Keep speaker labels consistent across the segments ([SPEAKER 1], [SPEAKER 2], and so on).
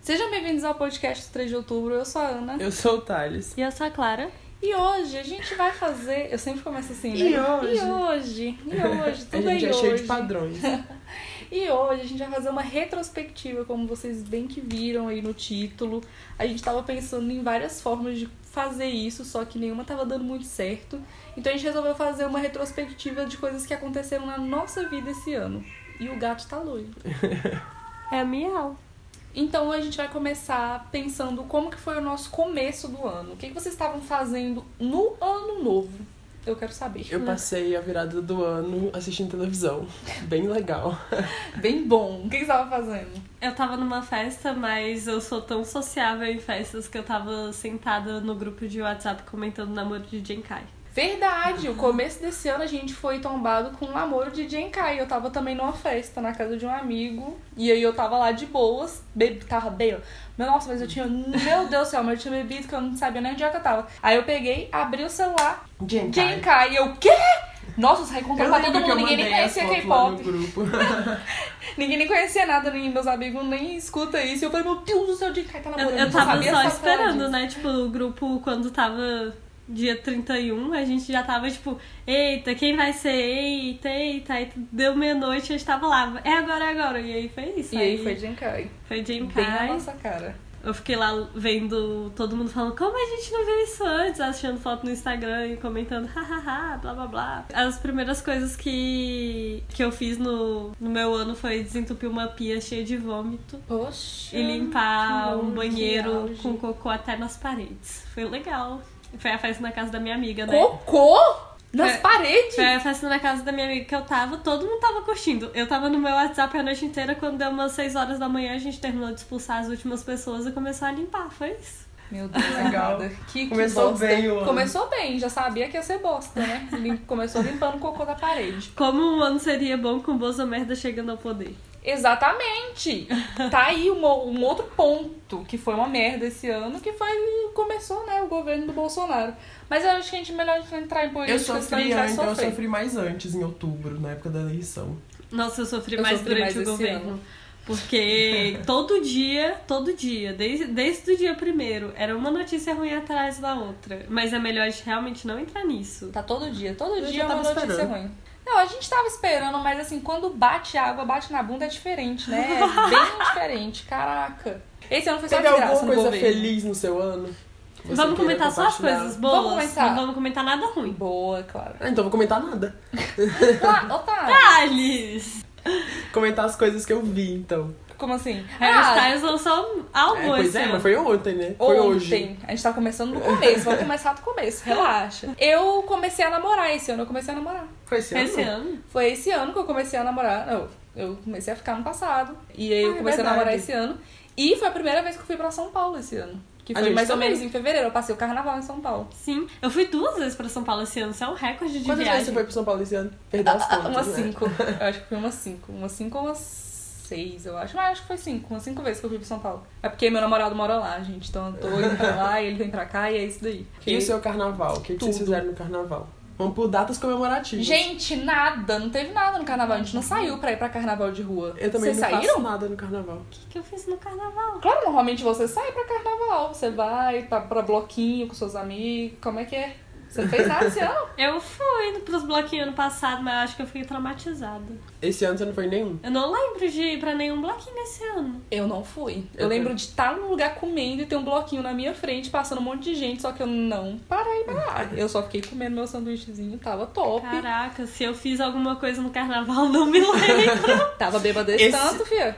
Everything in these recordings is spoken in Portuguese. [SPEAKER 1] Sejam bem-vindos ao podcast do 3 de outubro. Eu sou a Ana.
[SPEAKER 2] Eu sou o Thales.
[SPEAKER 3] E eu sou a Clara.
[SPEAKER 1] E hoje a gente vai fazer. Eu sempre começo assim, né?
[SPEAKER 2] E hoje?
[SPEAKER 1] E hoje? E hoje?
[SPEAKER 2] A
[SPEAKER 1] Tudo
[SPEAKER 2] gente
[SPEAKER 1] é
[SPEAKER 2] é
[SPEAKER 1] e
[SPEAKER 2] cheio
[SPEAKER 1] hoje.
[SPEAKER 2] de padrões.
[SPEAKER 1] E hoje a gente vai fazer uma retrospectiva, como vocês bem que viram aí no título. A gente tava pensando em várias formas de fazer isso, só que nenhuma tava dando muito certo. Então a gente resolveu fazer uma retrospectiva de coisas que aconteceram na nossa vida esse ano. E o gato tá loiro.
[SPEAKER 3] É a Miau.
[SPEAKER 1] Então a gente vai começar pensando como que foi o nosso começo do ano. O que, que vocês estavam fazendo no ano novo? Eu quero saber.
[SPEAKER 2] Eu passei a virada do ano assistindo televisão. Bem legal.
[SPEAKER 1] Bem bom. O que, que você estava fazendo?
[SPEAKER 3] Eu tava numa festa, mas eu sou tão sociável em festas que eu tava sentada no grupo de WhatsApp comentando o namoro de Jenkai.
[SPEAKER 1] Verdade, o começo desse ano a gente foi tombado com um namoro de Jenkai. Eu tava também numa festa na casa de um amigo. E aí eu tava lá de boas, bebi, tava bem. Meu, nossa, mas eu tinha. Meu Deus do céu, mas eu tinha bebido que eu não sabia nem onde é que eu tava. Aí eu peguei, abri o celular,
[SPEAKER 2] Gente,
[SPEAKER 1] Jenkai. E eu, quê? Nossa, eu saí contando
[SPEAKER 2] Tá.
[SPEAKER 1] pra
[SPEAKER 2] eu lembro
[SPEAKER 1] todo
[SPEAKER 2] que
[SPEAKER 1] mundo,
[SPEAKER 2] eu
[SPEAKER 1] ninguém
[SPEAKER 2] mandei
[SPEAKER 1] nem
[SPEAKER 2] as
[SPEAKER 1] conhecia
[SPEAKER 2] fotos lá no
[SPEAKER 1] K-pop.
[SPEAKER 2] grupo.
[SPEAKER 1] Ninguém nem conhecia nada, nem meus amigos nem escuta isso. E eu falei, meu Deus do céu, Jenkai tá
[SPEAKER 3] Eu,
[SPEAKER 1] namorando.
[SPEAKER 3] eu
[SPEAKER 1] não
[SPEAKER 3] tava
[SPEAKER 1] sabia
[SPEAKER 3] só
[SPEAKER 1] essa parada
[SPEAKER 3] esperando,
[SPEAKER 1] disso.
[SPEAKER 3] né? Tipo, o grupo quando tava dia 31, a gente já tava tipo, eita, quem vai ser? Eita, eita. Aí deu meia-noite, a gente tava lá, é agora, é agora. E aí foi isso.
[SPEAKER 1] E aí foi Jenkai.
[SPEAKER 3] foi
[SPEAKER 1] Bem na
[SPEAKER 3] Jenkai.
[SPEAKER 1] nossa cara.
[SPEAKER 3] Eu fiquei lá vendo todo mundo falando, como a gente não viu isso antes? Achando foto no Instagram e comentando, hahaha, blá blá blá. As primeiras coisas que, que eu fiz no, no meu ano foi desentupir uma pia cheia de vômito
[SPEAKER 1] Poxa.
[SPEAKER 3] e limpar
[SPEAKER 1] que
[SPEAKER 3] um banheiro
[SPEAKER 1] auge.
[SPEAKER 3] com cocô até nas paredes. Foi legal. Foi a festa na casa da minha amiga, né?
[SPEAKER 1] Cocô? Nas
[SPEAKER 3] É.
[SPEAKER 1] paredes?
[SPEAKER 3] Foi a festa na casa da minha amiga que eu tava, todo mundo tava curtindo. Eu tava no meu WhatsApp a noite inteira, quando deu umas 6 horas da manhã, a gente terminou de expulsar as últimas pessoas e começou a limpar, foi isso.
[SPEAKER 1] Meu Deus,
[SPEAKER 2] Legal.
[SPEAKER 1] amada, Que, que
[SPEAKER 2] Começou
[SPEAKER 1] bosta.
[SPEAKER 2] bem o ano.
[SPEAKER 1] Começou bem, já sabia que ia ser bosta, né? Lim- Começou limpando o cocô da parede.
[SPEAKER 3] Como um ano seria bom com Bolsa Merda chegando ao poder?
[SPEAKER 1] Exatamente! Tá aí um, o- um outro ponto que foi uma merda esse ano, que foi. Começou, né? O governo do Bolsonaro. Mas eu acho que a gente é melhor não entrar em política,
[SPEAKER 2] Eu
[SPEAKER 1] senão a
[SPEAKER 2] sofri,
[SPEAKER 1] gente vai
[SPEAKER 2] antes, eu
[SPEAKER 1] sofrer.
[SPEAKER 2] sofri mais antes, em outubro, na época da eleição.
[SPEAKER 3] Nossa, eu sofri
[SPEAKER 1] Eu
[SPEAKER 3] mais
[SPEAKER 1] sofri
[SPEAKER 3] durante
[SPEAKER 1] mais esse
[SPEAKER 3] o governo.
[SPEAKER 1] ano.
[SPEAKER 3] Porque todo dia, todo dia, desde, desde o dia primeiro, era uma notícia ruim atrás da outra. Mas é melhor a gente realmente não entrar nisso.
[SPEAKER 1] Tá todo dia, todo
[SPEAKER 2] já
[SPEAKER 1] dia é uma
[SPEAKER 2] tava
[SPEAKER 1] notícia
[SPEAKER 2] esperando.
[SPEAKER 1] ruim. Não, a gente tava esperando, mas assim, quando bate a água, bate na bunda é diferente, né? É bem diferente, caraca. Esse ano foi só
[SPEAKER 2] Teve alguma
[SPEAKER 1] desgraça no
[SPEAKER 2] coisa
[SPEAKER 1] governo.
[SPEAKER 2] feliz no seu ano? Você queira
[SPEAKER 3] vamos comentar só as
[SPEAKER 2] compartilhar?
[SPEAKER 3] coisas
[SPEAKER 1] Vamos
[SPEAKER 3] boas,
[SPEAKER 1] comentar.
[SPEAKER 3] não vamos comentar nada ruim.
[SPEAKER 1] Boa, claro. Ah,
[SPEAKER 2] Ah, então vou comentar nada.
[SPEAKER 1] Lá, Otávio,
[SPEAKER 3] Thales!
[SPEAKER 2] Comentar as coisas que eu vi, então.
[SPEAKER 1] como assim?
[SPEAKER 3] Harry
[SPEAKER 2] tá
[SPEAKER 1] Ah,
[SPEAKER 3] Styles lançou um algo
[SPEAKER 2] É, pois
[SPEAKER 3] Tá esse
[SPEAKER 2] é,
[SPEAKER 3] ano.
[SPEAKER 2] mas foi ontem, né? Foi hoje.
[SPEAKER 1] Ontem, a gente tá começando do começo, vamos começar do começo, relaxa. Eu comecei a namorar esse ano, eu comecei a namorar.
[SPEAKER 2] Foi esse ano?
[SPEAKER 3] Esse ano.
[SPEAKER 1] Foi esse ano que eu comecei a namorar. Não, eu comecei a ficar no passado. E aí
[SPEAKER 2] Ah,
[SPEAKER 1] eu
[SPEAKER 2] é
[SPEAKER 1] comecei a
[SPEAKER 2] verdade.
[SPEAKER 1] namorar esse ano. E foi a primeira vez que eu fui pra São Paulo esse ano. Que
[SPEAKER 2] A
[SPEAKER 1] foi
[SPEAKER 2] gente
[SPEAKER 1] mais
[SPEAKER 2] também.
[SPEAKER 1] ou menos em fevereiro. Eu passei o carnaval em São Paulo.
[SPEAKER 3] Sim. Eu fui duas vezes pra São Paulo esse ano, isso é um recorde de
[SPEAKER 2] Quantas
[SPEAKER 3] viagem.
[SPEAKER 2] vezes você foi pro São Paulo esse ano? Perdeu as contas.
[SPEAKER 1] umas
[SPEAKER 2] né?
[SPEAKER 1] cinco. Eu acho que foi umas cinco. Umas cinco ou umas seis, eu acho. Mas acho que foi cinco. Umas cinco vezes que eu fui pra São Paulo. É porque meu namorado mora lá, gente. Então eu tô indo pra lá, ele vem pra cá e é isso daí.
[SPEAKER 2] E o seu carnaval? O que, que vocês
[SPEAKER 1] Tudo.
[SPEAKER 2] fizeram no carnaval? Vamos por datas comemorativas.
[SPEAKER 1] Gente, nada. Não teve nada no carnaval. A gente não saiu pra ir pra carnaval de rua.
[SPEAKER 2] eu também
[SPEAKER 1] Vocês
[SPEAKER 2] não
[SPEAKER 1] saíram?
[SPEAKER 2] faço nada no carnaval.
[SPEAKER 3] O que, que eu fiz no carnaval?
[SPEAKER 1] Claro, normalmente você sai pra carnaval, você vai pra, pra bloquinho com seus amigos, como é que é? Você não fez nada esse ano?
[SPEAKER 3] Eu fui pros bloquinhos ano passado, mas eu acho que eu fiquei traumatizada.
[SPEAKER 2] Esse ano você não foi em nenhum?
[SPEAKER 3] Eu não lembro de ir pra nenhum bloquinho esse ano.
[SPEAKER 1] Eu não fui. Eu,
[SPEAKER 2] Eu
[SPEAKER 1] lembro de estar num lugar comendo e ter um bloquinho na minha frente, passando um monte de gente, só que eu não parei pra nada. Eu só fiquei comendo meu sanduíchezinho, tava top.
[SPEAKER 3] Caraca, se eu fiz alguma coisa no carnaval, não me lembro.
[SPEAKER 1] Tava bêbada
[SPEAKER 2] Esse-
[SPEAKER 1] tanto, fia.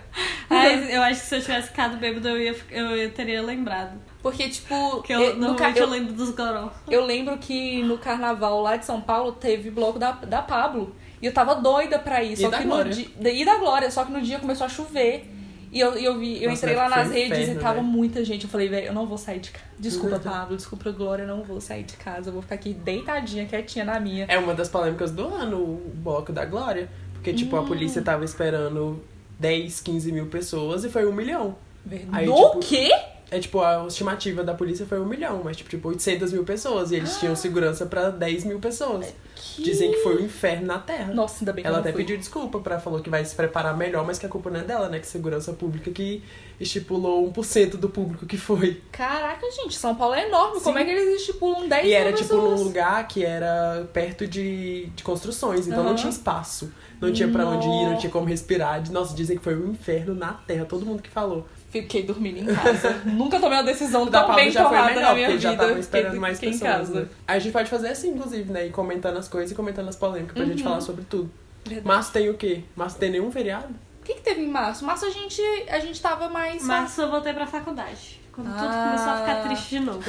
[SPEAKER 3] Mas eu acho que se eu tivesse ficado bêbado, eu, ia, fi- eu, eu teria lembrado.
[SPEAKER 1] Porque, tipo,
[SPEAKER 3] Porque eu,
[SPEAKER 1] eu- no ca-
[SPEAKER 3] normalmente eu...
[SPEAKER 1] eu,
[SPEAKER 3] lembro dos goró.
[SPEAKER 1] eu lembro que no carnaval lá de São Paulo teve bloco da, da Pablo. E eu tava doida pra ir.
[SPEAKER 2] E
[SPEAKER 1] Só
[SPEAKER 2] da
[SPEAKER 1] que no
[SPEAKER 2] Glória.
[SPEAKER 1] dia. E da Glória, só que no dia começou a chover. E eu, e eu vi, eu
[SPEAKER 2] Nossa,
[SPEAKER 1] entrei lá
[SPEAKER 2] foi
[SPEAKER 1] nas
[SPEAKER 2] um
[SPEAKER 1] redes
[SPEAKER 2] inferno,
[SPEAKER 1] e tava
[SPEAKER 2] né?
[SPEAKER 1] muita gente. Eu falei, velho, eu não vou sair de casa. Desculpa, Pablo, desculpa, Glória, eu não vou sair de casa. Eu vou ficar aqui deitadinha, quietinha na minha.
[SPEAKER 2] É uma das polêmicas do ano, o bloco da Glória. Porque, tipo,
[SPEAKER 1] Hum.
[SPEAKER 2] a polícia tava esperando 10, 15 mil pessoas e foi um milhão.
[SPEAKER 1] Ver-
[SPEAKER 2] Aí,
[SPEAKER 1] no
[SPEAKER 2] tipo,
[SPEAKER 1] quê?
[SPEAKER 2] É tipo, a estimativa da polícia foi um milhão, mas tipo, tipo 800 mil pessoas. E eles
[SPEAKER 1] Ah.
[SPEAKER 2] tinham segurança pra 10 mil pessoas. Dizem que foi o inferno na Terra.
[SPEAKER 1] Nossa, ainda bem que
[SPEAKER 2] Ela
[SPEAKER 1] eu não
[SPEAKER 2] até
[SPEAKER 1] fui.
[SPEAKER 2] pediu desculpa pra falou que vai se preparar melhor, mas que a culpa não é dela, né? Que segurança pública que estipulou 1% do público que foi.
[SPEAKER 1] Caraca, gente, São Paulo é enorme. Como
[SPEAKER 2] Sim.
[SPEAKER 1] é que eles estipulam 10
[SPEAKER 2] e era
[SPEAKER 1] mil
[SPEAKER 2] tipo num
[SPEAKER 1] pessoas?
[SPEAKER 2] lugar que era perto de, de construções, então
[SPEAKER 1] Aham.
[SPEAKER 2] não tinha espaço. Não tinha pra onde ir,
[SPEAKER 1] Nó.
[SPEAKER 2] não tinha como respirar. Nossa, dizem que foi um inferno na Terra, todo mundo que falou.
[SPEAKER 1] Fiquei dormindo em casa. Nunca tomei uma decisão
[SPEAKER 2] O da
[SPEAKER 1] tão
[SPEAKER 2] Pablo
[SPEAKER 1] bem
[SPEAKER 2] já foi
[SPEAKER 1] tomada na
[SPEAKER 2] melhor,
[SPEAKER 1] minha
[SPEAKER 2] porque
[SPEAKER 1] vida.
[SPEAKER 2] já tava
[SPEAKER 1] Fiquei-
[SPEAKER 2] esperando mais
[SPEAKER 1] fiquei em
[SPEAKER 2] pessoas.
[SPEAKER 1] casa.
[SPEAKER 2] né? A gente pode fazer assim, inclusive, né? E comentando as coisas e comentando as polêmicas pra gente
[SPEAKER 1] Uhum.
[SPEAKER 2] falar sobre tudo.
[SPEAKER 1] Verdade.
[SPEAKER 2] Mas tem o quê? Mas tem nenhum feriado?
[SPEAKER 1] né? O que, que teve em março? Março a gente, a gente tava mais.
[SPEAKER 3] Março eu voltei pra faculdade. Quando tudo
[SPEAKER 1] Ah.
[SPEAKER 3] começou a ficar triste de novo.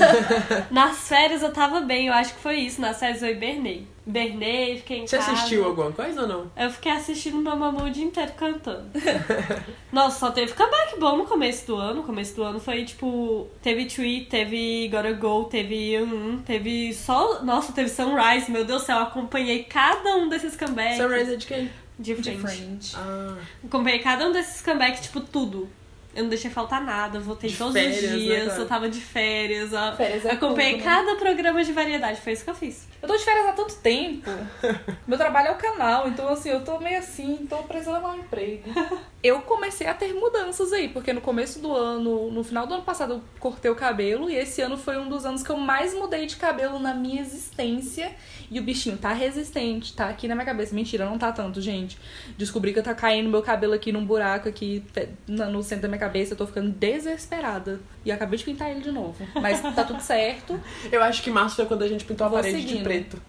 [SPEAKER 3] Nas férias eu tava bem, eu acho que foi isso. Nas férias eu hibernei. Hibernei, fiquei em
[SPEAKER 2] Você
[SPEAKER 3] casa.
[SPEAKER 2] assistiu alguma coisa ou não?
[SPEAKER 3] Eu fiquei assistindo meu mamão o dia inteiro cantando. Nossa, só teve comeback bom no começo do ano. No começo do ano foi tipo. Teve Tweet, teve Gotta Go, teve um, teve só. Nossa, teve Sunrise, meu Deus do céu, eu acompanhei cada um desses comebacks.
[SPEAKER 2] Sunrise é de quem?
[SPEAKER 3] De frente.
[SPEAKER 1] Diferente.
[SPEAKER 2] Ah,
[SPEAKER 3] Acompanhei cada um desses comebacks, tipo, tudo. Eu não deixei faltar nada, eu voltei
[SPEAKER 2] De
[SPEAKER 3] todos
[SPEAKER 2] férias,
[SPEAKER 3] os
[SPEAKER 2] né,
[SPEAKER 3] dias,
[SPEAKER 2] cara?
[SPEAKER 3] eu tava de férias, ó.
[SPEAKER 1] Férias é
[SPEAKER 3] acompanhei
[SPEAKER 1] tudo, né?
[SPEAKER 3] cada programa de variedade, foi isso que eu fiz.
[SPEAKER 1] Eu tô de férias há tanto tempo. Meu trabalho é o canal, então assim, eu tô meio assim, tô precisando arrumar um emprego. Eu comecei a ter mudanças aí, porque no começo do ano, no final do ano passado, eu cortei o cabelo e esse ano foi um dos anos que eu mais mudei de cabelo na minha existência. E o bichinho tá resistente, tá aqui na minha cabeça. Mentira, não tá tanto, gente. Descobri que tá caindo meu cabelo aqui num buraco aqui pe- na- no centro da minha cabeça. Eu tô ficando desesperada. E acabei de pintar ele de novo. Mas tá tudo certo.
[SPEAKER 2] eu acho que março foi quando a gente pintou a
[SPEAKER 1] Vou
[SPEAKER 2] parede de
[SPEAKER 1] seguindo.
[SPEAKER 2] preto.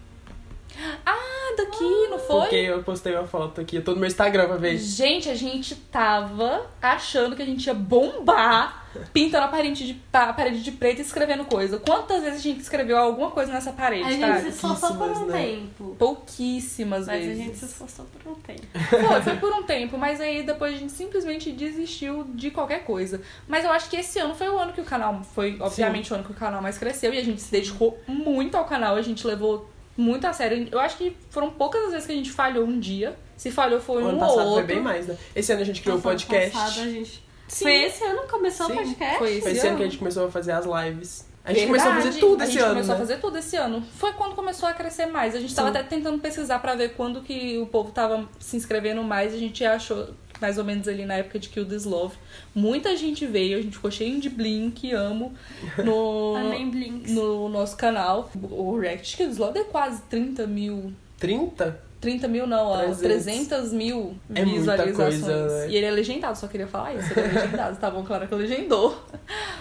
[SPEAKER 1] Ah, daqui, não foi?
[SPEAKER 2] Porque eu postei uma foto aqui, eu tô no meu Instagram pra ver.
[SPEAKER 1] Gente, a gente tava achando que a gente ia bombar pintando a parede de, a parede de preto e escrevendo coisa. Quantas vezes a gente escreveu alguma coisa nessa parede,
[SPEAKER 3] A gente se
[SPEAKER 1] cara?
[SPEAKER 3] esforçou por um
[SPEAKER 2] Tá, pouquíssimas, né?
[SPEAKER 3] tempo.
[SPEAKER 1] Pouquíssimas
[SPEAKER 3] Mas a
[SPEAKER 1] vezes.
[SPEAKER 3] gente se esforçou por um tempo.
[SPEAKER 1] Foi, foi por um tempo, mas aí depois a gente simplesmente desistiu de qualquer coisa. Mas eu acho que esse ano foi o ano que o canal. Foi, obviamente, o ano que o canal mais cresceu e a gente se dedicou muito ao canal, a gente levou muito a sério. Eu acho que foram poucas as vezes que a gente falhou um dia. Se falhou, foi
[SPEAKER 2] O ano
[SPEAKER 1] um
[SPEAKER 2] passado
[SPEAKER 1] ou outro. Tá
[SPEAKER 2] foi bem mais, né? Esse ano a gente criou o
[SPEAKER 3] Nossa, ano
[SPEAKER 2] podcast.
[SPEAKER 3] passado a gente-
[SPEAKER 1] Sim.
[SPEAKER 3] Foi esse ano que começou
[SPEAKER 2] Sim,
[SPEAKER 3] o podcast?
[SPEAKER 1] Foi esse,
[SPEAKER 2] Foi esse ano que a gente começou a fazer as lives. A gente
[SPEAKER 1] Verdade.
[SPEAKER 2] começou a fazer tudo
[SPEAKER 1] A
[SPEAKER 2] esse
[SPEAKER 1] gente
[SPEAKER 2] ano.
[SPEAKER 1] começou
[SPEAKER 2] né?
[SPEAKER 1] a fazer tudo esse ano. Foi quando começou a crescer mais. A gente tava
[SPEAKER 2] Sim.
[SPEAKER 1] até tentando pesquisar pra ver quando que o povo tava se inscrevendo mais. A gente achou mais ou menos ali na época de Kill This Love. Muita gente veio, a gente ficou cheio de blink, amo, no,
[SPEAKER 3] Amém, Blinks.
[SPEAKER 1] no nosso canal. O React de Kill This Love é quase 30 mil.
[SPEAKER 2] 30?
[SPEAKER 1] 30 mil não, ó,
[SPEAKER 2] 300.
[SPEAKER 1] 300 mil
[SPEAKER 2] É muita
[SPEAKER 1] visualizações.
[SPEAKER 2] coisa, né?
[SPEAKER 1] E ele é legendado, só queria falar isso, ele é legendado. tá bom, claro que legendou.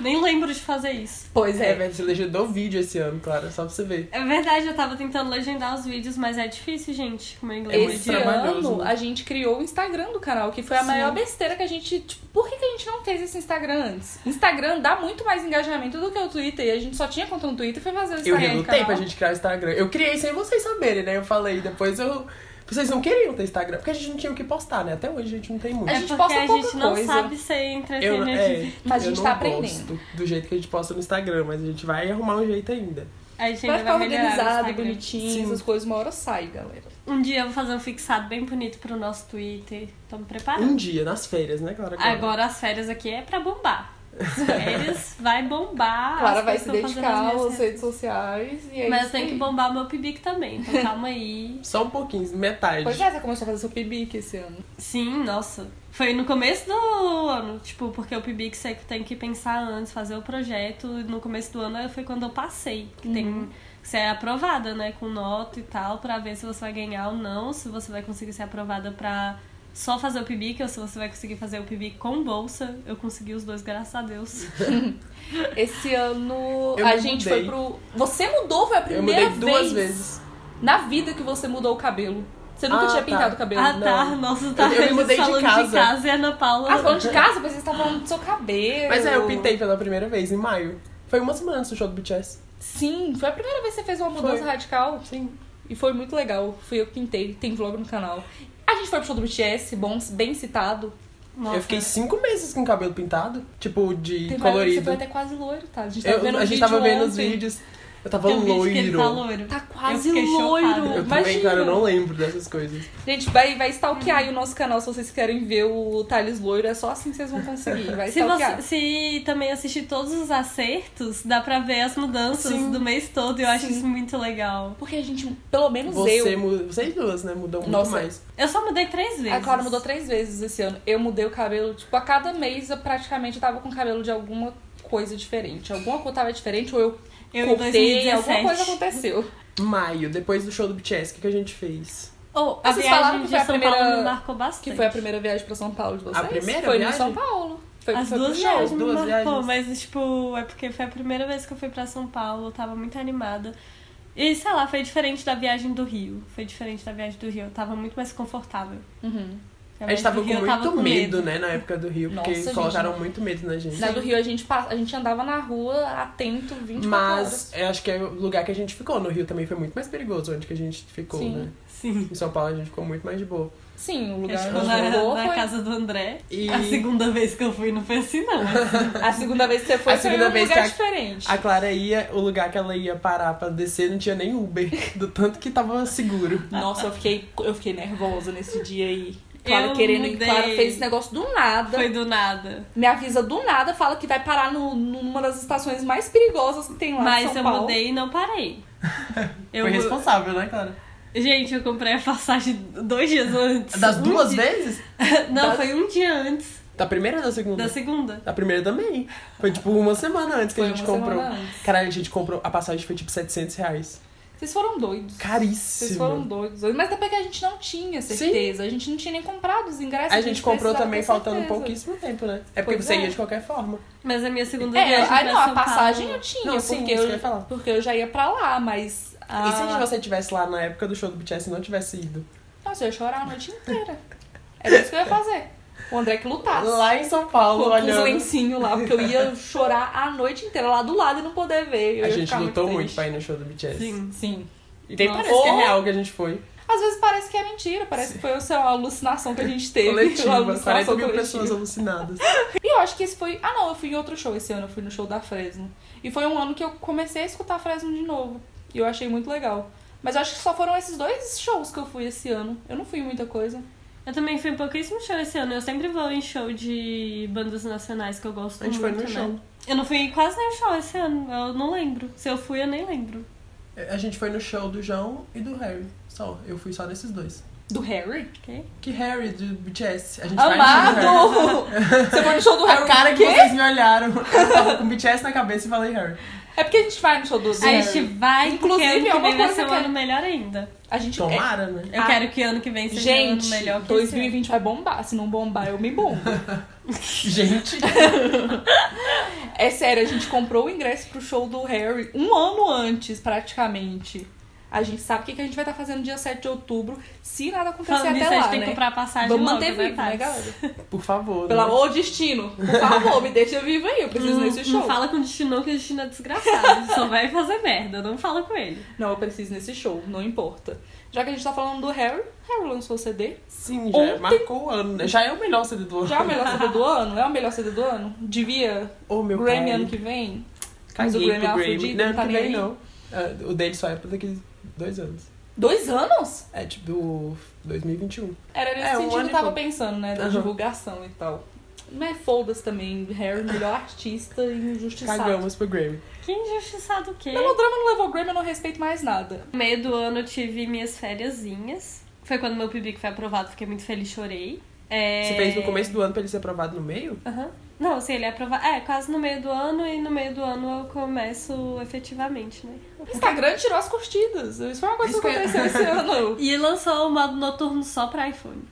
[SPEAKER 3] Nem lembro de fazer isso.
[SPEAKER 1] Pois
[SPEAKER 2] É,
[SPEAKER 1] é,
[SPEAKER 2] velho, você legendou vídeo esse ano, claro, só pra você ver.
[SPEAKER 3] É verdade, eu tava tentando legendar os vídeos, mas é difícil, gente, com o meu inglês.
[SPEAKER 2] muito
[SPEAKER 1] Esse
[SPEAKER 2] trabalhoso,
[SPEAKER 1] ano
[SPEAKER 2] né?
[SPEAKER 1] a gente criou o Instagram do canal, que foi a
[SPEAKER 3] Sim.
[SPEAKER 1] maior besteira que a gente. Tipo, por que, que a gente não fez esse Instagram antes? Instagram dá muito mais engajamento do que o Twitter e a gente só tinha conta no Twitter e foi fazer o
[SPEAKER 2] Eu
[SPEAKER 1] Instagram. do
[SPEAKER 2] relutei
[SPEAKER 1] canal.
[SPEAKER 2] pra gente criar o Instagram. Eu criei sem vocês saberem, né? Eu falei, depois eu. Vocês não queriam ter Instagram, porque a gente não tinha o que postar, né? Até hoje a gente não tem muito.
[SPEAKER 1] A
[SPEAKER 3] É
[SPEAKER 1] gente
[SPEAKER 3] porque
[SPEAKER 1] posta
[SPEAKER 3] a
[SPEAKER 1] pouca
[SPEAKER 3] gente não
[SPEAKER 1] coisa.
[SPEAKER 3] sabe ser
[SPEAKER 2] Eu,
[SPEAKER 3] entretenimento. de
[SPEAKER 2] é,
[SPEAKER 3] vídeo.
[SPEAKER 1] assim, Mas a
[SPEAKER 2] eu
[SPEAKER 1] gente
[SPEAKER 2] não
[SPEAKER 1] tá
[SPEAKER 2] gosto do jeito que a gente posta no Instagram, mas a gente vai arrumar um jeito ainda.
[SPEAKER 3] A gente
[SPEAKER 1] Vai
[SPEAKER 3] ainda
[SPEAKER 1] ficar
[SPEAKER 3] vai melhorar o
[SPEAKER 1] organizado,
[SPEAKER 3] Instagram.
[SPEAKER 1] bonitinho,
[SPEAKER 2] Sim.
[SPEAKER 1] essas coisas, uma hora sai, galera.
[SPEAKER 3] Um dia eu vou fazer um fixado bem bonito pro nosso Twitter. Tô me
[SPEAKER 2] Um
[SPEAKER 1] Hum,
[SPEAKER 3] preparando.
[SPEAKER 2] dia, nas férias, né,
[SPEAKER 1] tá
[SPEAKER 2] Clara?
[SPEAKER 3] Agora as férias aqui é pra bombar. As férias vai bombar.
[SPEAKER 1] Clara
[SPEAKER 3] Ah, as
[SPEAKER 1] vai
[SPEAKER 3] coisas
[SPEAKER 1] se
[SPEAKER 3] que eu tô fazendo
[SPEAKER 1] dedicar
[SPEAKER 3] nas minhas
[SPEAKER 1] às redes sociais e é
[SPEAKER 3] Mas eu
[SPEAKER 1] isso
[SPEAKER 3] tenho que
[SPEAKER 1] aí.
[SPEAKER 3] bombar meu pibic também, então calma aí.
[SPEAKER 2] Só um pouquinho, metade.
[SPEAKER 1] Pois é, você começou a fazer seu pibique esse ano.
[SPEAKER 3] Sim, nossa. Foi no começo do ano, tipo, porque o pibic você tem que pensar antes, fazer o projeto. No começo do ano foi quando eu passei, que tem que ser aprovada, né, com nota e tal, pra ver se você vai ganhar ou não, se você vai conseguir ser aprovada pra só fazer o pibic ou se você vai conseguir fazer o pibic com bolsa. Eu consegui os dois, graças a Deus.
[SPEAKER 1] Esse ano
[SPEAKER 2] Eu
[SPEAKER 1] a
[SPEAKER 2] me
[SPEAKER 1] gente foi
[SPEAKER 2] mudei.
[SPEAKER 1] pro. Você mudou, foi a
[SPEAKER 2] Eu
[SPEAKER 1] primeira
[SPEAKER 2] mudei
[SPEAKER 1] vez
[SPEAKER 2] duas vezes.
[SPEAKER 1] na vida que você mudou o cabelo. Você nunca
[SPEAKER 2] Ah,
[SPEAKER 1] tinha
[SPEAKER 2] tá.
[SPEAKER 1] pintado o cabelo.
[SPEAKER 3] ah,
[SPEAKER 2] não.
[SPEAKER 3] tá, nossa, tá.
[SPEAKER 2] Eu- eu me
[SPEAKER 3] eles
[SPEAKER 2] mudei de
[SPEAKER 3] falando
[SPEAKER 2] casa.
[SPEAKER 3] e a Ana Paula.
[SPEAKER 1] Ah, falando de casa, mas você tá falando do seu cabelo.
[SPEAKER 2] Mas é, eu pintei pela primeira vez em maio. Foi uma semana antes do show do BTS.
[SPEAKER 1] Sim, foi a primeira vez que você fez uma mudança
[SPEAKER 2] Foi.
[SPEAKER 1] radical. Sim. E foi muito legal. Fui eu que pintei, tem vlog no canal. A gente foi pro show do BTS, bom, bem citado.
[SPEAKER 3] Nossa.
[SPEAKER 2] Eu fiquei cinco meses com o cabelo pintado, tipo, de
[SPEAKER 1] Tem várias- Você
[SPEAKER 2] colorido.
[SPEAKER 1] foi até quase loiro, tá? A gente tava
[SPEAKER 2] Eu-
[SPEAKER 1] vendo um
[SPEAKER 2] a gente
[SPEAKER 1] vídeo
[SPEAKER 2] tava vendo os
[SPEAKER 1] ontem.
[SPEAKER 2] vídeos. Eu tava
[SPEAKER 3] Tem um vídeo que ele
[SPEAKER 2] loiro.
[SPEAKER 3] tá loiro.
[SPEAKER 1] Tá
[SPEAKER 3] Eu
[SPEAKER 1] quase
[SPEAKER 3] fiquei
[SPEAKER 1] loiro.
[SPEAKER 3] chocada.
[SPEAKER 2] Eu também,
[SPEAKER 1] Imagina.
[SPEAKER 2] cara, eu não lembro dessas coisas.
[SPEAKER 1] Gente, vai, vai stalkear aí o nosso canal se vocês querem ver o Thales loiro. É só assim que vocês vão conseguir. Vai
[SPEAKER 3] Se,
[SPEAKER 1] stalkear.
[SPEAKER 3] você, se também assistir todos os acertos, dá pra ver as mudanças
[SPEAKER 1] Sim.
[SPEAKER 3] do mês todo e eu acho
[SPEAKER 1] Sim.
[SPEAKER 3] isso muito legal.
[SPEAKER 1] Porque a gente, pelo menos
[SPEAKER 2] Você
[SPEAKER 1] eu.
[SPEAKER 2] muda. Vocês duas, né? Mudou muito
[SPEAKER 1] Nossa.
[SPEAKER 2] mais.
[SPEAKER 3] Eu só mudei três vezes.
[SPEAKER 1] A Clara Ah, mudou três vezes esse ano. Eu mudei o cabelo, tipo, a cada mês eu praticamente tava com o cabelo de alguma coisa diferente. Alguma coisa tava diferente ou eu,
[SPEAKER 3] Eu em
[SPEAKER 1] cortei,
[SPEAKER 3] 2017.
[SPEAKER 1] alguma coisa aconteceu.
[SPEAKER 2] Maio, depois do show do BTS, o que, que a gente fez?
[SPEAKER 3] Oh, a
[SPEAKER 1] Vocês falaram que
[SPEAKER 3] viagem de
[SPEAKER 1] foi a
[SPEAKER 3] São Paulo
[SPEAKER 1] primeira-
[SPEAKER 3] me marcou bastante.
[SPEAKER 1] Que foi a primeira viagem pra São Paulo de vocês?
[SPEAKER 2] A primeira
[SPEAKER 1] Foi
[SPEAKER 2] viagem?
[SPEAKER 1] no São Paulo. Foi,
[SPEAKER 3] As
[SPEAKER 1] foi
[SPEAKER 3] duas
[SPEAKER 1] pro show.
[SPEAKER 3] viagens me
[SPEAKER 2] duas
[SPEAKER 3] marcou,
[SPEAKER 2] viagens.
[SPEAKER 3] mas tipo, é porque foi a primeira vez que eu fui pra São Paulo, eu tava muito animada. E sei lá, foi diferente da viagem do Rio. Foi diferente da viagem do Rio, eu tava muito mais confortável.
[SPEAKER 1] Uhum.
[SPEAKER 3] A,
[SPEAKER 2] A gente
[SPEAKER 3] viagem
[SPEAKER 2] tava
[SPEAKER 3] do
[SPEAKER 2] com
[SPEAKER 3] Rio, eu
[SPEAKER 2] muito
[SPEAKER 3] com
[SPEAKER 2] medo, né, na época do Rio, porque
[SPEAKER 1] Nossa, gente.
[SPEAKER 2] colocaram muito medo na gente.
[SPEAKER 1] Na do Rio a gente, pa- a gente andava na rua atento 24 horas.
[SPEAKER 2] Mas eu acho que é o lugar que a gente ficou. No Rio também foi muito mais perigoso onde que a gente ficou,
[SPEAKER 1] Sim.
[SPEAKER 2] né?
[SPEAKER 3] Sim.
[SPEAKER 2] Em São Paulo a gente ficou muito mais de boa.
[SPEAKER 1] Sim, o
[SPEAKER 3] Eu
[SPEAKER 1] lugar
[SPEAKER 3] ficou
[SPEAKER 1] onde
[SPEAKER 3] na,
[SPEAKER 1] mudou
[SPEAKER 3] na
[SPEAKER 1] foi...
[SPEAKER 3] casa do André.
[SPEAKER 2] E
[SPEAKER 3] A segunda vez que eu fui não foi assim, não.
[SPEAKER 1] A segunda vez que você foi,
[SPEAKER 2] A
[SPEAKER 1] foi em
[SPEAKER 2] segunda
[SPEAKER 1] um
[SPEAKER 2] vez
[SPEAKER 1] lugar
[SPEAKER 2] que a-
[SPEAKER 1] diferente.
[SPEAKER 2] a Clara ia, o lugar que ela ia parar pra descer não tinha nem Uber, do tanto que tava seguro.
[SPEAKER 1] Nossa, eu fiquei, eu fiquei nervosa nesse dia aí. Clara
[SPEAKER 3] Eu
[SPEAKER 1] querendo ir.
[SPEAKER 3] mudei.
[SPEAKER 1] Clara fez esse negócio do nada.
[SPEAKER 3] Foi do nada.
[SPEAKER 1] Me avisa do nada, fala que vai parar no, numa das estações mais perigosas que tem lá em
[SPEAKER 3] Mas
[SPEAKER 1] São
[SPEAKER 3] eu
[SPEAKER 1] Paulo.
[SPEAKER 3] mudei e não parei. Eu,
[SPEAKER 2] Foi responsável, né, Clara?
[SPEAKER 3] gente, eu comprei a passagem dois dias antes.
[SPEAKER 2] Das
[SPEAKER 3] Um
[SPEAKER 2] duas
[SPEAKER 3] dia-
[SPEAKER 2] vezes?
[SPEAKER 3] Não,
[SPEAKER 1] Das-
[SPEAKER 3] foi um dia antes
[SPEAKER 2] Da primeira ou da segunda?
[SPEAKER 3] da segunda.
[SPEAKER 2] Da primeira também. Foi tipo uma semana antes que
[SPEAKER 1] Foi
[SPEAKER 2] a gente
[SPEAKER 1] uma
[SPEAKER 2] comprou.
[SPEAKER 1] semana antes.
[SPEAKER 2] Caralho, a gente comprou. A passagem foi tipo 700 reais.
[SPEAKER 1] Vocês foram doidos.
[SPEAKER 2] Caríssimo.
[SPEAKER 1] Vocês foram doidos. Mas até que a gente não tinha certeza. A gente não tinha nem comprado os ingressos.
[SPEAKER 2] A gente comprou
[SPEAKER 1] precisava
[SPEAKER 2] também
[SPEAKER 1] ter
[SPEAKER 2] faltando um
[SPEAKER 1] certeza.
[SPEAKER 2] pouquíssimo tempo, né? É porque
[SPEAKER 1] Pois
[SPEAKER 2] você
[SPEAKER 1] é.
[SPEAKER 2] ia de qualquer forma.
[SPEAKER 3] Mas a minha segunda
[SPEAKER 1] É,
[SPEAKER 3] viagem
[SPEAKER 1] ah,
[SPEAKER 3] pra
[SPEAKER 1] não, a
[SPEAKER 3] São
[SPEAKER 1] passagem
[SPEAKER 3] Paulo...
[SPEAKER 1] eu tinha,
[SPEAKER 2] Não, sim,
[SPEAKER 1] porque,
[SPEAKER 2] isso
[SPEAKER 1] eu,
[SPEAKER 2] que eu ia falar.
[SPEAKER 1] porque eu já ia pra lá, mas. ah,
[SPEAKER 2] E se
[SPEAKER 1] a-
[SPEAKER 2] você tivesse lá na época do show do BTS e não tivesse ido?
[SPEAKER 1] Nossa, eu ia chorar a noite inteira. Era isso que eu ia fazer. O André que lutasse.
[SPEAKER 2] Lá em São Paulo,
[SPEAKER 1] Com os
[SPEAKER 2] olhando.
[SPEAKER 1] lencinhos lá, porque eu ia chorar a noite inteira lá do lado e não poder ver. Eu
[SPEAKER 2] A
[SPEAKER 1] ia
[SPEAKER 2] gente
[SPEAKER 1] ficar
[SPEAKER 2] lutou
[SPEAKER 1] muito
[SPEAKER 2] muito pra
[SPEAKER 1] triste.
[SPEAKER 2] ir no show do BTS.
[SPEAKER 3] Sim.
[SPEAKER 1] Sim.
[SPEAKER 2] E nem
[SPEAKER 3] Nossa.
[SPEAKER 2] parece que é
[SPEAKER 1] Ou-
[SPEAKER 2] real que a gente foi.
[SPEAKER 1] Às vezes parece que é mentira, parece que foi sei lá, uma alucinação que a gente teve. uma
[SPEAKER 2] Coletiva,
[SPEAKER 1] alucinação
[SPEAKER 2] 40 mil
[SPEAKER 1] coletiva.
[SPEAKER 2] pessoas alucinadas.
[SPEAKER 1] E eu acho que esse foi. Ah, não, eu fui em outro show esse ano, eu fui no show da Fresno. E foi um ano que eu comecei a escutar Fresno de novo. E eu achei muito legal. Mas eu acho que só foram esses dois shows que eu fui esse ano. Eu não fui em muita coisa.
[SPEAKER 3] Eu também fui em pouquíssimo show esse ano. Eu sempre vou em show de bandas nacionais que eu gosto
[SPEAKER 2] A gente foi
[SPEAKER 3] muito,
[SPEAKER 2] no
[SPEAKER 3] né?
[SPEAKER 2] show.
[SPEAKER 3] Eu não fui em quase nenhum show esse ano. Eu não lembro. Se eu fui, eu nem lembro.
[SPEAKER 2] A gente foi no show do João e do Harry. Só. Eu fui só nesses dois.
[SPEAKER 1] Do Harry?
[SPEAKER 3] Ok?
[SPEAKER 2] Que Harry do BTS. A gente vai no show do Harry.
[SPEAKER 1] Amado! Você foi no show do Harry?
[SPEAKER 2] A cara que
[SPEAKER 1] quê?
[SPEAKER 2] vocês me olharam. Eu tava com BTS na cabeça e falei Harry.
[SPEAKER 1] É porque a gente vai no show do, do
[SPEAKER 3] A
[SPEAKER 1] Harry.
[SPEAKER 3] gente vai, porque
[SPEAKER 1] Inclusive,
[SPEAKER 3] ano
[SPEAKER 1] é
[SPEAKER 3] que
[SPEAKER 1] uma
[SPEAKER 3] vem vai
[SPEAKER 1] coisa
[SPEAKER 3] ser um
[SPEAKER 1] que-
[SPEAKER 3] ano melhor ainda.
[SPEAKER 1] A gente é-
[SPEAKER 2] Tomara, né?
[SPEAKER 3] Eu
[SPEAKER 1] Ah.
[SPEAKER 3] quero que ano que vem seja um ano
[SPEAKER 1] Gente,
[SPEAKER 3] melhor que
[SPEAKER 1] 2020 vai bombar. Se não bombar, eu me bombo.
[SPEAKER 2] Gente,
[SPEAKER 1] é sério, a gente comprou o ingresso pro show do Harry um ano antes, praticamente. A gente sabe o que que a gente vai estar fazendo dia 7 de outubro, se nada
[SPEAKER 3] esse ano.
[SPEAKER 1] acontecer
[SPEAKER 3] Falando nisso,
[SPEAKER 1] até
[SPEAKER 3] a
[SPEAKER 1] lá,
[SPEAKER 3] gente tem
[SPEAKER 1] né?
[SPEAKER 3] que comprar a passagem
[SPEAKER 1] Vamos
[SPEAKER 3] logo,
[SPEAKER 1] manter
[SPEAKER 3] né,
[SPEAKER 1] vivo, né,
[SPEAKER 3] Thais?
[SPEAKER 1] galera?
[SPEAKER 2] por favor.
[SPEAKER 1] Pelo
[SPEAKER 2] né?
[SPEAKER 1] amor, destino. Por favor, me deixa vivo aí. Eu preciso
[SPEAKER 3] Não,
[SPEAKER 1] nesse
[SPEAKER 3] não
[SPEAKER 1] show.
[SPEAKER 3] Uhum. fala com o destino não, que o destino é desgraçado. Ele só vai fazer merda. Não fala com ele.
[SPEAKER 1] Não, eu preciso nesse show. Não importa. Já que a gente tá falando do Harry, Harry lançou o CD.
[SPEAKER 2] Sim, já
[SPEAKER 1] Ontem-
[SPEAKER 2] marcou o ano, né? Já é o melhor CD do ano.
[SPEAKER 1] Já é o melhor CD do ano? É o melhor CD do ano? Devia
[SPEAKER 2] Ô, meu
[SPEAKER 1] Grammy
[SPEAKER 2] pai.
[SPEAKER 1] ano que vem? Mas o
[SPEAKER 2] Caguei
[SPEAKER 1] Grammy é
[SPEAKER 2] pro
[SPEAKER 1] uma
[SPEAKER 2] Grammy.
[SPEAKER 1] fudida,
[SPEAKER 2] Não,
[SPEAKER 1] não tá
[SPEAKER 2] ano que
[SPEAKER 1] nem
[SPEAKER 2] vem
[SPEAKER 1] aí.
[SPEAKER 2] não. Ah, O dele só é pra daqui dois anos.
[SPEAKER 1] Dois anos?
[SPEAKER 2] É tipo 2021.
[SPEAKER 1] Era nesse
[SPEAKER 2] É, um
[SPEAKER 1] sentido que
[SPEAKER 2] ano e
[SPEAKER 1] eu tava
[SPEAKER 2] pouco.
[SPEAKER 1] pensando, né? Da
[SPEAKER 2] Aham.
[SPEAKER 1] divulgação e tal. Mas foda-se é também. Harry, melhor artista e injustiçado.
[SPEAKER 2] Cagamos pro Grammy.
[SPEAKER 3] Que injustiçado o quê?
[SPEAKER 1] Melodrama não levou Grammy, eu não respeito mais nada.
[SPEAKER 3] No meio do ano eu tive minhas fériasinhas. Foi quando meu PIBIC foi aprovado, fiquei muito feliz, chorei. É...
[SPEAKER 2] Você fez no começo do ano pra ele ser aprovado no meio?
[SPEAKER 3] Aham. Não, assim, ele é aprovado. É, quase no meio do ano e no meio do ano eu começo efetivamente, né?
[SPEAKER 1] O Instagram tirou as curtidas. Isso foi uma coisa que aconteceu esse ano.
[SPEAKER 3] E lançou o modo noturno só pra iPhone.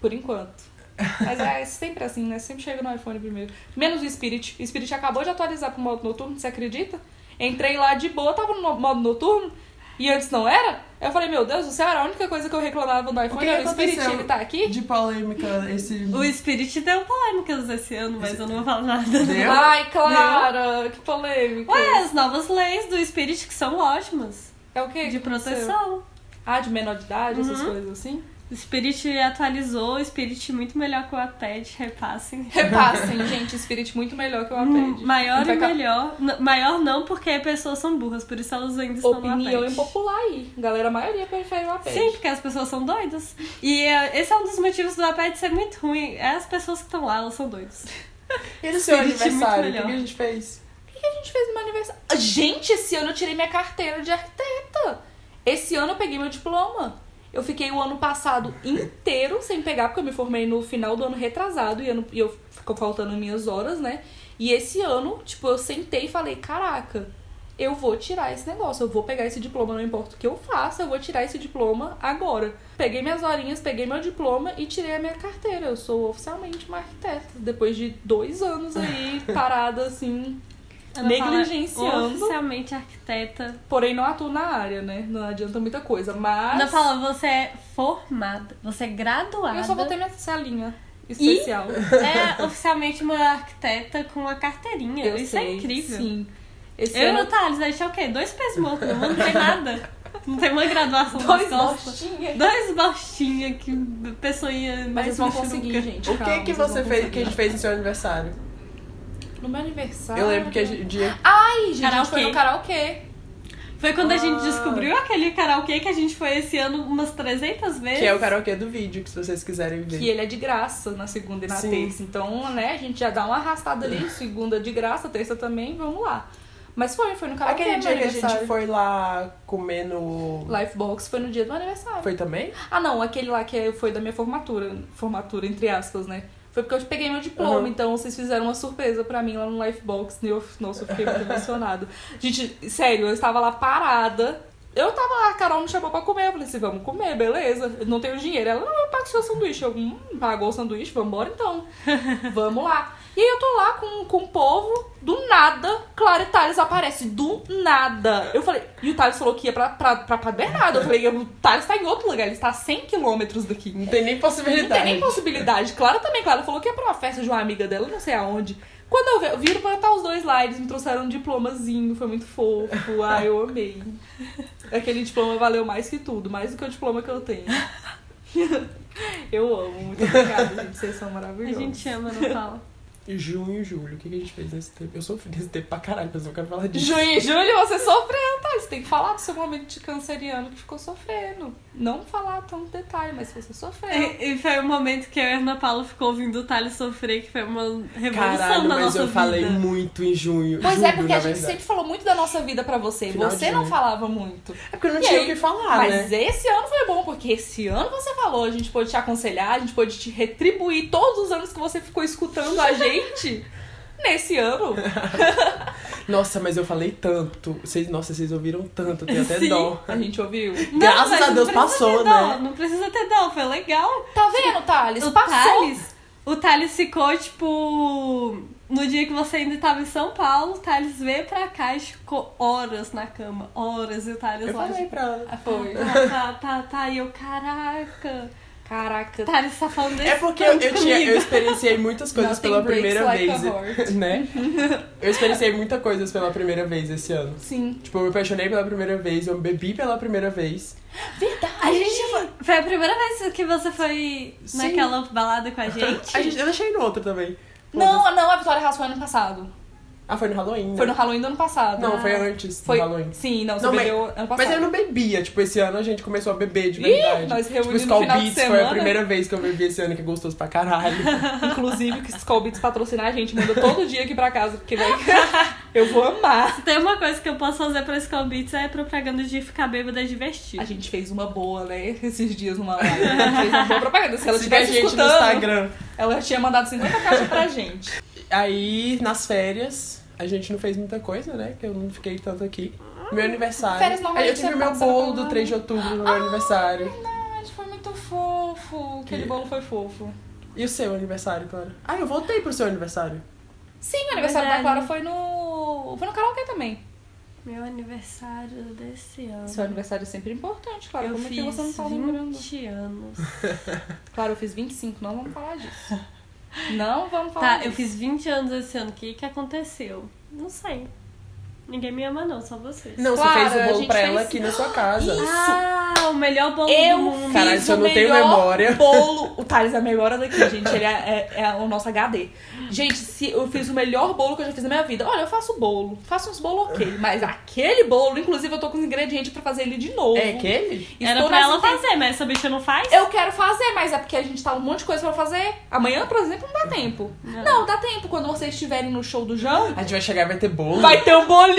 [SPEAKER 1] Por enquanto. Mas é sempre assim, né? Sempre chega no iPhone primeiro. Menos o Spirit. O Spirit acabou de atualizar pro modo noturno, você acredita? Entrei lá de boa, tava no no- modo noturno. E antes não era? Eu falei, meu Deus do céu, era a única coisa que eu reclamava do iPhone
[SPEAKER 2] que
[SPEAKER 1] era o Spirit,
[SPEAKER 2] aconteceu?
[SPEAKER 1] ele tá aqui.
[SPEAKER 2] De polêmica, esse.
[SPEAKER 3] O Spirit deu polêmicas esse ano, mas eu não vou falar nada.
[SPEAKER 2] Deu?
[SPEAKER 1] Ai, Clara, que polêmica.
[SPEAKER 3] Ué, as novas leis do Spirit que são ótimas.
[SPEAKER 1] é o quê?
[SPEAKER 3] De
[SPEAKER 1] que aconteceu?
[SPEAKER 3] proteção.
[SPEAKER 1] Ah, de menor de idade, essas
[SPEAKER 3] Uhum.
[SPEAKER 1] coisas assim?
[SPEAKER 3] Spirit atualizou, Spirit muito melhor que o Wattpad, repassem. Hum,
[SPEAKER 1] Repassem, gente, Spirit muito melhor que o Wattpad.
[SPEAKER 3] Maior e
[SPEAKER 1] Vai ca-
[SPEAKER 3] melhor. N- maior não, porque pessoas são burras, por isso elas ainda estão no
[SPEAKER 1] Opinião
[SPEAKER 3] Wattpad.
[SPEAKER 1] impopular aí. Galera, a maioria prefere o Wattpad.
[SPEAKER 3] Sim, porque as pessoas são doidas. E é, esse é um dos motivos do Wattpad ser muito ruim. É as pessoas que estão lá, elas são doidas.
[SPEAKER 2] E no seu
[SPEAKER 3] Spirit muito
[SPEAKER 2] aniversário, é o que
[SPEAKER 3] melhor.
[SPEAKER 2] que a gente fez?
[SPEAKER 1] O que que a gente fez no meu aniversário? Gente, esse ano eu tirei minha carteira de arquiteta. Esse ano eu peguei meu diploma. Eu fiquei o ano passado inteiro sem pegar, porque eu me formei no final do ano retrasado e eu, não- e eu ficou faltando minhas horas, né? E esse ano, tipo, eu sentei e falei, caraca, eu vou tirar esse negócio, eu vou pegar esse diploma, não importa o que eu faça, eu vou tirar esse diploma agora. Peguei minhas horinhas, peguei meu diploma e tirei a minha carteira. Eu sou oficialmente uma arquiteta, depois de dois anos aí parada assim,
[SPEAKER 3] Ela
[SPEAKER 1] Negligenciando.
[SPEAKER 3] fala, oficialmente arquiteta.
[SPEAKER 1] Porém, não atuo na área, né? Não adianta muita coisa,
[SPEAKER 3] Ela
[SPEAKER 1] mas.
[SPEAKER 3] fala, você é formada, você é graduada.
[SPEAKER 1] eu só vou ter minha salinha especial.
[SPEAKER 3] É oficialmente uma arquiteta com uma carteirinha.
[SPEAKER 1] Eu
[SPEAKER 3] Isso é
[SPEAKER 1] sei,
[SPEAKER 3] incrível.
[SPEAKER 1] Sim. Esse
[SPEAKER 3] Eu e o
[SPEAKER 1] ano
[SPEAKER 3] Thales, a gente é o quê? Dois pés mortos, não tem nada. Não tem uma graduação
[SPEAKER 1] dois
[SPEAKER 3] nas costas.
[SPEAKER 1] bostinhas.
[SPEAKER 3] Dois bostinha que pessoinha
[SPEAKER 1] Mas
[SPEAKER 3] mais
[SPEAKER 1] vocês vão
[SPEAKER 3] mexeruca.
[SPEAKER 1] conseguir, gente.
[SPEAKER 2] O
[SPEAKER 1] calma,
[SPEAKER 2] que, que
[SPEAKER 1] vocês
[SPEAKER 2] você
[SPEAKER 1] vão
[SPEAKER 2] fez, que a
[SPEAKER 1] conseguir.
[SPEAKER 2] gente fez no seu aniversário?
[SPEAKER 1] No Ah, meu aniversário.
[SPEAKER 2] Eu lembro que a gente- o dia.
[SPEAKER 1] Ai, gente, a gente
[SPEAKER 3] Karaokê.
[SPEAKER 1] foi no karaokê.
[SPEAKER 3] Foi quando a gente
[SPEAKER 2] Ah.
[SPEAKER 3] descobriu aquele karaokê que a gente foi esse ano umas 300 vezes.
[SPEAKER 2] Que é o karaokê do vídeo, que se vocês quiserem ver.
[SPEAKER 1] Que ele é de graça na segunda e na
[SPEAKER 2] Sim.
[SPEAKER 1] terça. Então, né, a gente já dá uma arrastada ali. Segunda de graça, terça também, vamos lá. Mas foi, foi no karaokê.
[SPEAKER 2] Aquele
[SPEAKER 1] meu
[SPEAKER 2] dia que a gente
[SPEAKER 1] é aniversário.
[SPEAKER 2] foi lá comer no.
[SPEAKER 1] Lifebox foi no dia do meu aniversário.
[SPEAKER 2] Foi também?
[SPEAKER 1] Ah, não, aquele lá que foi da minha formatura, formatura entre aspas, né? Foi porque eu peguei meu diploma,
[SPEAKER 2] Uhum.
[SPEAKER 1] então vocês fizeram uma surpresa pra mim lá no Lifebox. E eu, nossa, eu fiquei muito emocionada. Gente, sério, eu estava lá parada. Eu tava lá, a Carol me chamou pra comer. Eu falei assim, vamos comer, beleza. Eu não tenho dinheiro. Ela, não, eu pago seu sanduíche. Eu, hum, pagou o sanduíche, vambora então. Vamos lá. E aí eu tô lá com, com o povo, do nada, Clara e Thales aparece, do nada. Eu falei, e o Thales falou que ia pra, pra, pra Padre Bernardo. Eu falei, o Thales tá em outro lugar, ele está a 100 quilômetros daqui.
[SPEAKER 2] Não tem nem
[SPEAKER 1] Não
[SPEAKER 2] possibilidade.
[SPEAKER 1] tem nem possibilidade. Clara também, Clara falou que ia pra uma festa de uma amiga dela, não sei aonde. Quando eu vi- eu viro pra estar os dois lá, eles me trouxeram um diplomazinho, foi muito fofo. Ah, eu amei. Aquele diploma valeu mais que tudo, mais do que o diploma que eu tenho. Eu amo, muito obrigada, gente. Vocês são
[SPEAKER 3] A
[SPEAKER 1] maravilhosos.
[SPEAKER 3] gente ama, não fala.
[SPEAKER 2] Junho e julho, o que, que a gente fez nesse tempo? Eu sofri nesse tempo pra caralho, mas eu não quero falar disso.
[SPEAKER 1] Junho e julho você sofreu, tá? Você tem que falar do seu momento de canceriano que ficou sofrendo. Não falar tanto detalhe, mas você sofreu.
[SPEAKER 3] E, e foi o momento que eu e a Ana Paula ficou ouvindo o Thales sofrer, que foi uma revolução
[SPEAKER 2] Caralho,
[SPEAKER 3] na
[SPEAKER 2] mas
[SPEAKER 3] nossa
[SPEAKER 2] eu falei
[SPEAKER 3] vida.
[SPEAKER 2] muito em junho.
[SPEAKER 1] Pois
[SPEAKER 2] julho,
[SPEAKER 1] é, porque
[SPEAKER 2] na
[SPEAKER 1] a gente
[SPEAKER 2] verdade.
[SPEAKER 1] sempre falou muito da nossa vida pra você.
[SPEAKER 2] Final de
[SPEAKER 1] você não
[SPEAKER 2] junho.
[SPEAKER 1] falava muito.
[SPEAKER 2] É porque eu não
[SPEAKER 1] E
[SPEAKER 2] tinha
[SPEAKER 1] aí?
[SPEAKER 2] o que falar,
[SPEAKER 1] Mas
[SPEAKER 2] né?
[SPEAKER 1] esse ano foi bom, porque esse ano você falou, a gente pôde te aconselhar, a gente pôde te retribuir todos os anos que você ficou escutando a gente. Nesse ano,
[SPEAKER 2] Nossa, mas eu falei tanto. Vocês, nossa, vocês ouviram tanto, eu tenho até
[SPEAKER 3] Sim.
[SPEAKER 2] É dó.
[SPEAKER 1] a gente ouviu.
[SPEAKER 3] Não,
[SPEAKER 2] Graças
[SPEAKER 3] mas
[SPEAKER 2] a
[SPEAKER 3] não
[SPEAKER 2] Deus
[SPEAKER 3] precisa
[SPEAKER 2] passou,
[SPEAKER 3] ter dó,
[SPEAKER 2] né?
[SPEAKER 3] Não precisa ter dó, foi legal.
[SPEAKER 1] Tá vendo, Thales?
[SPEAKER 3] O
[SPEAKER 1] Passou.
[SPEAKER 3] Thales, o Thales ficou, tipo, no dia que você ainda tava em São Paulo, o Thales veio pra cá e ficou horas na cama. Horas e o Thales
[SPEAKER 2] Eu
[SPEAKER 3] lá.
[SPEAKER 2] falei
[SPEAKER 3] tipo,
[SPEAKER 2] pra ela.
[SPEAKER 1] Ah, Foi.
[SPEAKER 3] Tá, tá, tá, tá. E eu, caraca.
[SPEAKER 1] Caraca.
[SPEAKER 3] O Thales tá falando desse
[SPEAKER 2] É porque eu,
[SPEAKER 3] tanto
[SPEAKER 2] eu tinha,
[SPEAKER 3] comigo.
[SPEAKER 2] eu experienciei muitas coisas
[SPEAKER 1] Nothing
[SPEAKER 2] pela
[SPEAKER 1] breaks
[SPEAKER 2] primeira
[SPEAKER 1] like a
[SPEAKER 2] vez.
[SPEAKER 1] heart.
[SPEAKER 2] Né? Eu experienciei muitas coisas pela primeira vez esse ano.
[SPEAKER 1] Sim.
[SPEAKER 2] Tipo, eu me apaixonei pela primeira vez, eu bebi pela primeira vez.
[SPEAKER 1] Verdade.
[SPEAKER 3] A gente foi, foi a primeira vez que você foi
[SPEAKER 2] Sim.
[SPEAKER 3] naquela balada com a gente.
[SPEAKER 2] A gente, eu deixei no outro também. Foda-se.
[SPEAKER 1] Não, não, a Vitória House foi ano passado.
[SPEAKER 2] Ah, foi no Halloween? né?
[SPEAKER 1] Foi no Halloween do ano passado. Ah.
[SPEAKER 2] Não, foi antes
[SPEAKER 1] Foi-
[SPEAKER 2] do Halloween.
[SPEAKER 1] Sim, não, você
[SPEAKER 2] Não, mas-
[SPEAKER 1] bebeu ano passado.
[SPEAKER 2] Mas eu não bebia, tipo, esse ano a gente começou a beber de
[SPEAKER 1] Ih,
[SPEAKER 2] verdade.
[SPEAKER 1] nós
[SPEAKER 2] tipo,
[SPEAKER 1] reunimos no final de
[SPEAKER 2] Beats foi
[SPEAKER 1] semana.
[SPEAKER 2] a primeira vez que eu bebi esse ano, que é gostoso pra caralho.
[SPEAKER 1] Inclusive, que Skull Beats patrocinar a gente, manda todo dia aqui pra casa, porque vai... eu vou amar.
[SPEAKER 3] Se Tem uma coisa que eu posso fazer pra Skull Beats é propaganda de ficar bêbada é divertido.
[SPEAKER 1] A gente fez uma boa, né, esses dias numa live. A gente fez uma boa propaganda. Se ela
[SPEAKER 2] Se tiver
[SPEAKER 1] estivesse
[SPEAKER 2] gente no
[SPEAKER 1] escutando,
[SPEAKER 2] Instagram.
[SPEAKER 1] ela tinha mandado 50 caixas pra gente.
[SPEAKER 2] Aí, nas férias, a gente não fez muita coisa, né? Que eu não fiquei tanto aqui. Meu aniversário.
[SPEAKER 1] Ah, Férias normalmente
[SPEAKER 2] Aí eu tive
[SPEAKER 1] você
[SPEAKER 2] meu
[SPEAKER 1] passa pra
[SPEAKER 2] bolo
[SPEAKER 1] lá, né? Ah!
[SPEAKER 2] do 3 de outubro no meu aniversário.
[SPEAKER 1] Verdade, foi muito fofo. Aquele
[SPEAKER 2] Que-
[SPEAKER 1] bolo foi fofo.
[SPEAKER 2] E o seu aniversário, Clara? Ah, eu voltei pro seu aniversário.
[SPEAKER 1] Sim, o aniversário
[SPEAKER 3] Verdade.
[SPEAKER 1] da Clara foi no... Foi no karaokê também.
[SPEAKER 3] Meu aniversário desse ano.
[SPEAKER 1] Seu aniversário é sempre importante, Clara.
[SPEAKER 3] eu
[SPEAKER 1] Como é que
[SPEAKER 3] fiz
[SPEAKER 1] você não tá lembrando?
[SPEAKER 3] 20 anos.
[SPEAKER 1] Claro, eu fiz 25, não vamos falar disso. Não vamos falar
[SPEAKER 3] Tá,
[SPEAKER 1] disso.
[SPEAKER 3] eu fiz 20 anos esse ano. O que que aconteceu? Não sei. Ninguém me ama, não, só vocês.
[SPEAKER 2] Não,
[SPEAKER 1] Clara,
[SPEAKER 2] você fez
[SPEAKER 1] a
[SPEAKER 2] o bolo
[SPEAKER 1] gente
[SPEAKER 2] pra ela
[SPEAKER 1] fez-
[SPEAKER 2] aqui na sua casa.
[SPEAKER 3] Ah, o melhor bolo do
[SPEAKER 1] Eu
[SPEAKER 3] mundo.
[SPEAKER 1] fiz
[SPEAKER 2] Caralho, se eu não
[SPEAKER 1] o
[SPEAKER 2] tenho
[SPEAKER 1] melhor
[SPEAKER 2] memória.
[SPEAKER 1] bolo. O Thales é a melhor daqui, gente. Ele é, é- é o nosso HD. Gente, se eu fiz o melhor bolo que eu já fiz na minha vida. Olha, eu faço bolo. Faço uns bolos ok. Mas aquele bolo, inclusive, eu tô com os ingredientes pra fazer ele de novo.
[SPEAKER 2] É aquele?
[SPEAKER 1] Estou
[SPEAKER 3] Era pra ela
[SPEAKER 1] nessa tensão.
[SPEAKER 3] fazer, mas essa bicha não faz?
[SPEAKER 1] Eu quero fazer, mas é porque a gente tá um monte de coisa pra fazer. Amanhã, por exemplo, não dá tempo.
[SPEAKER 3] Não.
[SPEAKER 1] Não, dá tempo. Quando vocês estiverem no show do Jão,
[SPEAKER 2] A gente vai chegar e vai ter bolo.
[SPEAKER 1] vai ter um bolinho.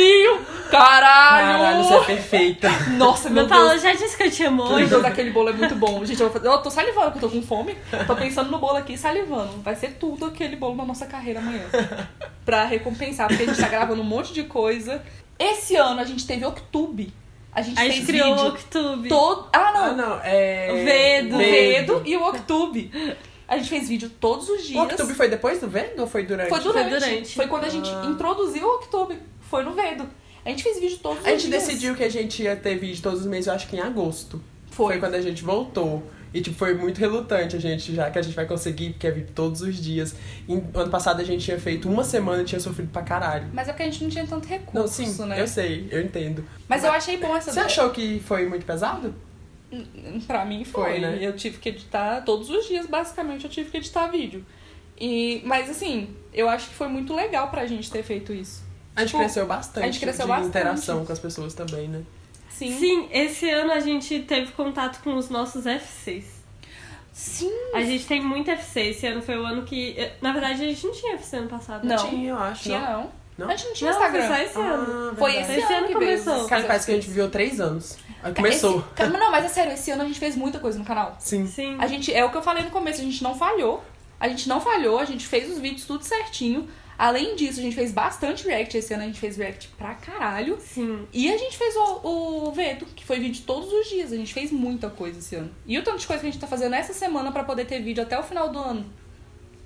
[SPEAKER 1] Caralho!
[SPEAKER 2] Caralho, você é perfeita.
[SPEAKER 1] Nossa, meu
[SPEAKER 3] Meu
[SPEAKER 1] Deus.
[SPEAKER 3] Paulo já disse que eu te amo
[SPEAKER 1] Meu
[SPEAKER 3] hoje.
[SPEAKER 1] Deus, aquele bolo é muito bom. Gente, eu, vou fazer... eu tô salivando, porque eu tô com fome. Tô pensando no bolo aqui e salivando. Vai ser tudo aquele bolo na nossa carreira amanhã. Pra recompensar, porque a gente tá gravando um monte de coisa. Esse ano a gente teve Octube. A gente
[SPEAKER 3] A
[SPEAKER 1] fez
[SPEAKER 3] gente criou o
[SPEAKER 1] vídeo
[SPEAKER 3] Octube.
[SPEAKER 1] todo. Ah, não!
[SPEAKER 2] Ah, não, é.
[SPEAKER 3] O Vedo.
[SPEAKER 1] O Vedo e o Octube. A gente fez vídeo todos os
[SPEAKER 2] O
[SPEAKER 1] dias.
[SPEAKER 2] Octube foi depois do Vedo ou foi durante?
[SPEAKER 1] Foi durante.
[SPEAKER 3] Foi
[SPEAKER 1] Foi
[SPEAKER 3] durante.
[SPEAKER 1] quando a gente
[SPEAKER 2] Ah.
[SPEAKER 1] introduziu o Octube. Foi no Vedo. A gente fez vídeo todos
[SPEAKER 2] A
[SPEAKER 1] os
[SPEAKER 2] gente
[SPEAKER 1] dias.
[SPEAKER 2] decidiu que a gente ia ter vídeo todos os meses, eu acho que em agosto.
[SPEAKER 1] Foi.
[SPEAKER 2] quando a gente voltou. E, tipo, foi muito relutante a gente, já que a gente vai conseguir, porque é vídeo todos os dias. E ano passado a gente tinha feito uma semana e tinha sofrido pra caralho.
[SPEAKER 1] Mas é porque a gente não tinha tanto recurso,
[SPEAKER 2] Não, sim,
[SPEAKER 1] né?
[SPEAKER 2] eu sei, eu entendo.
[SPEAKER 1] Mas eu achei bom essa
[SPEAKER 2] Você achou que foi muito pesado?
[SPEAKER 1] Pra mim foi,
[SPEAKER 2] Foi, né?
[SPEAKER 1] Eu tive que editar todos os dias, basicamente, eu tive que editar vídeo. E, mas assim, eu acho que foi muito legal pra gente ter feito isso.
[SPEAKER 2] A gente
[SPEAKER 1] Tipo,
[SPEAKER 2] cresceu bastante.
[SPEAKER 1] a gente cresceu
[SPEAKER 2] de
[SPEAKER 1] bastante.
[SPEAKER 2] interação com as pessoas também, né?
[SPEAKER 1] Sim.
[SPEAKER 3] Sim, esse ano a gente teve contato com os nossos F6.
[SPEAKER 1] Sim.
[SPEAKER 3] A gente tem muito F6. Esse ano foi o ano que. eh, Na verdade, a gente não tinha F6 ano passado.
[SPEAKER 1] Não.
[SPEAKER 2] Tinha, eu acho.
[SPEAKER 1] Tinha
[SPEAKER 2] não.
[SPEAKER 1] não.
[SPEAKER 2] Não?
[SPEAKER 1] A gente não tinha
[SPEAKER 3] Não,
[SPEAKER 1] Instagram.
[SPEAKER 3] foi só esse ano.
[SPEAKER 2] Ah,
[SPEAKER 1] Foi
[SPEAKER 2] verdade.
[SPEAKER 1] esse,
[SPEAKER 3] Esse ano
[SPEAKER 1] ano que
[SPEAKER 3] começou.
[SPEAKER 1] veio os
[SPEAKER 2] Cara, parece que a gente
[SPEAKER 1] casais.
[SPEAKER 2] viveu três anos. Aí começou.
[SPEAKER 1] Esse- Cara, não, mas é sério, esse ano a gente fez muita coisa no canal.
[SPEAKER 2] Sim.
[SPEAKER 3] Sim.
[SPEAKER 1] A gente, é o que eu falei no começo, a gente não falhou. A gente não falhou, a gente fez os vídeos tudo certinho. Além disso, a gente fez bastante react esse ano, a gente fez react pra caralho.
[SPEAKER 3] Sim.
[SPEAKER 1] E a gente fez o, o Vedo, que foi vídeo todos os dias. A gente fez muita coisa esse ano. E o tanto de coisa que a gente tá fazendo essa semana pra poder ter vídeo até o final do ano.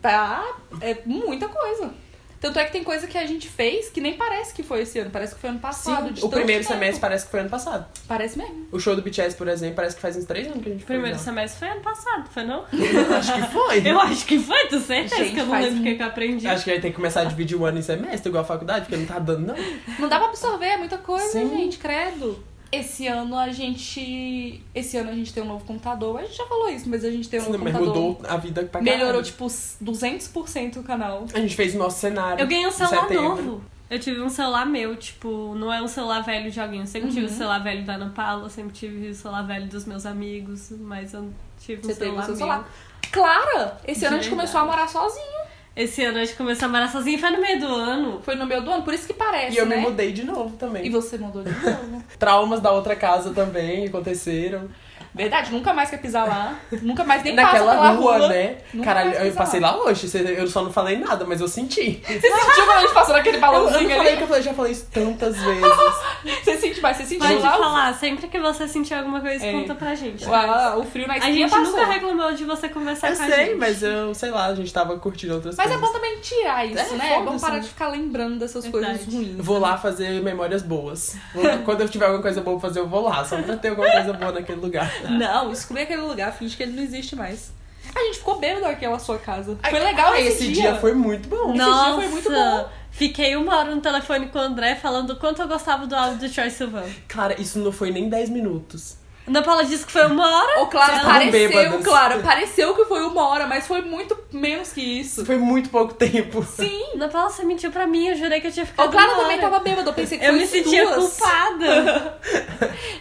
[SPEAKER 1] Tá. É muita coisa. Tanto é que tem coisa que a gente fez que nem parece que foi esse ano, parece que foi ano passado. de
[SPEAKER 2] Sim, o
[SPEAKER 1] tanto
[SPEAKER 2] primeiro
[SPEAKER 1] tempo.
[SPEAKER 2] semestre parece que foi ano passado.
[SPEAKER 1] Parece mesmo.
[SPEAKER 2] O show do BTS, por exemplo, parece que faz uns três anos que a gente
[SPEAKER 3] O primeiro
[SPEAKER 2] foi.
[SPEAKER 3] semestre foi ano passado, foi não?
[SPEAKER 2] semestre. Acho que foi.
[SPEAKER 3] Eu acho que foi, tu certeza
[SPEAKER 1] Gente,
[SPEAKER 3] que eu não
[SPEAKER 1] faz um
[SPEAKER 3] lembro o que é
[SPEAKER 1] muito-
[SPEAKER 3] que eu aprendi.
[SPEAKER 2] Acho que vai ter que começar a dividir o ano em semestre, igual a faculdade, porque não tá dando, não.
[SPEAKER 1] Não dá pra absorver, é muita coisa,
[SPEAKER 2] Sim.
[SPEAKER 1] gente, credo. Esse ano a gente. Esse ano a gente tem um novo computador. A gente já falou isso, mas a gente tem um
[SPEAKER 2] Sim,
[SPEAKER 1] novo
[SPEAKER 2] mas
[SPEAKER 1] computador.
[SPEAKER 2] mudou a vida pra caralho.
[SPEAKER 1] Melhorou, tipo, 200% o canal.
[SPEAKER 2] A gente fez o nosso cenário.
[SPEAKER 3] Eu ganhei um
[SPEAKER 2] em
[SPEAKER 3] celular
[SPEAKER 2] setembro.
[SPEAKER 3] novo. Eu tive um celular meu, tipo, não é um celular velho de alguém. Eu sempre
[SPEAKER 1] Uhum.
[SPEAKER 3] tive o celular velho da Ana Paula, sempre tive o celular velho dos meus amigos, mas eu tive um
[SPEAKER 1] Você teve o
[SPEAKER 3] celular
[SPEAKER 1] seu
[SPEAKER 3] meu.
[SPEAKER 1] celular. Clara, esse
[SPEAKER 3] De
[SPEAKER 1] ano a gente
[SPEAKER 3] verdade.
[SPEAKER 1] começou a morar sozinha.
[SPEAKER 3] Esse ano a gente começou a morar sozinha, foi no meio do ano.
[SPEAKER 1] Foi no meio do ano, por isso que parece,
[SPEAKER 2] E eu
[SPEAKER 1] né?
[SPEAKER 2] me mudei de novo também.
[SPEAKER 1] E você mudou de novo.
[SPEAKER 2] Traumas da outra casa também aconteceram.
[SPEAKER 1] Verdade, nunca mais quer pisar lá. Nunca mais nem
[SPEAKER 2] Naquela
[SPEAKER 1] passa pela
[SPEAKER 2] rua,
[SPEAKER 1] rua,
[SPEAKER 2] né?
[SPEAKER 1] Nunca
[SPEAKER 2] Caralho,
[SPEAKER 1] mais
[SPEAKER 2] eu
[SPEAKER 1] pisar
[SPEAKER 2] passei lá hoje. cê- Eu só não falei nada, mas eu senti.
[SPEAKER 1] Você sentiu quando a gente passou naquele
[SPEAKER 2] Eu, eu não
[SPEAKER 1] balãozinho
[SPEAKER 2] falei
[SPEAKER 1] assim, ali?
[SPEAKER 2] que eu falei, já falei isso tantas vezes.
[SPEAKER 1] Você sentiu, mas você sentiu
[SPEAKER 3] Pode
[SPEAKER 1] lá o-
[SPEAKER 3] falar, sempre que você sentir alguma coisa,
[SPEAKER 1] É.
[SPEAKER 3] conta pra gente.
[SPEAKER 1] lá, lá, o frio na
[SPEAKER 3] A
[SPEAKER 1] espinha
[SPEAKER 3] gente
[SPEAKER 1] passou.
[SPEAKER 3] nunca reclamou de você conversar
[SPEAKER 2] eu
[SPEAKER 3] com a
[SPEAKER 2] sei,
[SPEAKER 3] gente.
[SPEAKER 2] mas eu, sei lá, a gente tava curtindo outras
[SPEAKER 1] Mas é
[SPEAKER 2] coisas.
[SPEAKER 1] bom também tirar isso,
[SPEAKER 2] É,
[SPEAKER 1] né? É bom
[SPEAKER 2] foda-se,
[SPEAKER 1] parar
[SPEAKER 2] né?
[SPEAKER 1] de ficar lembrando dessas
[SPEAKER 3] Verdade.
[SPEAKER 1] coisas ruins.
[SPEAKER 2] Vou lá fazer memórias boas. Vou lá- Quando eu tiver alguma coisa boa pra fazer, eu vou lá. Só pra ter alguma coisa boa naquele lugar.
[SPEAKER 1] Não, exclui aquele lugar, finge que ele não existe mais. A gente ficou bêbado naquela sua casa. Foi legal
[SPEAKER 2] Ai,
[SPEAKER 1] esse, dia.
[SPEAKER 2] Ah, foi muito bom.
[SPEAKER 1] Esse
[SPEAKER 3] Nossa,
[SPEAKER 1] dia foi muito bom.
[SPEAKER 3] Fiquei uma hora no telefone com o André falando o quanto eu gostava do áudio do Troy Silvano.
[SPEAKER 2] Cara, isso não foi nem 10 minutos.
[SPEAKER 3] Ana Paula disse que foi uma hora.
[SPEAKER 1] Ô, Clara,
[SPEAKER 3] Vocês
[SPEAKER 2] estavam
[SPEAKER 1] pareceu,
[SPEAKER 2] bêbadas.
[SPEAKER 1] Clara, pareceu que foi uma hora, mas foi muito menos que isso.
[SPEAKER 2] Isso foi muito pouco tempo.
[SPEAKER 1] Sim.
[SPEAKER 3] Ana Paula, você mentiu pra mim, eu jurei que eu tinha ficado.
[SPEAKER 1] Ô, Clara
[SPEAKER 3] uma
[SPEAKER 1] também
[SPEAKER 3] hora.
[SPEAKER 1] tava bêbada, eu pensei que
[SPEAKER 3] Eu
[SPEAKER 1] foi
[SPEAKER 3] me sentia
[SPEAKER 1] duas.
[SPEAKER 3] culpada.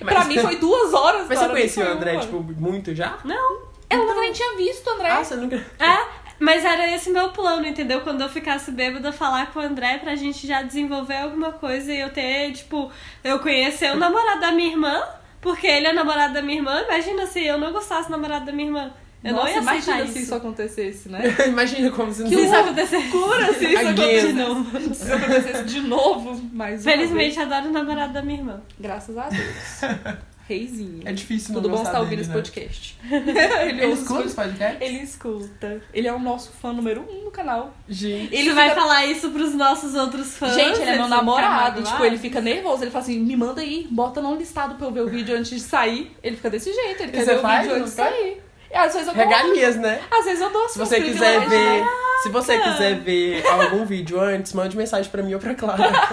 [SPEAKER 1] Pra mim foi duas horas,
[SPEAKER 2] Mas você
[SPEAKER 1] Clara, nem
[SPEAKER 2] conhecia o
[SPEAKER 1] foi
[SPEAKER 2] André,
[SPEAKER 1] uma.
[SPEAKER 2] tipo, muito já?
[SPEAKER 3] Não.
[SPEAKER 1] Ela nunca nem tinha visto o André.
[SPEAKER 2] Ah, você nunca.
[SPEAKER 3] É, mas era esse meu plano, entendeu? Quando eu ficasse bêbada, falar com o André pra gente já desenvolver alguma coisa e eu ter, tipo, eu conhecer o namorado da minha irmã, porque ele é namorado da minha irmã. Imagina se eu não gostasse do namorado da minha irmã. Eu
[SPEAKER 1] Nossa,
[SPEAKER 3] não ia aceitar
[SPEAKER 1] imagina
[SPEAKER 3] isso.
[SPEAKER 1] se isso acontecesse, né?
[SPEAKER 2] Imagina como você não
[SPEAKER 3] Se isso
[SPEAKER 2] sabe.
[SPEAKER 3] acontecesse.
[SPEAKER 1] Cura se isso
[SPEAKER 2] Again.
[SPEAKER 1] acontecesse
[SPEAKER 3] de novo.
[SPEAKER 1] Se isso acontecesse de novo, mas.
[SPEAKER 3] Felizmente, adoro o namorado da minha irmã.
[SPEAKER 1] Graças a Deus. Reizinho.
[SPEAKER 2] É difícil não
[SPEAKER 1] Tudo bom
[SPEAKER 2] gostar
[SPEAKER 1] estar ouvindo
[SPEAKER 2] dele,
[SPEAKER 1] esse
[SPEAKER 2] né?
[SPEAKER 1] podcast.
[SPEAKER 2] Ele,
[SPEAKER 1] ele, ouve
[SPEAKER 2] escuta
[SPEAKER 1] os
[SPEAKER 2] esse
[SPEAKER 1] pod-
[SPEAKER 2] podcast?
[SPEAKER 1] ele escuta. Ele é o nosso fã número um do canal.
[SPEAKER 2] Gente.
[SPEAKER 3] Ele vai falar isso pros nossos outros fãs.
[SPEAKER 1] Gente, ele é
[SPEAKER 3] eles
[SPEAKER 1] meu
[SPEAKER 3] vão
[SPEAKER 1] namorado.
[SPEAKER 3] ficar
[SPEAKER 1] Tipo, ele
[SPEAKER 3] magoados.
[SPEAKER 1] fica nervoso. Ele fala assim: me manda aí, bota não listado pra eu ver o vídeo antes de sair. Ele fica desse jeito. Ele
[SPEAKER 2] E
[SPEAKER 1] quer
[SPEAKER 2] você
[SPEAKER 1] ver o
[SPEAKER 2] faz,
[SPEAKER 1] vídeo antes de
[SPEAKER 2] não faz?
[SPEAKER 1] sair. E às vezes eu dou.
[SPEAKER 2] Regalias, né?
[SPEAKER 1] Às vezes eu dou assim,
[SPEAKER 2] Se você
[SPEAKER 1] uns
[SPEAKER 2] quiser
[SPEAKER 1] privilégios,
[SPEAKER 2] ver.
[SPEAKER 1] né?
[SPEAKER 2] Se você quiser ver algum vídeo antes, mande mensagem pra mim ou pra Clara.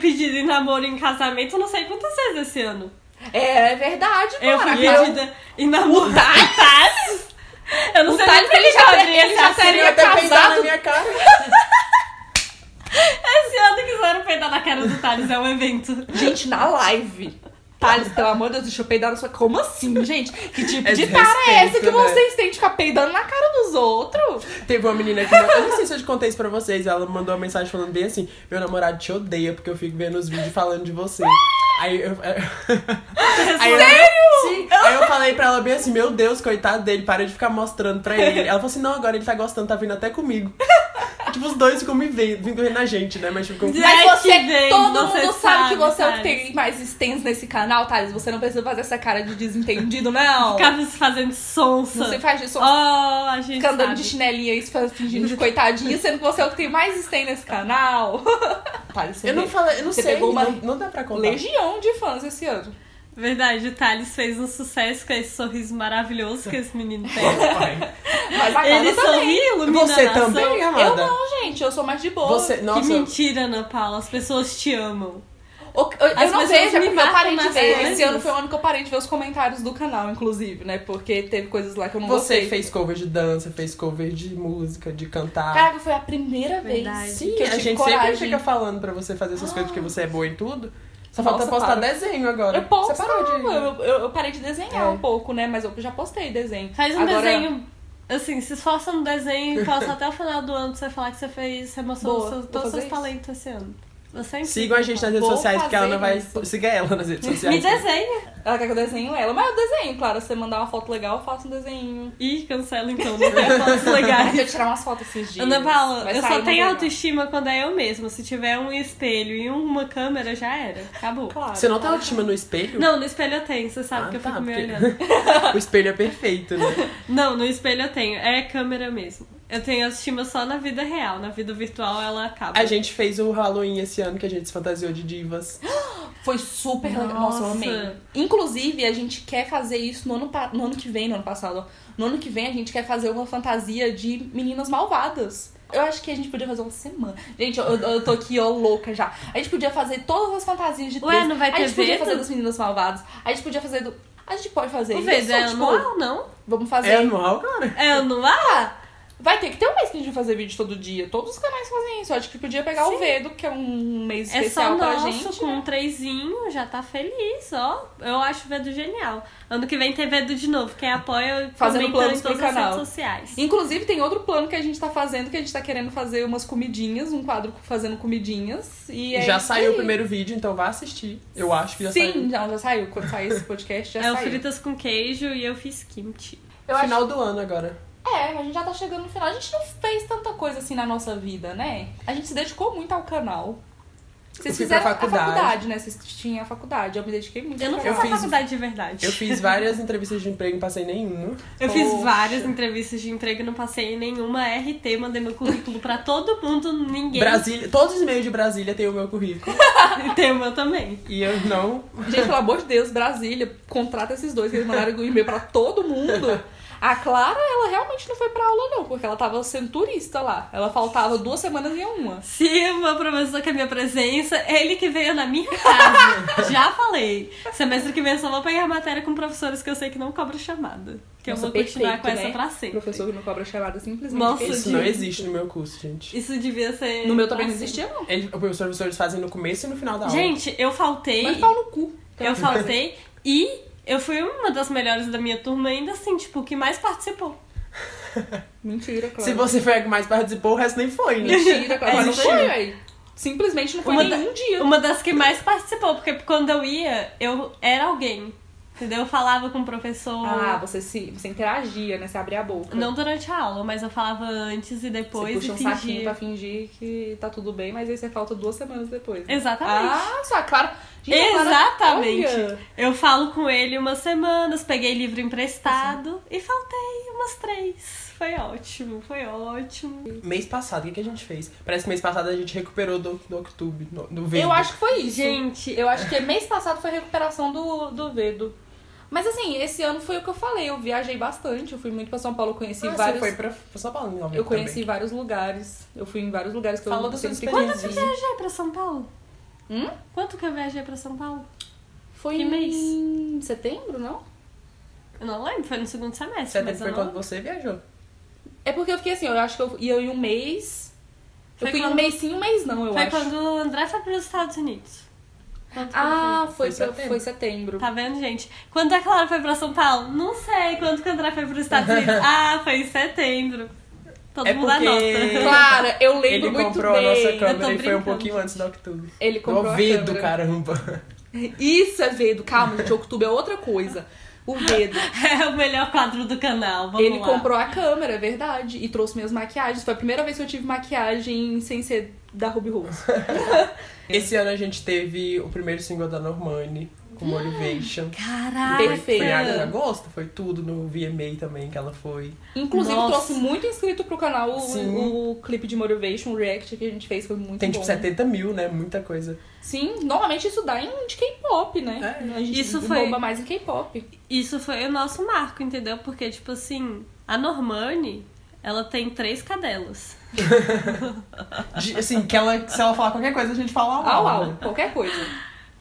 [SPEAKER 3] pedida em namoro e em casamento não sei quantas vezes esse ano.
[SPEAKER 1] É, é verdade,
[SPEAKER 3] Eu fui
[SPEAKER 1] cara.
[SPEAKER 3] pedida em namoro. Thales? Eu não
[SPEAKER 1] O
[SPEAKER 3] sei
[SPEAKER 1] Thales,
[SPEAKER 3] nem
[SPEAKER 1] ele já
[SPEAKER 3] já,
[SPEAKER 1] te- ele já teria
[SPEAKER 2] Eu até peidar na
[SPEAKER 1] casado.
[SPEAKER 2] minha cara.
[SPEAKER 3] Esse ano quiseram peidar na cara do Thales, é um evento.
[SPEAKER 1] Gente, na live. Thales, pelo amor de Deus, deixa eu peidar na sua. Como assim, gente? Que tipo
[SPEAKER 2] É
[SPEAKER 1] de cara é essa
[SPEAKER 2] desrespeito,
[SPEAKER 1] que
[SPEAKER 2] né?
[SPEAKER 1] vocês têm de ficar peidando na cara dos outros?
[SPEAKER 2] Teve uma menina que. Eu não sei se eu te contei isso pra vocês. Ela mandou uma mensagem falando bem assim: Meu namorado te odeia porque eu fico vendo os vídeos falando de você. Aí eu. Aí eu- Sim. Aí eu falei pra ela bem assim: Meu Deus, coitado dele, para de ficar mostrando pra ele. Ela falou assim: Não, agora ele tá gostando, tá vindo até comigo. tipo, os dois ficam me vendo, vindo na gente, né? Mas tipo, como-
[SPEAKER 3] Sim.
[SPEAKER 1] Mas
[SPEAKER 3] É
[SPEAKER 1] você,
[SPEAKER 3] que vem,
[SPEAKER 1] todo
[SPEAKER 3] você
[SPEAKER 1] mundo sabe, que
[SPEAKER 3] sabe,
[SPEAKER 1] você é o que
[SPEAKER 3] Thales.
[SPEAKER 1] tem mais stands nesse canal, Thales. Você não precisa fazer essa cara de desentendido, não.
[SPEAKER 3] Ficava se fazendo sonsa.
[SPEAKER 1] Você faz isso,
[SPEAKER 3] Oh, a gente
[SPEAKER 1] fica andando
[SPEAKER 3] sabe.
[SPEAKER 1] de chinelinha aí, fica fingindo de coitadinha, sendo que você é o que tem mais stand nesse canal. Thales, você
[SPEAKER 2] Eu não
[SPEAKER 1] veio-
[SPEAKER 2] falei, eu não
[SPEAKER 1] Você
[SPEAKER 2] sei,
[SPEAKER 1] pegou uma
[SPEAKER 2] não, não dá pra contar.
[SPEAKER 1] legião de fãs esse ano.
[SPEAKER 3] Verdade, o Thales fez um sucesso com esse sorriso maravilhoso que esse menino tem.
[SPEAKER 2] Pai.
[SPEAKER 1] Mas a
[SPEAKER 3] Ele
[SPEAKER 1] Carla também.
[SPEAKER 3] sorri, ilumina a
[SPEAKER 2] Você
[SPEAKER 3] nação.
[SPEAKER 2] também,
[SPEAKER 1] Eu
[SPEAKER 2] amada?
[SPEAKER 1] não, gente, eu sou mais de boa.
[SPEAKER 2] Você,
[SPEAKER 3] Que
[SPEAKER 2] nossa,
[SPEAKER 3] mentira, Ana Paula. As pessoas te amam.
[SPEAKER 1] O- Eu, eu
[SPEAKER 3] As
[SPEAKER 1] não
[SPEAKER 3] pessoas
[SPEAKER 1] vejo, é
[SPEAKER 3] me
[SPEAKER 1] porque eu parei de
[SPEAKER 3] marcam
[SPEAKER 1] ver.
[SPEAKER 3] nas
[SPEAKER 1] Esse
[SPEAKER 3] coisas.
[SPEAKER 1] ano foi o ano que eu parei de ver os comentários do canal, inclusive, né? Porque teve coisas lá que eu não
[SPEAKER 2] você
[SPEAKER 1] gostei.
[SPEAKER 2] fez cover de dança, fez cover de música, de cantar.
[SPEAKER 1] Caraca, foi a primeira
[SPEAKER 3] Verdade.
[SPEAKER 1] vez
[SPEAKER 2] Sim,
[SPEAKER 1] que eu
[SPEAKER 2] a
[SPEAKER 1] tive
[SPEAKER 2] gente
[SPEAKER 1] coragem.
[SPEAKER 2] sempre fica falando pra você fazer essas coisas porque você é boa em tudo. Só
[SPEAKER 1] Nossa,
[SPEAKER 2] falta postar
[SPEAKER 1] para.
[SPEAKER 2] desenho agora.
[SPEAKER 1] Eu posso,
[SPEAKER 2] Você parou de.
[SPEAKER 1] eu, eu- eu parei de desenhar
[SPEAKER 2] É.
[SPEAKER 1] um pouco, né? Mas eu já postei desenho.
[SPEAKER 3] Faz um
[SPEAKER 1] Agora-
[SPEAKER 3] desenho. Assim, se esforça no desenho e posta até o final do ano pra você falar que você fez, você mostrou
[SPEAKER 1] Boa,
[SPEAKER 3] os seus-
[SPEAKER 1] vou
[SPEAKER 3] todos os
[SPEAKER 1] fazer
[SPEAKER 3] seus
[SPEAKER 1] isso.
[SPEAKER 3] talentos esse ano. Você é incrível,
[SPEAKER 2] Sigam a gente nas
[SPEAKER 3] Paula.
[SPEAKER 2] redes
[SPEAKER 1] Vou
[SPEAKER 2] sociais, porque ela não vai.
[SPEAKER 1] fazer isso.
[SPEAKER 2] Siga ela nas redes sociais.
[SPEAKER 3] Me desenha.
[SPEAKER 1] Ela quer que eu desenho ela. Mas eu desenho, claro. Se você mandar uma foto legal, eu faço um desenho.
[SPEAKER 3] Ih, cancela então, não tem fotos
[SPEAKER 1] Ai,
[SPEAKER 3] legais.
[SPEAKER 1] Deixa eu tirar umas fotos esses dias.
[SPEAKER 3] Ana Paula,
[SPEAKER 1] Vai
[SPEAKER 3] eu
[SPEAKER 1] sair
[SPEAKER 3] só
[SPEAKER 1] uma
[SPEAKER 3] tenho
[SPEAKER 1] legal.
[SPEAKER 3] autoestima quando é eu mesma. Se tiver um espelho e uma câmera, já era. Acabou.
[SPEAKER 1] Claro.
[SPEAKER 2] Você não tem autoestima no espelho?
[SPEAKER 3] Não, no espelho eu tenho, você sabe
[SPEAKER 2] Ah,
[SPEAKER 3] que eu
[SPEAKER 2] tá,
[SPEAKER 3] fico me
[SPEAKER 2] porque-
[SPEAKER 3] olhando.
[SPEAKER 2] O espelho é perfeito, né?
[SPEAKER 3] Não, no espelho eu tenho. É câmera mesmo. Eu tenho autoestima só na vida real. Na vida virtual ela acaba.
[SPEAKER 2] A gente fez o Halloween esse ano que a gente se fantasiou de divas.
[SPEAKER 1] Foi super legal. Nossa,
[SPEAKER 3] Nossa.
[SPEAKER 1] eu amei. Inclusive, a gente quer fazer isso no ano, pa- no ano que vem, no ano passado. ó. No ano que vem, a gente quer fazer uma fantasia de meninas malvadas. Eu acho que a gente podia fazer uma semana. Gente, eu, eu- eu tô aqui, ó, louca já. A gente podia fazer todas as fantasias de
[SPEAKER 3] Ué,
[SPEAKER 1] texto.
[SPEAKER 3] não vai
[SPEAKER 1] A
[SPEAKER 3] ter
[SPEAKER 1] gente podia
[SPEAKER 3] vedo?
[SPEAKER 1] fazer das meninas malvadas. A gente podia fazer do... A gente pode fazer
[SPEAKER 3] O
[SPEAKER 1] isso.
[SPEAKER 3] Vez é
[SPEAKER 1] tipo,
[SPEAKER 3] anual, não?
[SPEAKER 1] vamos
[SPEAKER 2] É
[SPEAKER 1] fazer...
[SPEAKER 2] anual, cara?
[SPEAKER 3] É anual?
[SPEAKER 1] Ah, vai ter que ter um mês que a gente vai fazer vídeo todo dia. Todos os canais fazem isso. Eu acho que podia pegar o
[SPEAKER 3] Sim.
[SPEAKER 1] Vedo, que é um mês
[SPEAKER 3] É
[SPEAKER 1] especial
[SPEAKER 3] só
[SPEAKER 1] pra
[SPEAKER 3] nosso,
[SPEAKER 1] gente. né?
[SPEAKER 3] com um trezinho, já tá feliz, ó. Eu acho o Vedo genial. Ano que vem tem Vedo de novo. Quem apoia,
[SPEAKER 1] Fazendo
[SPEAKER 3] comenta
[SPEAKER 1] planos
[SPEAKER 3] em
[SPEAKER 1] pro
[SPEAKER 3] todas as redes
[SPEAKER 1] canal.
[SPEAKER 3] sociais.
[SPEAKER 1] Inclusive, tem outro plano que a gente tá fazendo, que a gente tá querendo fazer umas comidinhas, um quadro fazendo comidinhas. E é
[SPEAKER 2] já
[SPEAKER 1] isso
[SPEAKER 2] saiu
[SPEAKER 1] aí.
[SPEAKER 2] o primeiro vídeo, então vá assistir. Eu acho que já
[SPEAKER 1] Sim,
[SPEAKER 2] saiu.
[SPEAKER 1] não, já saiu. Quando sair esse podcast, já
[SPEAKER 3] é o
[SPEAKER 1] saiu.
[SPEAKER 3] fritas com queijo e eu fiz kimchi.
[SPEAKER 1] Eu acho-
[SPEAKER 2] Final do ano agora.
[SPEAKER 1] É, a gente já tá chegando no final. A gente não fez tanta coisa assim na nossa vida, né? A gente se dedicou muito ao canal.
[SPEAKER 2] Eu
[SPEAKER 1] Vocês
[SPEAKER 2] fui
[SPEAKER 1] fizeram
[SPEAKER 2] pra
[SPEAKER 1] a
[SPEAKER 2] faculdade.
[SPEAKER 1] faculdade, né? Vocês tinham a faculdade. Eu me dediquei muito.
[SPEAKER 3] Eu não
[SPEAKER 1] ao
[SPEAKER 3] fiz
[SPEAKER 2] Eu
[SPEAKER 3] a
[SPEAKER 1] canal.
[SPEAKER 2] fiz-
[SPEAKER 3] faculdade de verdade.
[SPEAKER 2] Eu fiz várias entrevistas de emprego e passei nenhuma.
[SPEAKER 3] Eu fiz
[SPEAKER 1] Poxa.
[SPEAKER 3] várias entrevistas de emprego, não passei em nenhuma RT, mandei meu currículo pra todo mundo, ninguém.
[SPEAKER 2] Brasília, todos os e-mails de Brasília têm o meu currículo.
[SPEAKER 3] E tem o meu também.
[SPEAKER 2] e eu não
[SPEAKER 1] Gente, pelo amor de Deus, Brasília, contrata esses dois, que eles mandaram um e-mail pra todo mundo. A Clara, ela realmente não foi pra aula, não, porque ela tava sendo turista lá. Ela faltava duas semanas e uma.
[SPEAKER 3] Se o meu professor quer minha presença, é ele que veio na minha casa. Já falei. Semestre que vem eu só vou pegar matéria com professores que eu sei que não cobram chamada. Que
[SPEAKER 1] Nossa,
[SPEAKER 3] eu vou continuar
[SPEAKER 1] perfeito,
[SPEAKER 3] com essa
[SPEAKER 1] né?
[SPEAKER 3] pra sempre.
[SPEAKER 1] Professor que não cobra chamada simplesmente.
[SPEAKER 3] Nossa,
[SPEAKER 1] fez.
[SPEAKER 2] Isso não existe no meu curso, gente.
[SPEAKER 3] Isso devia ser.
[SPEAKER 1] No meu também não
[SPEAKER 3] Nossa.
[SPEAKER 1] existia, não.
[SPEAKER 2] Ele, os professores fazem no começo e no final da aula.
[SPEAKER 3] Gente, eu faltei.
[SPEAKER 1] Mas pau no cu.
[SPEAKER 3] Eu faltei e eu fui uma das melhores da minha turma, ainda assim, tipo, que mais participou.
[SPEAKER 1] Mentira, Clara.
[SPEAKER 2] se você foi a que mais participou, o resto nem foi, né?
[SPEAKER 1] Mentira, Clara.
[SPEAKER 3] É,
[SPEAKER 1] não
[SPEAKER 3] mentira.
[SPEAKER 1] foi, véi. Simplesmente não foi
[SPEAKER 3] Uma
[SPEAKER 1] nenhum
[SPEAKER 3] da-
[SPEAKER 1] dia.
[SPEAKER 3] Uma das que mais participou, porque quando eu ia, eu era alguém. Entendeu? Eu falava com o professor.
[SPEAKER 1] Ah, você, se, você interagia, né? Você abria a boca.
[SPEAKER 3] Não durante a aula, mas eu falava antes e
[SPEAKER 1] Você
[SPEAKER 3] depois
[SPEAKER 1] puxa
[SPEAKER 3] e
[SPEAKER 1] um
[SPEAKER 3] fingia.
[SPEAKER 1] saquinho pra fingir que tá tudo bem, mas aí você falta duas semanas depois. né?
[SPEAKER 3] Exatamente.
[SPEAKER 1] Ah, só claro. Gente, a Clara-
[SPEAKER 3] Exatamente.
[SPEAKER 1] Olha.
[SPEAKER 3] Eu falo com ele umas semanas, peguei livro
[SPEAKER 1] Tá
[SPEAKER 3] emprestado e faltei umas três. Foi ótimo, foi ótimo.
[SPEAKER 2] Mês passado, o que, que a gente fez? Parece que mês passado a gente recuperou do, do Octube, no- do Verde.
[SPEAKER 1] Eu acho que foi isso.
[SPEAKER 3] Gente,
[SPEAKER 1] Eu acho que mês passado foi a recuperação do, do Vedo. Mas assim, esse ano foi o que eu falei. Eu viajei bastante. Eu fui muito pra São Paulo. Eu conheci
[SPEAKER 2] ah,
[SPEAKER 1] vários.
[SPEAKER 2] você foi pra, pra São Paulo em novembro
[SPEAKER 1] Eu conheci
[SPEAKER 2] também.
[SPEAKER 1] vários lugares. Eu fui em vários lugares que
[SPEAKER 2] Falou
[SPEAKER 1] eu
[SPEAKER 2] das suas
[SPEAKER 1] sempre
[SPEAKER 2] experiências.
[SPEAKER 1] conheci.
[SPEAKER 3] já é pra São Paulo?
[SPEAKER 1] Hum?
[SPEAKER 3] Quanto que eu viajei pra São Paulo?
[SPEAKER 1] Foi
[SPEAKER 3] Que
[SPEAKER 1] em
[SPEAKER 3] mês?
[SPEAKER 1] setembro, não?
[SPEAKER 3] Eu não lembro, foi no segundo semestre.
[SPEAKER 2] Setembro
[SPEAKER 3] mas eu
[SPEAKER 2] foi
[SPEAKER 3] não...
[SPEAKER 2] quando você viajou.
[SPEAKER 1] É porque eu fiquei assim, eu acho que eu ia em um mês. Eu
[SPEAKER 3] Foi
[SPEAKER 1] fui em um
[SPEAKER 3] quando-
[SPEAKER 1] mês sim, um mês não, eu
[SPEAKER 3] Foi
[SPEAKER 1] acho.
[SPEAKER 3] quando o André foi pros Estados Unidos. Quanto que
[SPEAKER 1] Ah, foi,
[SPEAKER 2] Foi
[SPEAKER 1] pra-
[SPEAKER 2] setembro.
[SPEAKER 1] foi setembro.
[SPEAKER 3] Tá vendo, gente? Quando a Clara foi pra São Paulo? Não sei. Quando que o André foi pros Estados Unidos? ah, foi em setembro. Todo
[SPEAKER 2] É
[SPEAKER 3] mundo anota.
[SPEAKER 2] porque-
[SPEAKER 1] Clara, tá? eu lembro
[SPEAKER 2] Ele
[SPEAKER 1] muito
[SPEAKER 2] comprou
[SPEAKER 1] bem.
[SPEAKER 2] a nossa
[SPEAKER 3] eu tô
[SPEAKER 2] câmera e foi
[SPEAKER 3] brincando,
[SPEAKER 2] um pouquinho antes da Octubre.
[SPEAKER 1] Ele comprou a
[SPEAKER 2] Duvido,
[SPEAKER 1] câmera.
[SPEAKER 2] caramba.
[SPEAKER 1] Isso é Vedo. Calma, gente, Octubre é outra coisa. O Vedo.
[SPEAKER 3] É o melhor quadro do canal. Vamos
[SPEAKER 1] Ele
[SPEAKER 3] lá.
[SPEAKER 1] comprou a câmera, é verdade. E trouxe minhas maquiagens. Foi a primeira vez que eu tive maquiagem sem ser da Ruby Rose.
[SPEAKER 2] Esse ano a gente teve o primeiro single da Normani, com
[SPEAKER 1] Ah,
[SPEAKER 2] Motivation.
[SPEAKER 3] Caraca.
[SPEAKER 1] Perfeito.
[SPEAKER 2] Foi em agosto, foi tudo no VMA também que ela foi.
[SPEAKER 1] Inclusive,
[SPEAKER 3] Nossa.
[SPEAKER 1] trouxe muito inscrito pro canal
[SPEAKER 2] Sim.
[SPEAKER 1] o, o clipe de Motivation, o React que a gente fez. Foi muito
[SPEAKER 2] Tem
[SPEAKER 1] bom.
[SPEAKER 2] tipo 70 mil, né? Muita coisa.
[SPEAKER 1] Sim, normalmente isso dá em de K-pop, né?
[SPEAKER 2] É.
[SPEAKER 1] A gente
[SPEAKER 3] Isso foi-
[SPEAKER 1] bomba mais em K-pop.
[SPEAKER 3] Isso foi o nosso marco, entendeu? Porque, tipo assim, a Normani, ela tem três cadelas.
[SPEAKER 2] De- assim, que ela, se ela falar qualquer coisa, a gente fala
[SPEAKER 1] Au,
[SPEAKER 2] au,
[SPEAKER 1] au,
[SPEAKER 2] né?
[SPEAKER 1] qualquer coisa.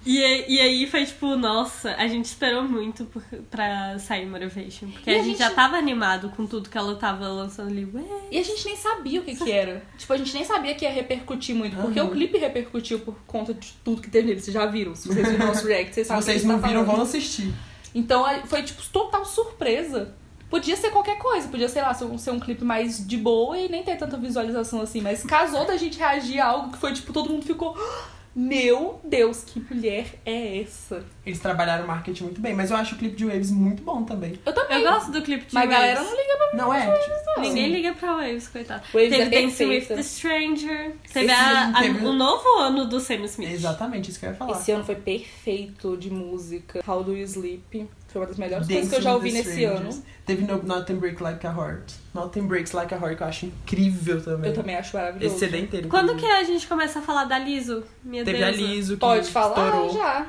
[SPEAKER 3] E, e aí foi tipo, nossa, a gente esperou muito por, pra sair Motivation. Porque
[SPEAKER 1] E
[SPEAKER 3] a,
[SPEAKER 1] a
[SPEAKER 3] gente,
[SPEAKER 1] gente-
[SPEAKER 3] já tava animado com tudo que ela tava lançando ali. Ué,
[SPEAKER 1] E a gente nem sabia o que que era. Tipo, a gente nem sabia que ia repercutir muito. Porque
[SPEAKER 2] Aham.
[SPEAKER 1] o clipe repercutiu por conta de tudo que teve nele. Vocês já viram. Se vocês viram nosso react, vocês
[SPEAKER 2] Se
[SPEAKER 1] sabem o que
[SPEAKER 2] vocês
[SPEAKER 1] a gente
[SPEAKER 2] não
[SPEAKER 1] tá
[SPEAKER 2] viram,
[SPEAKER 1] falando.
[SPEAKER 2] vão assistir.
[SPEAKER 1] Então aí foi, tipo, total surpresa. Podia ser qualquer coisa. Podia, sei lá, ser um, ser um clipe mais de boa e nem ter tanta visualização assim. Mas casou da gente reagir a algo que foi, tipo, todo mundo ficou... "Ah, Meu Deus, que mulher é essa?
[SPEAKER 2] Eles trabalharam o marketing muito bem, mas eu acho o clipe de Waves muito bom também.
[SPEAKER 1] Eu também.
[SPEAKER 3] eu gosto do clipe de
[SPEAKER 1] Mas a
[SPEAKER 3] Waves.
[SPEAKER 1] galera não liga
[SPEAKER 2] Não é?
[SPEAKER 1] pra mim.
[SPEAKER 3] Ninguém liga pra Waves, coitado.
[SPEAKER 1] Waves
[SPEAKER 3] teve
[SPEAKER 1] é
[SPEAKER 3] Dance with
[SPEAKER 1] perfeita.
[SPEAKER 3] the Stranger. Teve,
[SPEAKER 2] Esse
[SPEAKER 3] a- a-
[SPEAKER 2] teve-
[SPEAKER 3] o novo ano do Sam Smith.
[SPEAKER 2] Exatamente, isso que eu ia falar.
[SPEAKER 1] Esse ano foi perfeito de música. How Do You Sleep foi é uma das melhores
[SPEAKER 2] Dance
[SPEAKER 1] coisas que eu já
[SPEAKER 2] with
[SPEAKER 1] ouvi
[SPEAKER 2] the
[SPEAKER 1] nesse
[SPEAKER 2] Strangers.
[SPEAKER 1] ano.
[SPEAKER 2] Teve no Nothing Breaks Like a Heart. Nothing Breaks Like a Heart, que eu acho incrível também.
[SPEAKER 1] Eu também acho maravilhoso.
[SPEAKER 2] Esse CD inteiro.
[SPEAKER 3] Quando que
[SPEAKER 2] inclusive.
[SPEAKER 3] a gente começa a falar da Liso? Minha
[SPEAKER 2] Teve a
[SPEAKER 3] deusa.
[SPEAKER 2] Liso, que
[SPEAKER 1] Pode falar
[SPEAKER 2] estourou.
[SPEAKER 1] já.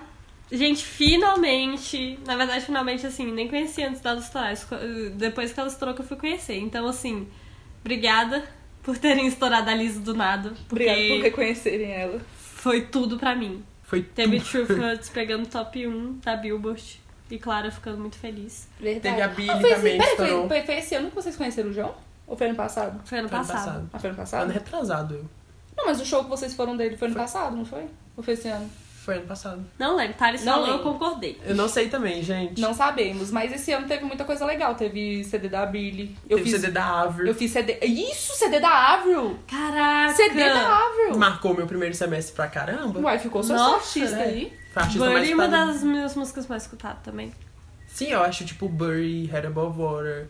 [SPEAKER 3] Gente, finalmente, na verdade, finalmente, assim, nem conheci antes dela estourar. Esco- Depois que ela estourou, que eu fui conhecer. Então, assim, obrigada por terem estourado a Liso do nada. Porque
[SPEAKER 1] Obrigada por reconhecerem ela.
[SPEAKER 3] foi tudo pra mim.
[SPEAKER 2] Foi
[SPEAKER 3] Teve
[SPEAKER 2] tudo.
[SPEAKER 3] True Fruits pegando top 1 da Billboard. E Clara ficando muito feliz.
[SPEAKER 1] Verdade. Ah,
[SPEAKER 2] Teve a Billie
[SPEAKER 1] foi, esse-
[SPEAKER 2] também, que
[SPEAKER 1] peraí,
[SPEAKER 2] estourou.
[SPEAKER 1] foi, foi, foi esse ano que vocês conheceram o João? Ou foi ano passado?
[SPEAKER 3] Foi ano
[SPEAKER 2] Foi ano
[SPEAKER 3] passado.
[SPEAKER 2] passado.
[SPEAKER 1] Ah, foi ano
[SPEAKER 2] Ano
[SPEAKER 1] passado?
[SPEAKER 2] retrasado.
[SPEAKER 1] Não, mas o show que vocês foram dele foi ano passado, não foi? Ou foi esse ano?
[SPEAKER 2] Foi ano passado.
[SPEAKER 3] Não lembro, Thales
[SPEAKER 1] Não
[SPEAKER 3] falou, eu
[SPEAKER 1] lembro.
[SPEAKER 3] concordei.
[SPEAKER 2] Eu não sei também, gente.
[SPEAKER 1] Não sabemos, mas esse ano teve muita coisa legal. Teve CD da Billy. Eu
[SPEAKER 2] Teve
[SPEAKER 1] fiz.
[SPEAKER 2] CD da Avril.
[SPEAKER 1] Eu fiz CD. Isso, CD da Avril!
[SPEAKER 3] Caraca!
[SPEAKER 1] CD da Avril!
[SPEAKER 2] Marcou meu primeiro semestre pra caramba.
[SPEAKER 1] Uai, ficou só
[SPEAKER 3] Nossa,
[SPEAKER 1] artista
[SPEAKER 2] né?
[SPEAKER 1] aí.
[SPEAKER 2] Foi a artista mais
[SPEAKER 3] Buddy, uma
[SPEAKER 2] escutada.
[SPEAKER 3] das minhas músicas mais escutadas também.
[SPEAKER 2] Sim, eu acho tipo Bury, Head Above Water,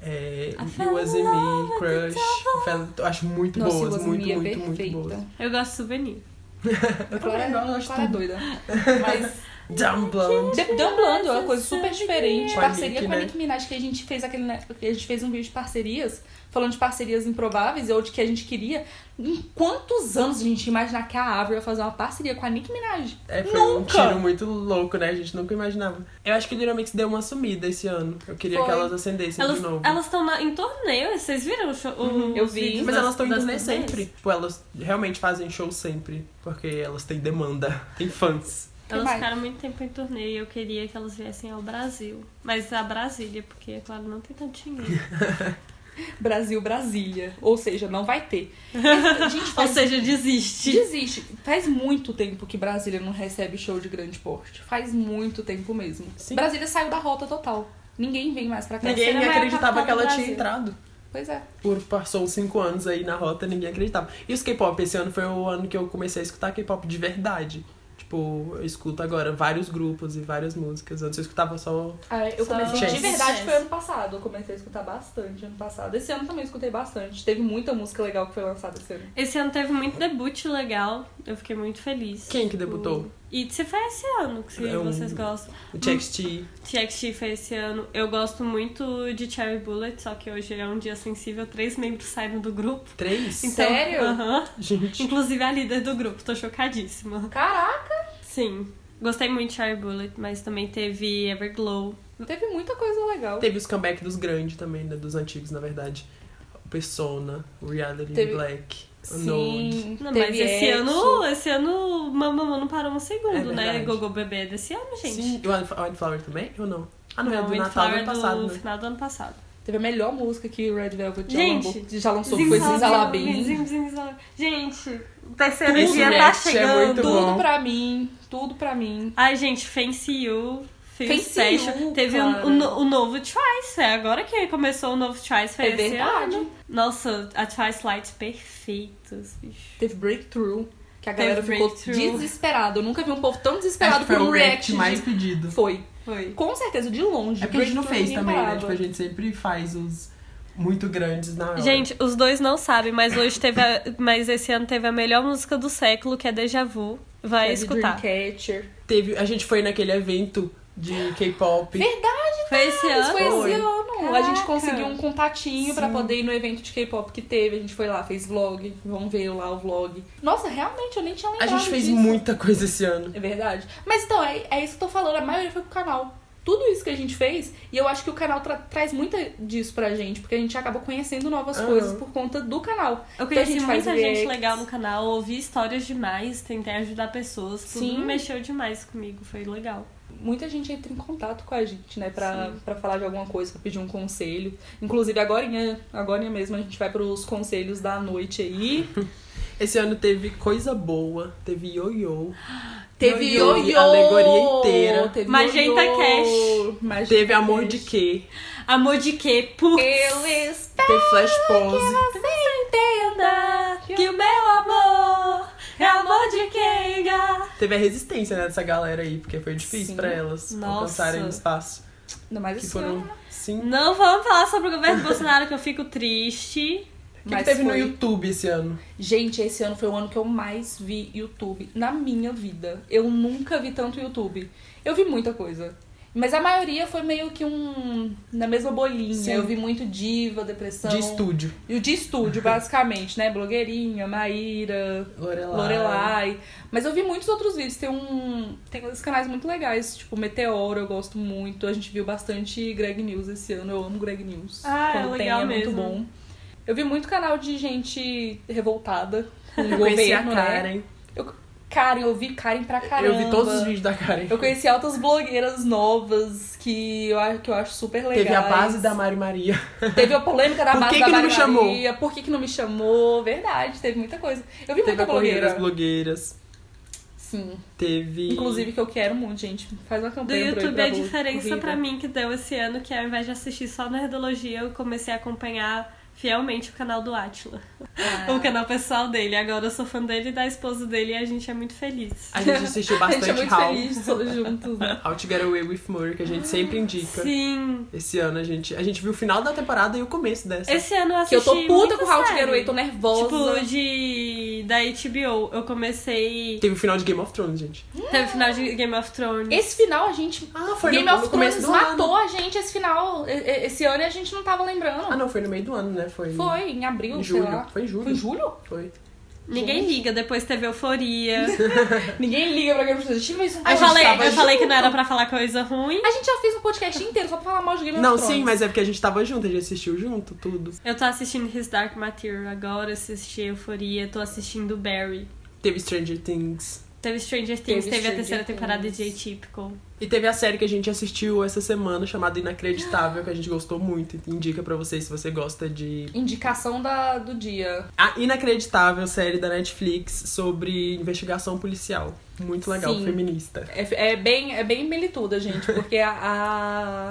[SPEAKER 2] é,
[SPEAKER 3] I
[SPEAKER 2] You
[SPEAKER 3] fell
[SPEAKER 2] Was
[SPEAKER 3] in
[SPEAKER 2] In
[SPEAKER 3] love
[SPEAKER 2] Me,
[SPEAKER 3] with
[SPEAKER 2] Crush. Fell- Eu acho muito
[SPEAKER 1] Nossa,
[SPEAKER 2] boas,
[SPEAKER 1] Iwas
[SPEAKER 2] muito,
[SPEAKER 1] Mia é
[SPEAKER 2] muito, muito
[SPEAKER 1] perfeita.
[SPEAKER 2] boas.
[SPEAKER 3] Eu gosto de souvenir.
[SPEAKER 1] A
[SPEAKER 2] Eu
[SPEAKER 1] Clara,
[SPEAKER 2] também gosto, eu acho
[SPEAKER 1] Clara é
[SPEAKER 2] tudo.
[SPEAKER 1] doida. Mas
[SPEAKER 3] é
[SPEAKER 2] Dumb Blonde.
[SPEAKER 1] de- Dan Blando é uma coisa super diferente.
[SPEAKER 2] Com a
[SPEAKER 1] Parceria
[SPEAKER 2] Nicki,
[SPEAKER 1] com a
[SPEAKER 2] né?
[SPEAKER 1] Nicki Minaj, que a gente fez aquele. né, que A gente fez um vídeo de parcerias, falando de parcerias improváveis ou de que a gente queria. Em quantos anos a gente ia imaginar que a Avril ia fazer uma parceria com a Nicki Minaj?
[SPEAKER 2] É, foi um
[SPEAKER 1] Nunca!
[SPEAKER 2] tiro muito louco, né? A gente nunca imaginava. Eu acho que o Little Mix deu uma sumida esse ano. Eu queria
[SPEAKER 1] Foi.
[SPEAKER 2] que elas acendessem
[SPEAKER 3] Elas
[SPEAKER 2] de novo.
[SPEAKER 3] estão em torneio, vocês viram o show? o-
[SPEAKER 1] Uhum, eu
[SPEAKER 3] os
[SPEAKER 1] vi.
[SPEAKER 3] vídeos
[SPEAKER 2] Mas
[SPEAKER 3] das-
[SPEAKER 2] elas estão em
[SPEAKER 3] das
[SPEAKER 2] turnê
[SPEAKER 3] turnês?
[SPEAKER 2] sempre. Tipo, elas realmente fazem show sempre. Porque elas têm demanda, têm fãs.
[SPEAKER 3] Elas
[SPEAKER 1] Vai.
[SPEAKER 3] ficaram muito tempo em torneio e eu queria que elas viessem ao Brasil. Mas a Brasília, porque, é claro, não tem tanto dinheiro.
[SPEAKER 1] Brasil, Brasília. Ou seja, não vai ter. A gente
[SPEAKER 3] Ou
[SPEAKER 1] faz.
[SPEAKER 3] seja, desiste.
[SPEAKER 1] Desiste. Faz muito tempo que Brasília não recebe show de grande porte. Faz muito tempo mesmo.
[SPEAKER 2] Sim.
[SPEAKER 1] Brasília saiu da rota total. Ninguém vem mais pra cá.
[SPEAKER 2] Ninguém
[SPEAKER 3] Terceira maior
[SPEAKER 2] acreditava
[SPEAKER 3] capital
[SPEAKER 2] que
[SPEAKER 3] do
[SPEAKER 2] ela tinha
[SPEAKER 3] Brasil.
[SPEAKER 2] entrado.
[SPEAKER 1] Pois é.
[SPEAKER 2] Por, passou uns 5 anos aí na rota, ninguém acreditava. E os K-pop, esse ano foi o ano que eu comecei a escutar K-pop de verdade. Tipo, eu escuto agora vários grupos e várias músicas. Antes eu escutava só.
[SPEAKER 1] Ah, eu
[SPEAKER 3] Só
[SPEAKER 1] comecei de
[SPEAKER 2] Chase.
[SPEAKER 1] verdade
[SPEAKER 3] Chase.
[SPEAKER 1] foi ano passado. Eu comecei a escutar bastante ano passado. Esse ano também eu escutei bastante. Teve muita música legal que foi lançada esse ano.
[SPEAKER 3] Esse ano teve muito debut legal. Eu fiquei muito feliz.
[SPEAKER 2] Quem que debutou?
[SPEAKER 3] E se foi esse ano que se
[SPEAKER 2] É um-
[SPEAKER 3] vocês gostam.
[SPEAKER 2] O TXT.
[SPEAKER 3] TXT foi esse ano. Eu gosto muito de Cherry Bullet, só que hoje é um dia sensível. Três membros saíram do grupo.
[SPEAKER 2] 3?
[SPEAKER 3] Então,
[SPEAKER 1] Sério?
[SPEAKER 3] aham.
[SPEAKER 2] Hum. Gente.
[SPEAKER 3] Inclusive a líder do grupo, tô chocadíssima.
[SPEAKER 1] Caraca!
[SPEAKER 3] Sim. Gostei muito de Cherry Bullet, mas também teve Everglow.
[SPEAKER 1] Teve muita coisa legal.
[SPEAKER 2] Teve os comeback dos grandes também, né? Dos antigos, na verdade. O Persona, o Reality
[SPEAKER 1] Teve-
[SPEAKER 2] Black.
[SPEAKER 1] Sim,
[SPEAKER 3] Não,
[SPEAKER 1] teve
[SPEAKER 3] mas esse
[SPEAKER 1] Exo.
[SPEAKER 3] ano, esse ano, Mamamã não parou um segundo,
[SPEAKER 2] É
[SPEAKER 3] né?
[SPEAKER 2] verdade.
[SPEAKER 3] Gogô Bebê é desse ano, gente.
[SPEAKER 2] Sim, e o Wildf- Wildflower também? Ou não? Ah, não, é do
[SPEAKER 3] Wind
[SPEAKER 2] Natal do
[SPEAKER 3] Flower
[SPEAKER 2] ano passado,
[SPEAKER 3] do
[SPEAKER 2] né?
[SPEAKER 3] final do ano passado.
[SPEAKER 1] Teve a melhor música que o Red Velvet já
[SPEAKER 3] Gente,
[SPEAKER 1] lançou- já lançou, foi
[SPEAKER 3] Zimzalabim,
[SPEAKER 1] Zinzalabim.
[SPEAKER 3] zim, zim, zalabim. Gente, o terceiro
[SPEAKER 2] Tudo,
[SPEAKER 3] dia
[SPEAKER 2] gente,
[SPEAKER 3] tá
[SPEAKER 2] é muito
[SPEAKER 3] chegando.
[SPEAKER 2] bom.
[SPEAKER 1] Tudo pra mim, tudo pra mim.
[SPEAKER 3] Ai, gente, Fancy You. Feel
[SPEAKER 1] Fancy
[SPEAKER 3] Special.
[SPEAKER 1] You,
[SPEAKER 3] Teve o,
[SPEAKER 1] cara.
[SPEAKER 3] o no- o novo Twice. É agora que começou o novo Twice.
[SPEAKER 2] Tá
[SPEAKER 3] Foi
[SPEAKER 1] É
[SPEAKER 3] esse
[SPEAKER 1] verdade.
[SPEAKER 3] ano. Nossa, a Twice Light perfeitos, bicho.
[SPEAKER 1] Teve Breakthrough, que a
[SPEAKER 3] Teve
[SPEAKER 1] galera ficou
[SPEAKER 3] Breakthrough.
[SPEAKER 1] desesperada. Eu nunca vi um povo tão desesperado
[SPEAKER 2] Acho que
[SPEAKER 1] por
[SPEAKER 2] foi
[SPEAKER 1] um
[SPEAKER 2] o
[SPEAKER 1] react.
[SPEAKER 2] react
[SPEAKER 1] de-
[SPEAKER 2] mais pedido.
[SPEAKER 1] Foi.
[SPEAKER 3] Foi.
[SPEAKER 1] Com certeza, de longe.
[SPEAKER 2] É porque a gente não
[SPEAKER 1] Breakthrough
[SPEAKER 2] fez
[SPEAKER 1] ninguém
[SPEAKER 2] também, né?
[SPEAKER 1] parava.
[SPEAKER 2] Tipo, a gente sempre faz os muito grandes na hora.
[SPEAKER 3] Gente, os dois não sabem, mas hoje teve a- mas esse ano teve a melhor música do século, que é Deja Vu. Vai
[SPEAKER 1] Teve
[SPEAKER 3] escutar.
[SPEAKER 1] Dreamcatcher.
[SPEAKER 2] Teve, a gente foi naquele evento de K-pop.
[SPEAKER 1] Verdade,
[SPEAKER 3] Foi esse
[SPEAKER 1] Isso
[SPEAKER 3] ano?
[SPEAKER 1] foi
[SPEAKER 2] Foi.
[SPEAKER 1] esse ano. A gente
[SPEAKER 3] Caraca.
[SPEAKER 1] conseguiu um contatinho pra poder ir no evento de K-pop que teve. A gente foi lá, fez vlog. Vamos ver lá o vlog. Nossa, realmente, eu nem tinha
[SPEAKER 2] A
[SPEAKER 1] lembrado
[SPEAKER 2] gente fez
[SPEAKER 1] disso.
[SPEAKER 2] muita coisa esse ano.
[SPEAKER 1] É verdade. Mas então, é, é isso que eu tô falando. A maioria foi pro canal. Tudo isso que a gente fez, e eu acho que o canal tra- traz muito disso pra gente, porque a gente acaba conhecendo novas
[SPEAKER 2] Aham.
[SPEAKER 1] coisas por conta do canal. Então a
[SPEAKER 3] Eu conheci
[SPEAKER 1] gente faz
[SPEAKER 3] muita gente
[SPEAKER 1] reacts.
[SPEAKER 3] legal no canal, ouvi histórias demais, tentei ajudar pessoas, tudo
[SPEAKER 1] Sim.
[SPEAKER 3] mexeu demais comigo, foi legal.
[SPEAKER 1] Muita gente entra em contato com a gente, né, pra,
[SPEAKER 3] Sim.
[SPEAKER 1] pra falar de alguma coisa, pra pedir um conselho. Inclusive, agora, agora mesmo, a gente vai pros conselhos da noite aí.
[SPEAKER 2] Esse ano teve coisa boa, teve yo-yo,
[SPEAKER 1] Teve
[SPEAKER 2] Yo-yo,
[SPEAKER 1] ioiô!
[SPEAKER 2] alegoria inteira.
[SPEAKER 1] Teve
[SPEAKER 3] Magenta
[SPEAKER 1] ioiô,
[SPEAKER 3] Cash.
[SPEAKER 1] Magenta
[SPEAKER 2] teve amor
[SPEAKER 1] Cash.
[SPEAKER 2] de quê,
[SPEAKER 3] Amor de quê? Por
[SPEAKER 1] Eu espero
[SPEAKER 2] teve flash pose.
[SPEAKER 1] Ah, que você entenda
[SPEAKER 3] nada que o meu amor é amor de quem ga.
[SPEAKER 2] Teve a resistência né, dessa galera aí, porque foi difícil
[SPEAKER 1] Sim.
[SPEAKER 2] pra elas
[SPEAKER 3] Nossa.
[SPEAKER 2] alcançarem o espaço. Tipo,
[SPEAKER 1] Ainda mais
[SPEAKER 2] Que
[SPEAKER 1] esse
[SPEAKER 2] foram
[SPEAKER 1] ano.
[SPEAKER 2] cinco.
[SPEAKER 3] Não vamos falar sobre o governo Bolsonaro que eu fico triste.
[SPEAKER 2] O que, que
[SPEAKER 1] Mas
[SPEAKER 2] teve no
[SPEAKER 1] foi-
[SPEAKER 2] YouTube esse ano?
[SPEAKER 1] Gente, esse ano foi o ano que eu mais vi YouTube na minha vida. Eu nunca vi tanto YouTube. Eu vi muita coisa. Mas a maioria foi meio que um. na mesma bolinha.
[SPEAKER 2] Sim.
[SPEAKER 1] Eu vi muito diva, depressão.
[SPEAKER 2] De estúdio.
[SPEAKER 1] E o de estúdio, basicamente, né? Blogueirinha, Maíra,
[SPEAKER 2] Lorelai.
[SPEAKER 1] Lorelai. Mas eu vi muitos outros vídeos. Tem um. Tem uns canais muito legais, tipo Meteoro, eu gosto muito. A gente viu bastante Greg News esse ano. Eu amo Greg News.
[SPEAKER 3] Ah, é
[SPEAKER 1] Quando tem,
[SPEAKER 3] legal
[SPEAKER 1] é
[SPEAKER 3] mesmo.
[SPEAKER 1] muito bom. Eu vi muito canal de gente revoltada com o
[SPEAKER 2] Eu conheci a
[SPEAKER 1] governo, né?
[SPEAKER 2] Karen.
[SPEAKER 1] Karen, eu vi Karen pra caramba.
[SPEAKER 2] Eu vi todos os vídeos da Karen.
[SPEAKER 1] Eu conheci altas blogueiras novas que eu, acho- que eu acho super legais.
[SPEAKER 2] Teve a base da Mari Maria.
[SPEAKER 1] Teve a polêmica da
[SPEAKER 2] Por
[SPEAKER 1] base
[SPEAKER 2] que que
[SPEAKER 1] da
[SPEAKER 2] não me
[SPEAKER 1] Maria
[SPEAKER 2] chamou?
[SPEAKER 1] Maria, Por que, que não me chamou? Verdade, teve muita coisa. Eu vi
[SPEAKER 2] Teve
[SPEAKER 1] muita
[SPEAKER 2] a corrida
[SPEAKER 1] blogueira.
[SPEAKER 2] das blogueiras.
[SPEAKER 1] Sim.
[SPEAKER 2] Teve.
[SPEAKER 1] Inclusive que eu quero muito, gente. Faz uma
[SPEAKER 3] Do
[SPEAKER 1] campanha pra eu ir
[SPEAKER 3] YouTube
[SPEAKER 1] é pra né?
[SPEAKER 3] a
[SPEAKER 1] Bo-
[SPEAKER 3] diferença
[SPEAKER 1] corrida.
[SPEAKER 3] pra mim que deu esse ano, que ao invés de assistir só Nerdologia, eu comecei a acompanhar fielmente o canal do Atila.
[SPEAKER 1] Ah.
[SPEAKER 3] O canal pessoal dele. Agora eu sou fã dele e da esposa dele e a gente é muito feliz.
[SPEAKER 2] A gente assistiu
[SPEAKER 1] A gente
[SPEAKER 2] bastante
[SPEAKER 1] é muito
[SPEAKER 2] How.
[SPEAKER 1] feliz juntos, né?
[SPEAKER 2] How to Get Away with Murder, que a gente sempre indica.
[SPEAKER 3] Sim.
[SPEAKER 2] Esse ano a gente. A gente viu o final da temporada e o começo dessa.
[SPEAKER 3] Esse ano eu
[SPEAKER 1] Que
[SPEAKER 3] assisti
[SPEAKER 1] eu tô puta
[SPEAKER 3] muita
[SPEAKER 1] com o How to
[SPEAKER 3] série.
[SPEAKER 1] Get Away, tô nervosa.
[SPEAKER 3] Tipo, de... da HBO. Eu comecei...
[SPEAKER 2] Teve o final de Game of Thrones, gente.
[SPEAKER 3] Teve o final de Game of Thrones.
[SPEAKER 1] Esse final a gente...
[SPEAKER 2] Ah, foi
[SPEAKER 1] Game
[SPEAKER 2] no,
[SPEAKER 1] of
[SPEAKER 2] no começo
[SPEAKER 1] Thrones
[SPEAKER 2] do
[SPEAKER 1] matou
[SPEAKER 2] ano.
[SPEAKER 1] a gente esse final, e- e- esse ano, e a gente não tava lembrando.
[SPEAKER 2] Ah, não, foi no meio do ano, né? Foi.
[SPEAKER 1] Foi Ah, em abril, sei
[SPEAKER 2] Em julho.
[SPEAKER 1] lá.
[SPEAKER 2] Foi em julho.
[SPEAKER 1] Foi em julho?
[SPEAKER 2] Foi.
[SPEAKER 3] Ninguém liga. Depois teve Euforia.
[SPEAKER 1] Ninguém liga pra Game of Thrones. Gente, mas isso não
[SPEAKER 2] A
[SPEAKER 3] Eu
[SPEAKER 2] gente
[SPEAKER 1] tá-
[SPEAKER 3] falei,
[SPEAKER 2] tava
[SPEAKER 3] eu falei que
[SPEAKER 2] junto.
[SPEAKER 3] não era pra falar coisa ruim.
[SPEAKER 1] A gente já fez um podcast inteiro só pra falar mal de Game
[SPEAKER 2] Não,
[SPEAKER 1] of Thrones.
[SPEAKER 2] sim, mas é porque a gente tava junto, a gente assistiu junto, tudo.
[SPEAKER 3] Eu tô assistindo His Dark Material agora, assisti Euforia, tô assistindo Barry.
[SPEAKER 2] Teve Stranger Things.
[SPEAKER 3] Teve Stranger Things, teve, a
[SPEAKER 1] Stranger
[SPEAKER 3] terceira
[SPEAKER 1] Things.
[SPEAKER 3] temporada de Atypical.
[SPEAKER 2] E teve a série que a gente assistiu essa semana, chamada Inacreditável, que a gente gostou muito. Indica pra vocês se você gosta de
[SPEAKER 1] Indicação da, do dia.
[SPEAKER 2] A inacreditável série da Netflix sobre investigação policial. Muito legal,
[SPEAKER 1] Sim.
[SPEAKER 2] feminista.
[SPEAKER 1] É, é bem, é bem melituda, gente, porque a,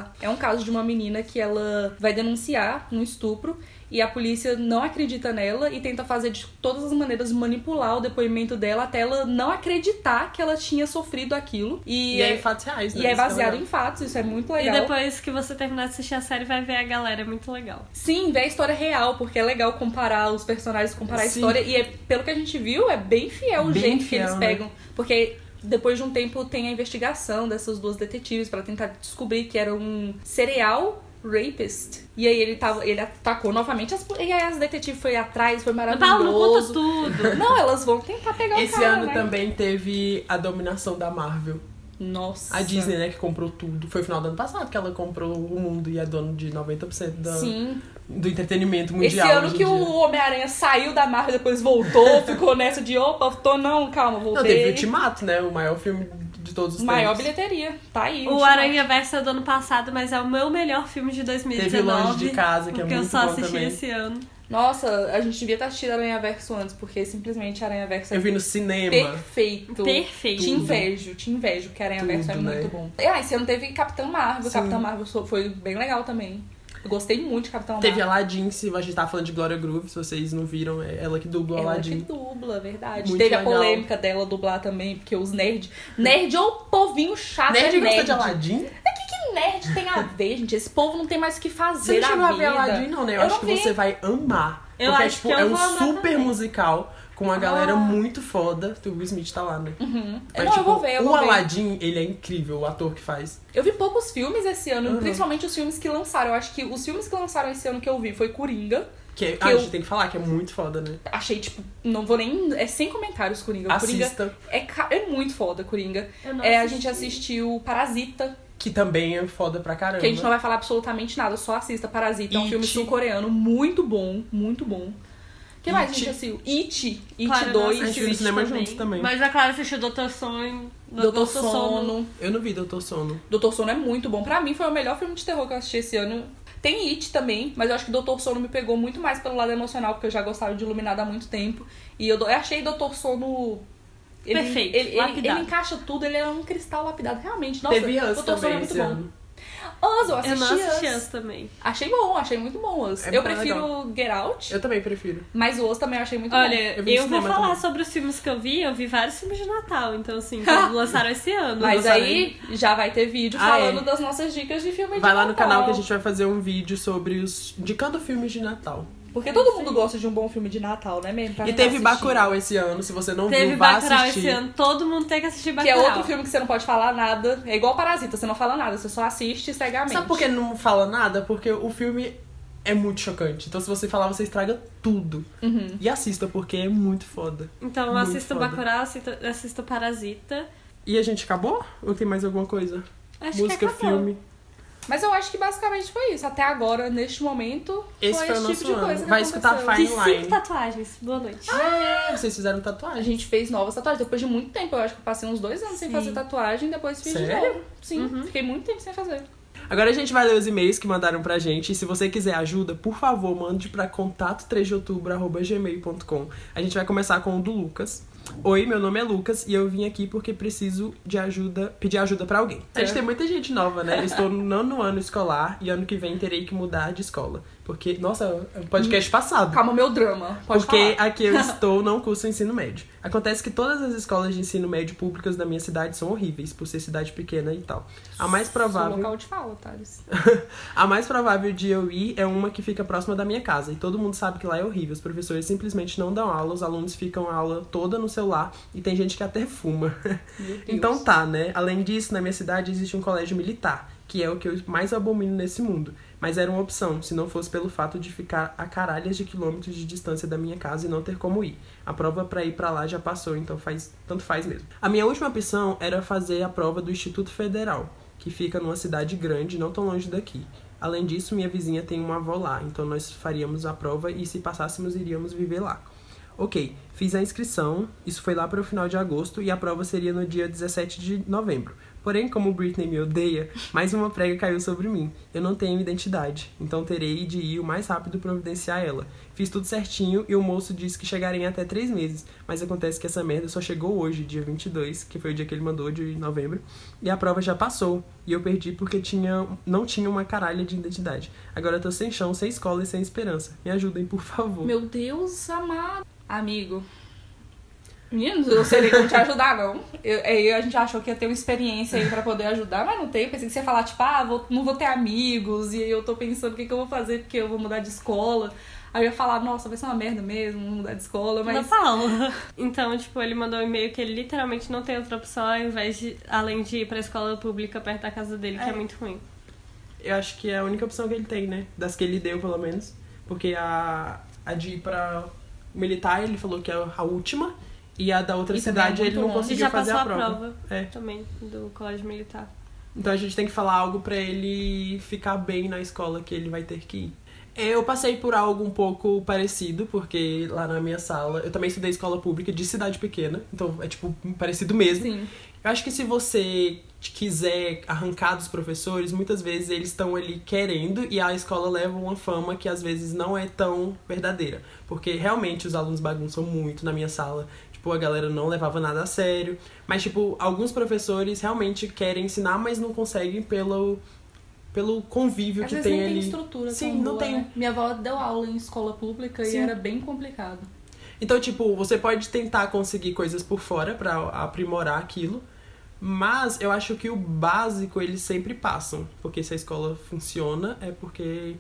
[SPEAKER 1] a- é um caso de uma menina que ela vai denunciar um estupro e a polícia não acredita nela e tenta fazer de todas as maneiras manipular o depoimento dela até ela não acreditar que ela tinha sofrido aquilo. E,
[SPEAKER 2] E, é, em fatos reais, né?
[SPEAKER 1] e é
[SPEAKER 2] Isso que
[SPEAKER 1] baseado
[SPEAKER 2] legal.
[SPEAKER 1] em fatos, isso é muito
[SPEAKER 3] E
[SPEAKER 1] legal.
[SPEAKER 3] depois que você terminar de assistir a série, vai ver a galera, é muito legal.
[SPEAKER 1] Sim, ver a história real, porque é legal comparar os personagens, comparar a
[SPEAKER 2] Sim.
[SPEAKER 1] história. E é, pelo que a gente viu, é bem fiel o
[SPEAKER 2] Bem
[SPEAKER 1] jeito que
[SPEAKER 2] fiel,
[SPEAKER 1] eles
[SPEAKER 2] né?
[SPEAKER 1] pegam. Porque depois de um tempo tem a investigação dessas duas detetives pra tentar descobrir que era um serial rapist. E aí ele, tava, ele atacou novamente as, e aí as detetives foi atrás, foi
[SPEAKER 3] Não, Paulo, não conta
[SPEAKER 1] maravilhoso.
[SPEAKER 3] tudo.
[SPEAKER 1] Não, elas vão tentar pegar o
[SPEAKER 2] Esse
[SPEAKER 1] cara,
[SPEAKER 2] ano
[SPEAKER 1] né?
[SPEAKER 2] também teve a dominação da Marvel.
[SPEAKER 1] Nossa.
[SPEAKER 2] A Disney, né, que comprou tudo. Foi final do ano passado que ela comprou o mundo e é dono de 90% da,
[SPEAKER 1] Sim.
[SPEAKER 2] do entretenimento
[SPEAKER 1] Esse
[SPEAKER 2] um mundial.
[SPEAKER 1] ano
[SPEAKER 2] hoje em
[SPEAKER 1] que
[SPEAKER 2] dia.
[SPEAKER 1] o Homem-Aranha saiu da Marvel, depois voltou, ficou nessa de opa, tô não, calma,
[SPEAKER 2] Não, teve o
[SPEAKER 1] voltei.
[SPEAKER 2] Ultimato, né? O maior filme de todos os
[SPEAKER 1] Maior
[SPEAKER 2] tempos.
[SPEAKER 1] bilheteria. Tá aí.
[SPEAKER 3] O
[SPEAKER 1] ultimato.
[SPEAKER 3] Aranha Verso é do ano passado, mas é o meu melhor filme de
[SPEAKER 2] Teve o
[SPEAKER 1] né?
[SPEAKER 3] 2019.
[SPEAKER 2] Longe de Casa, que é
[SPEAKER 3] porque
[SPEAKER 2] muito
[SPEAKER 3] eu só
[SPEAKER 2] bom
[SPEAKER 3] assisti
[SPEAKER 2] também.
[SPEAKER 3] esse ano.
[SPEAKER 1] Nossa, a gente devia estar assistindo Aranha Verso antes, porque simplesmente Aranha Verso
[SPEAKER 2] Eu
[SPEAKER 1] é
[SPEAKER 2] vi no cinema.
[SPEAKER 1] perfeito.
[SPEAKER 3] Perfeito.
[SPEAKER 1] Te invejo, te invejo, porque Aranha Verso é
[SPEAKER 2] Tudo, né?
[SPEAKER 1] muito bom. E, ah, esse ano teve Capitão Marvel.
[SPEAKER 2] Sim.
[SPEAKER 1] Capitão Marvel so- foi bem legal também. Eu gostei muito de Capitão
[SPEAKER 2] Teve
[SPEAKER 1] Marvel.
[SPEAKER 2] Aladdin, se a gente tá falando de Gloria Groove, se vocês não viram, é ela que dubla o
[SPEAKER 1] Ela que
[SPEAKER 2] Aladdin.
[SPEAKER 1] dubla, verdade.
[SPEAKER 2] Muito
[SPEAKER 1] Teve
[SPEAKER 2] legal.
[SPEAKER 1] a polêmica dela dublar também, porque os nerds. Nerd ou povinho chato
[SPEAKER 2] Nerd
[SPEAKER 1] é
[SPEAKER 2] gosta
[SPEAKER 1] nerd.
[SPEAKER 2] de Aladdin?
[SPEAKER 1] Que nerd tem a ver, gente? Esse povo não tem mais o que
[SPEAKER 2] Você
[SPEAKER 1] fazer
[SPEAKER 2] não chegou
[SPEAKER 1] na
[SPEAKER 2] a ver
[SPEAKER 1] vida.
[SPEAKER 2] Aladdin, não, né? Eu,
[SPEAKER 1] Eu
[SPEAKER 2] acho
[SPEAKER 1] não
[SPEAKER 2] que
[SPEAKER 1] vi.
[SPEAKER 2] você vai amar.
[SPEAKER 3] Eu
[SPEAKER 2] porque
[SPEAKER 3] acho
[SPEAKER 2] tipo,
[SPEAKER 3] que eu
[SPEAKER 2] é um
[SPEAKER 3] vou amar
[SPEAKER 2] super
[SPEAKER 3] também.
[SPEAKER 2] musical com uma galera
[SPEAKER 3] Ah.
[SPEAKER 2] muito foda. O Will Smith tá lá, né?
[SPEAKER 1] Uhum.
[SPEAKER 2] Mas,
[SPEAKER 1] não,
[SPEAKER 2] tipo,
[SPEAKER 1] eu vou ver, eu
[SPEAKER 2] o
[SPEAKER 1] vou ver.
[SPEAKER 2] Aladdin, ele é incrível, o ator que faz.
[SPEAKER 1] Eu vi poucos filmes esse ano,
[SPEAKER 2] Uhum.
[SPEAKER 1] principalmente os filmes que lançaram. Eu acho que os filmes que lançaram esse ano que eu vi foi Coringa.
[SPEAKER 2] Que, é-
[SPEAKER 1] Que
[SPEAKER 2] ah, a
[SPEAKER 1] eu-
[SPEAKER 2] gente tem que falar que é muito foda, né?
[SPEAKER 1] Achei, tipo, não vou nem. É sem comentários Coringa. Coringa
[SPEAKER 2] Assista,
[SPEAKER 1] é, ca- é muito foda, Coringa.
[SPEAKER 3] Eu não
[SPEAKER 1] É, a
[SPEAKER 3] assisti.
[SPEAKER 1] gente assistiu Parasita,
[SPEAKER 2] que também é foda pra caramba.
[SPEAKER 1] que a gente não vai falar absolutamente nada, só assista Parasita. É um
[SPEAKER 2] It.
[SPEAKER 1] filme sul-coreano muito bom, muito bom. O que mais a
[SPEAKER 2] It.
[SPEAKER 1] gente assistiu? It, It
[SPEAKER 3] Claro, eu não
[SPEAKER 1] 2,
[SPEAKER 2] A gente
[SPEAKER 3] assisti
[SPEAKER 2] viu no
[SPEAKER 3] isso
[SPEAKER 2] cinema juntos também.
[SPEAKER 3] Mas a Clara assistiu Doutor Sonho.
[SPEAKER 1] Doutor Sono.
[SPEAKER 2] Eu não vi Doutor Sono.
[SPEAKER 1] Doutor Sono é muito bom. Pra mim foi o melhor filme de terror que eu assisti esse ano. Tem It também, mas eu acho que Doutor Sono me pegou muito mais pelo lado emocional, porque eu já gostava de Iluminado há muito tempo. E eu, do- eu achei Doutor Sono. Ele,
[SPEAKER 3] Perfeito,
[SPEAKER 1] ele, ele,
[SPEAKER 3] lapidado.
[SPEAKER 1] ele encaixa tudo, ele é um cristal lapidado, realmente. Nossa,
[SPEAKER 2] Teve Us
[SPEAKER 1] Doutor Sono
[SPEAKER 2] também
[SPEAKER 1] é muito
[SPEAKER 2] esse
[SPEAKER 1] bom.
[SPEAKER 2] ano.
[SPEAKER 1] Us, eu
[SPEAKER 3] Eu não assisti
[SPEAKER 1] assisti Us.
[SPEAKER 3] essa também.
[SPEAKER 1] Achei bom, achei muito bom Us.
[SPEAKER 2] É
[SPEAKER 1] eu
[SPEAKER 2] bom,
[SPEAKER 1] prefiro Get Out,
[SPEAKER 2] Eu também prefiro.
[SPEAKER 1] mas o Us também eu achei muito bom.
[SPEAKER 3] Olha,
[SPEAKER 2] Eu
[SPEAKER 3] eu,
[SPEAKER 2] vi no
[SPEAKER 3] vou
[SPEAKER 2] cinema
[SPEAKER 3] falar
[SPEAKER 2] também.
[SPEAKER 3] sobre os filmes que eu vi. Eu vi vários filmes de Natal, então assim, que lançaram esse ano.
[SPEAKER 1] Mas
[SPEAKER 2] lançaram
[SPEAKER 1] aí já vai ter vídeo
[SPEAKER 2] Ah,
[SPEAKER 1] falando
[SPEAKER 2] é.
[SPEAKER 1] das nossas dicas de filme de
[SPEAKER 2] Vai lá no
[SPEAKER 1] Natal.
[SPEAKER 2] canal que a gente vai fazer um vídeo sobre os. indicando filmes de Natal.
[SPEAKER 1] Porque todo mundo gosta de um bom filme de Natal, né mesmo? Pra
[SPEAKER 2] E
[SPEAKER 1] ficar
[SPEAKER 2] teve
[SPEAKER 1] assistindo.
[SPEAKER 2] Bacurau esse ano, se você não
[SPEAKER 3] Teve
[SPEAKER 2] viu, vá
[SPEAKER 3] Bacurau
[SPEAKER 2] assistir.
[SPEAKER 3] esse ano. Todo mundo tem que assistir
[SPEAKER 1] Que é
[SPEAKER 3] Bacurau.
[SPEAKER 1] outro filme que você não pode falar nada. É igual Parasita, você não fala nada, você só assiste cegamente.
[SPEAKER 2] Sabe por que não fala nada? Porque o filme é muito chocante. Então se você falar, você estraga tudo.
[SPEAKER 1] Uhum.
[SPEAKER 2] E assista, porque é muito foda.
[SPEAKER 3] Então
[SPEAKER 2] Muito
[SPEAKER 3] assista
[SPEAKER 2] foda.
[SPEAKER 3] Bacurau, assista, assista Parasita.
[SPEAKER 2] E a gente acabou? Ou tem mais alguma coisa?
[SPEAKER 3] Acho
[SPEAKER 2] Música,
[SPEAKER 3] que acabou.
[SPEAKER 2] filme.
[SPEAKER 1] Mas eu acho que basicamente foi isso. Até agora, neste momento,
[SPEAKER 2] Esse
[SPEAKER 1] foi,
[SPEAKER 2] foi o
[SPEAKER 1] esse
[SPEAKER 2] nosso
[SPEAKER 1] tipo de
[SPEAKER 2] ano.
[SPEAKER 1] coisa que
[SPEAKER 2] Vai
[SPEAKER 1] aconteceu.
[SPEAKER 2] escutar Fine
[SPEAKER 3] Fiz
[SPEAKER 2] Line.
[SPEAKER 3] cinco tatuagens. Boa noite.
[SPEAKER 2] Ah, Vocês fizeram tatuagem.
[SPEAKER 1] A gente fez novas tatuagens. Depois de muito tempo, eu acho que eu passei uns dois anos sem
[SPEAKER 3] Sim.
[SPEAKER 1] fazer tatuagem. Depois fiz
[SPEAKER 2] Sério? Uhum.
[SPEAKER 1] de novo. Sim, fiquei muito tempo sem fazer.
[SPEAKER 2] Agora a gente vai ler os e-mails que mandaram pra gente. E se você quiser ajuda, por favor, mande pra contato 3 de outubro@gmail.com. A gente vai começar com o do Lucas. Oi, meu nome é Lucas e eu vim aqui porque preciso de ajuda, pedir ajuda pra alguém. A gente
[SPEAKER 1] É.
[SPEAKER 2] tem muita gente nova, né? Eu Estou no nono ano escolar e ano que vem terei que mudar de escola. Porque, nossa, é o podcast passado.
[SPEAKER 1] Calma, meu drama. Pode
[SPEAKER 2] Porque
[SPEAKER 1] falar.
[SPEAKER 2] aqui eu estou não curso ensino médio. Acontece que todas as escolas de ensino médio públicas da minha cidade são horríveis, por ser cidade pequena e tal. A mais
[SPEAKER 1] Seu
[SPEAKER 2] provável
[SPEAKER 1] local de fala, Thales.
[SPEAKER 2] a mais provável de eu ir é uma que fica próxima da minha casa. E todo mundo sabe que lá é horrível. Os professores simplesmente não dão aula, os alunos ficam a aula toda no celular e tem gente que até fuma.
[SPEAKER 1] Meu Deus.
[SPEAKER 2] Então tá, né? Além disso, na minha cidade existe um colégio militar, que é o que eu mais abomino nesse mundo. Mas era uma opção, se não fosse pelo fato de ficar a caralhas de quilômetros de distância da minha casa e não ter como ir. A prova pra ir pra lá já passou, então faz tanto faz mesmo. A minha última opção era fazer a prova do Instituto Federal, que fica numa cidade grande, não tão longe daqui. Além disso, minha vizinha tem uma avó lá, então nós faríamos a prova e se passássemos iríamos viver lá. Ok, fiz a inscrição, isso foi lá para o final de agosto e a prova seria no dia 17 de novembro. Porém, como Britney me odeia, mais uma prega caiu sobre mim. Eu não tenho identidade, então terei de ir o mais rápido providenciar ela. Fiz tudo certinho e o moço disse que chegarem até três meses, mas acontece que essa merda só chegou hoje, dia 22, que foi o dia que ele mandou de novembro, e a prova já passou e eu perdi porque tinha, não tinha uma caralha de identidade. Agora eu tô sem chão, sem escola e sem esperança. Me ajudem, por favor.
[SPEAKER 1] Meu Deus amado. Amigo. Meninos, eu sei nem como te ajudar, não. Eu, aí a gente achou que ia ter uma experiência aí pra poder ajudar, mas não tem. Pensei que você ia falar, tipo, ah, vou- não vou ter amigos, e aí eu tô pensando o que, que eu vou fazer, porque eu vou mudar de escola. Aí eu ia falar, nossa, vai ser uma merda mesmo, mudar de escola, mas.
[SPEAKER 3] Natal. Então, tipo, ele mandou um e-mail que ele literalmente não tem outra opção ao invés de, além de ir pra escola pública perto da casa dele, que
[SPEAKER 2] É.
[SPEAKER 3] é muito ruim.
[SPEAKER 2] Eu acho que é a única opção que ele tem, né? Das que ele deu, pelo menos. Porque a, a de ir pra militar, ele falou que é a última. E a da outra
[SPEAKER 1] E também é
[SPEAKER 2] cidade ele
[SPEAKER 1] muito
[SPEAKER 2] não
[SPEAKER 1] longe.
[SPEAKER 3] E
[SPEAKER 2] conseguiu
[SPEAKER 3] já
[SPEAKER 2] fazer
[SPEAKER 3] passou
[SPEAKER 2] a
[SPEAKER 3] a
[SPEAKER 2] prova.
[SPEAKER 3] prova
[SPEAKER 2] É.
[SPEAKER 3] também do colégio militar.
[SPEAKER 2] Então a gente tem que falar algo pra ele ficar bem na escola que ele vai ter que ir. Eu passei por algo um pouco parecido, porque lá na minha sala, eu também estudei escola pública de cidade pequena, então é tipo parecido mesmo.
[SPEAKER 1] Sim.
[SPEAKER 2] Eu acho que se você quiser arrancar dos professores, muitas vezes eles estão ali querendo e a escola leva uma fama que às vezes não é tão verdadeira. Porque realmente os alunos bagunçam muito na minha sala. Tipo, a galera não levava nada a sério. Mas, tipo, alguns professores realmente querem ensinar, mas não conseguem pelo, pelo convívio
[SPEAKER 1] Às
[SPEAKER 2] que
[SPEAKER 1] vezes
[SPEAKER 2] tem
[SPEAKER 1] nem
[SPEAKER 2] ali.
[SPEAKER 1] tem estrutura
[SPEAKER 2] Sim,
[SPEAKER 1] tão
[SPEAKER 2] não
[SPEAKER 1] boa,
[SPEAKER 2] tem.
[SPEAKER 1] né? Minha avó deu aula em escola pública
[SPEAKER 2] Sim.
[SPEAKER 1] e era bem complicado.
[SPEAKER 2] Então, tipo, você pode tentar conseguir coisas por fora pra aprimorar aquilo, mas eu acho que o básico eles sempre passam, porque se a escola funciona é porque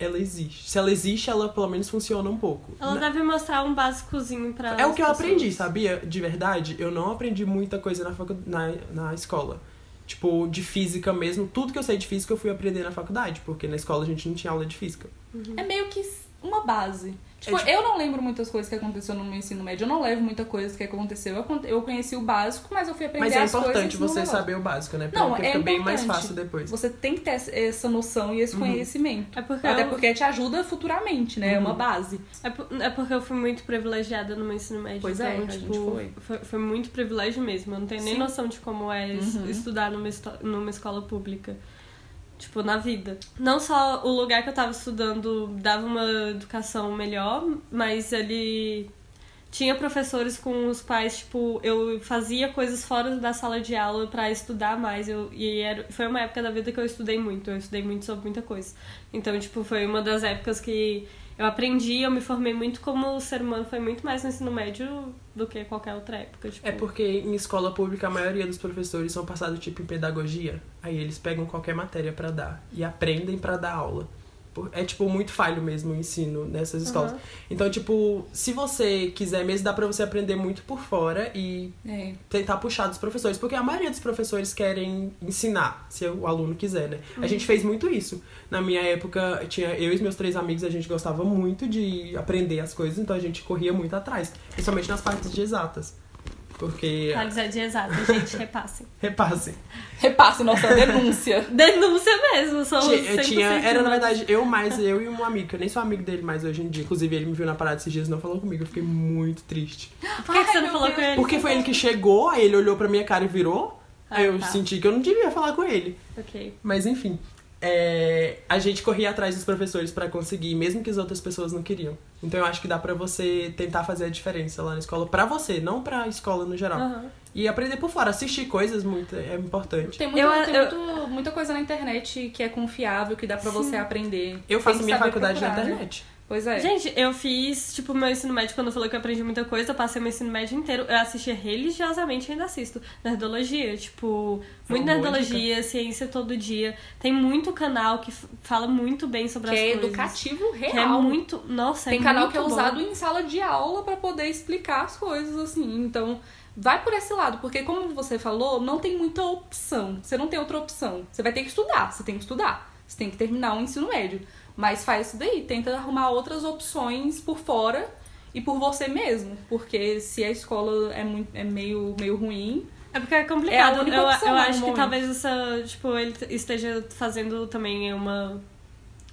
[SPEAKER 2] ela existe. Se ela existe, ela pelo menos funciona um pouco.
[SPEAKER 3] Ela
[SPEAKER 2] Na-
[SPEAKER 3] deve mostrar um básicozinho pra.
[SPEAKER 2] É o que eu
[SPEAKER 3] as pessoas.
[SPEAKER 2] aprendi, sabia? De verdade, eu não aprendi muita coisa na, facu... na, na escola. Tipo, de física mesmo, tudo que eu sei de física eu fui aprender na faculdade, porque na escola a gente não tinha aula de física.
[SPEAKER 1] É meio que uma base. Tipo,
[SPEAKER 2] É, tipo-
[SPEAKER 1] eu não lembro muitas coisas que aconteceu no meu ensino médio. Eu não levo muita coisa que aconteceu. Eu, con- eu conheci o básico, mas eu fui aprender
[SPEAKER 2] Mas é
[SPEAKER 1] as coisas
[SPEAKER 2] importante
[SPEAKER 1] no
[SPEAKER 2] você
[SPEAKER 1] negócio.
[SPEAKER 2] saber o básico, né? Porque
[SPEAKER 1] Não, é
[SPEAKER 2] fica bem mais
[SPEAKER 1] importante.
[SPEAKER 2] fácil depois.
[SPEAKER 1] Você tem que ter essa- essa noção e esse
[SPEAKER 2] Uhum. um
[SPEAKER 1] conhecimento.
[SPEAKER 3] É porque,
[SPEAKER 1] Até
[SPEAKER 3] eu,
[SPEAKER 1] porque te ajuda futuramente, né? É uma
[SPEAKER 2] Uhum.
[SPEAKER 1] base.
[SPEAKER 3] é, por- é porque eu fui muito privilegiada no meu ensino médio.
[SPEAKER 1] Pois
[SPEAKER 3] então,
[SPEAKER 1] é, a
[SPEAKER 3] tipo,
[SPEAKER 1] gente foi.
[SPEAKER 3] foi. foi muito privilégio mesmo. Eu não tenho nem
[SPEAKER 1] Sim.
[SPEAKER 3] noção de como é es-
[SPEAKER 1] Uhum.
[SPEAKER 3] estudar numa, esto- numa escola pública. Tipo, na vida. Não só o lugar que eu tava estudando dava uma educação melhor, mas ele tinha professores com os quais, tipo, eu fazia coisas fora da sala de aula pra estudar mais. Eu, e era, foi uma época da vida que eu estudei muito. Eu estudei muito sobre muita coisa. Então, tipo, foi uma das épocas que eu aprendi, eu me formei muito como ser humano. Foi muito mais no ensino médio do que qualquer outra época. Tipo,
[SPEAKER 2] É porque em escola pública a maioria dos professores são passados tipo em pedagogia. Aí eles pegam qualquer matéria pra dar e aprendem pra dar aula. Por- É tipo muito falho mesmo o ensino nessas escolas.
[SPEAKER 3] Aham.
[SPEAKER 2] Então, tipo, se você quiser mesmo, dá pra você aprender muito por fora e
[SPEAKER 1] É.
[SPEAKER 2] tentar puxar dos professores, porque a maioria dos professores querem ensinar, se o aluno quiser, né? A gente fez muito isso. Na minha época, tinha eu e os meus três amigos, a gente gostava muito de aprender as coisas, então a gente corria muito atrás, principalmente nas partes de exatas. Porque
[SPEAKER 3] Qualidade de exato, gente, repasse.
[SPEAKER 2] repasse,
[SPEAKER 1] Repasse nossa denúncia.
[SPEAKER 3] Denúncia mesmo, somos
[SPEAKER 2] ti- eu
[SPEAKER 3] 100%
[SPEAKER 2] tinha, era na
[SPEAKER 3] humanos.
[SPEAKER 2] verdade eu mais eu e um amigo, que eu nem sou amigo dele mais hoje em dia. Inclusive ele me viu na parada esses dias e não falou comigo, eu fiquei muito triste.
[SPEAKER 3] Por que, que
[SPEAKER 1] Ai,
[SPEAKER 3] você não
[SPEAKER 1] meu
[SPEAKER 3] falou
[SPEAKER 1] Deus.
[SPEAKER 3] com ele?
[SPEAKER 2] Porque foi ele que chegou, aí ele olhou pra minha cara e virou. Aí
[SPEAKER 3] Ah,
[SPEAKER 2] eu
[SPEAKER 3] tá.
[SPEAKER 2] senti que eu não devia falar com ele.
[SPEAKER 3] Ok.
[SPEAKER 2] Mas enfim, é, a gente corria atrás dos professores pra conseguir, mesmo que as outras pessoas não queriam. Então eu acho que dá pra você tentar fazer a diferença lá na escola, pra você, não pra escola no geral.
[SPEAKER 3] Aham.
[SPEAKER 2] E aprender por fora, assistir coisas muito é importante.
[SPEAKER 1] Tem, muito,
[SPEAKER 3] Eu-
[SPEAKER 1] tem
[SPEAKER 3] eu-
[SPEAKER 1] muito- muita coisa na internet que é confiável, que dá pra você aprender.
[SPEAKER 2] Eu
[SPEAKER 1] Tem
[SPEAKER 2] faço
[SPEAKER 1] que
[SPEAKER 2] minha
[SPEAKER 1] saber
[SPEAKER 2] faculdade
[SPEAKER 1] procurar,
[SPEAKER 2] na
[SPEAKER 1] né?
[SPEAKER 2] internet.
[SPEAKER 1] Pois é.
[SPEAKER 3] Gente, eu fiz, tipo, meu ensino médio, quando eu falei que eu aprendi muita coisa, eu passei meu ensino médio inteiro, eu assistia religiosamente e ainda assisto. Nerdologia, tipo,
[SPEAKER 2] Foi
[SPEAKER 3] muito
[SPEAKER 2] uma boa
[SPEAKER 3] nerdologia, ciência todo dia. Tem muito canal que f- fala muito bem sobre
[SPEAKER 1] que
[SPEAKER 3] as
[SPEAKER 1] é
[SPEAKER 3] coisas.
[SPEAKER 1] educativo real.
[SPEAKER 3] Que é muito. Nossa,
[SPEAKER 1] Tem
[SPEAKER 3] é
[SPEAKER 1] canal
[SPEAKER 3] muito
[SPEAKER 1] que é
[SPEAKER 3] bom.
[SPEAKER 1] usado em sala de aula pra poder explicar as coisas, assim. Então, vai por esse lado, porque como você falou, não tem muita opção. Você não tem outra opção. Você vai ter que estudar, você tem que estudar. Você tem que terminar o ensino médio. Mas faz isso daí, tenta arrumar outras opções por fora e por você mesmo. Porque se a escola é, muito, é meio, meio ruim,
[SPEAKER 3] É porque é complicado.
[SPEAKER 1] É a única
[SPEAKER 3] eu,
[SPEAKER 1] opção
[SPEAKER 3] eu
[SPEAKER 1] lá no
[SPEAKER 3] acho que
[SPEAKER 1] momento.
[SPEAKER 3] talvez essa, tipo, ele esteja fazendo também uma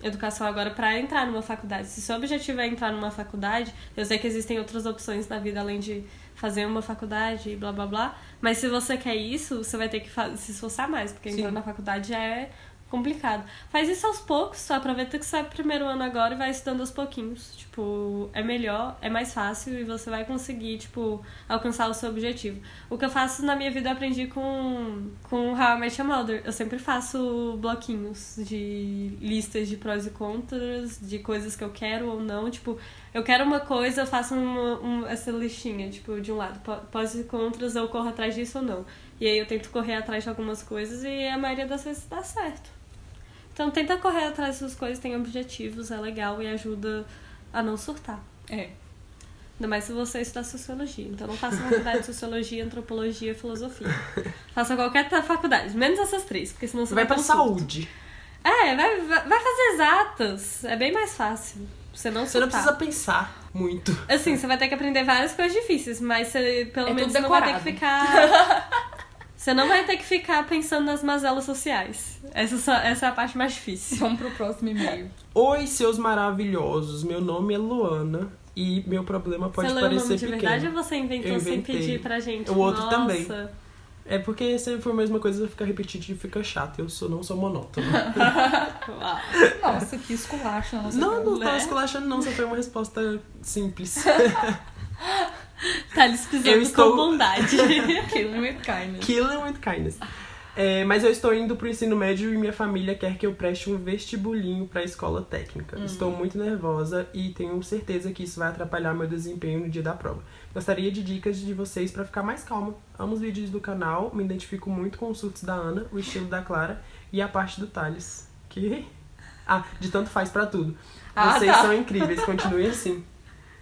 [SPEAKER 3] educação agora pra entrar numa faculdade. Se seu objetivo é entrar numa faculdade, eu sei que existem outras opções na vida além de fazer uma faculdade e blá blá blá, mas se você quer isso, você vai ter que fa- se esforçar mais, porque
[SPEAKER 2] Sim.
[SPEAKER 3] entrar na faculdade já é complicado. Faz isso aos poucos, só aproveita que você é primeiro ano agora e vai estudando aos pouquinhos. Tipo, é melhor, é mais fácil e você vai conseguir, tipo, alcançar o seu objetivo. O que eu faço na minha vida eu aprendi com, com How I Met Your Mother. Eu sempre faço bloquinhos de listas de prós e contras, de coisas que eu quero ou não. Tipo, eu quero uma coisa, eu faço uma, um- essa listinha, tipo, de um lado, pró- prós e contras, eu corro atrás disso ou não. E aí eu tento correr atrás de algumas coisas e a maioria das vezes dá certo. Então tenta correr atrás dessas coisas, tem objetivos, é legal e ajuda a não surtar.
[SPEAKER 1] é.
[SPEAKER 3] Ainda mais se você estudar sociologia. Então não faça faculdade de sociologia, antropologia, filosofia. Faça qualquer ta- faculdade, menos essas três, porque senão você
[SPEAKER 2] Você vai um.
[SPEAKER 3] dar
[SPEAKER 2] pra
[SPEAKER 3] um surto.
[SPEAKER 2] saúde.
[SPEAKER 3] É, vai, vai vai fazer exatas. É bem mais fácil. Tipo, você não
[SPEAKER 2] Você não
[SPEAKER 3] surtar.
[SPEAKER 2] precisa pensar muito.
[SPEAKER 3] Assim, você vai ter que aprender várias coisas difíceis, mas você, pelo
[SPEAKER 1] É
[SPEAKER 3] menos
[SPEAKER 1] tudo
[SPEAKER 3] não vai ter que
[SPEAKER 1] decorado.
[SPEAKER 3] ficar. você não vai ter que ficar pensando nas mazelas sociais. Essa, só- essa é a parte mais difícil.
[SPEAKER 1] Vamos pro próximo e-mail.
[SPEAKER 2] Oi, seus maravilhosos. Meu nome é Luana e meu problema pode
[SPEAKER 3] você leu o nome de
[SPEAKER 2] parecer pequeno.
[SPEAKER 3] verdade ou você inventou
[SPEAKER 2] Eu
[SPEAKER 3] sem
[SPEAKER 2] inventei.
[SPEAKER 3] pedir pra gente?
[SPEAKER 2] O outro
[SPEAKER 3] Nossa.
[SPEAKER 2] também. É porque sempre foi a mesma coisa, fica repetitivo, fica chato. Eu sou, não sou monótono.
[SPEAKER 3] Uau.
[SPEAKER 1] Nossa, que esculacho na nossa
[SPEAKER 2] não,
[SPEAKER 1] cara.
[SPEAKER 2] não tá. tava
[SPEAKER 3] né?
[SPEAKER 2] esculachando, não. Só foi uma resposta simples.
[SPEAKER 3] Thales Tá pisando
[SPEAKER 2] Eu estou-
[SPEAKER 3] com bondade.
[SPEAKER 1] Killing with kindness.
[SPEAKER 2] Killing with kindness. É, mas eu estou indo pro ensino médio e minha família quer que eu preste um vestibulinho pra escola técnica. Estou muito nervosa e tenho certeza que isso vai atrapalhar meu desempenho no dia da prova. Gostaria de dicas de vocês pra ficar mais calma. Amo os vídeos do canal, me identifico muito com os surtos da Ana, o estilo da Clara e a parte do Thales. Que? Ah, de tanto faz pra tudo.
[SPEAKER 1] Ah,
[SPEAKER 2] vocês
[SPEAKER 1] tá.
[SPEAKER 2] são incríveis, continuem assim.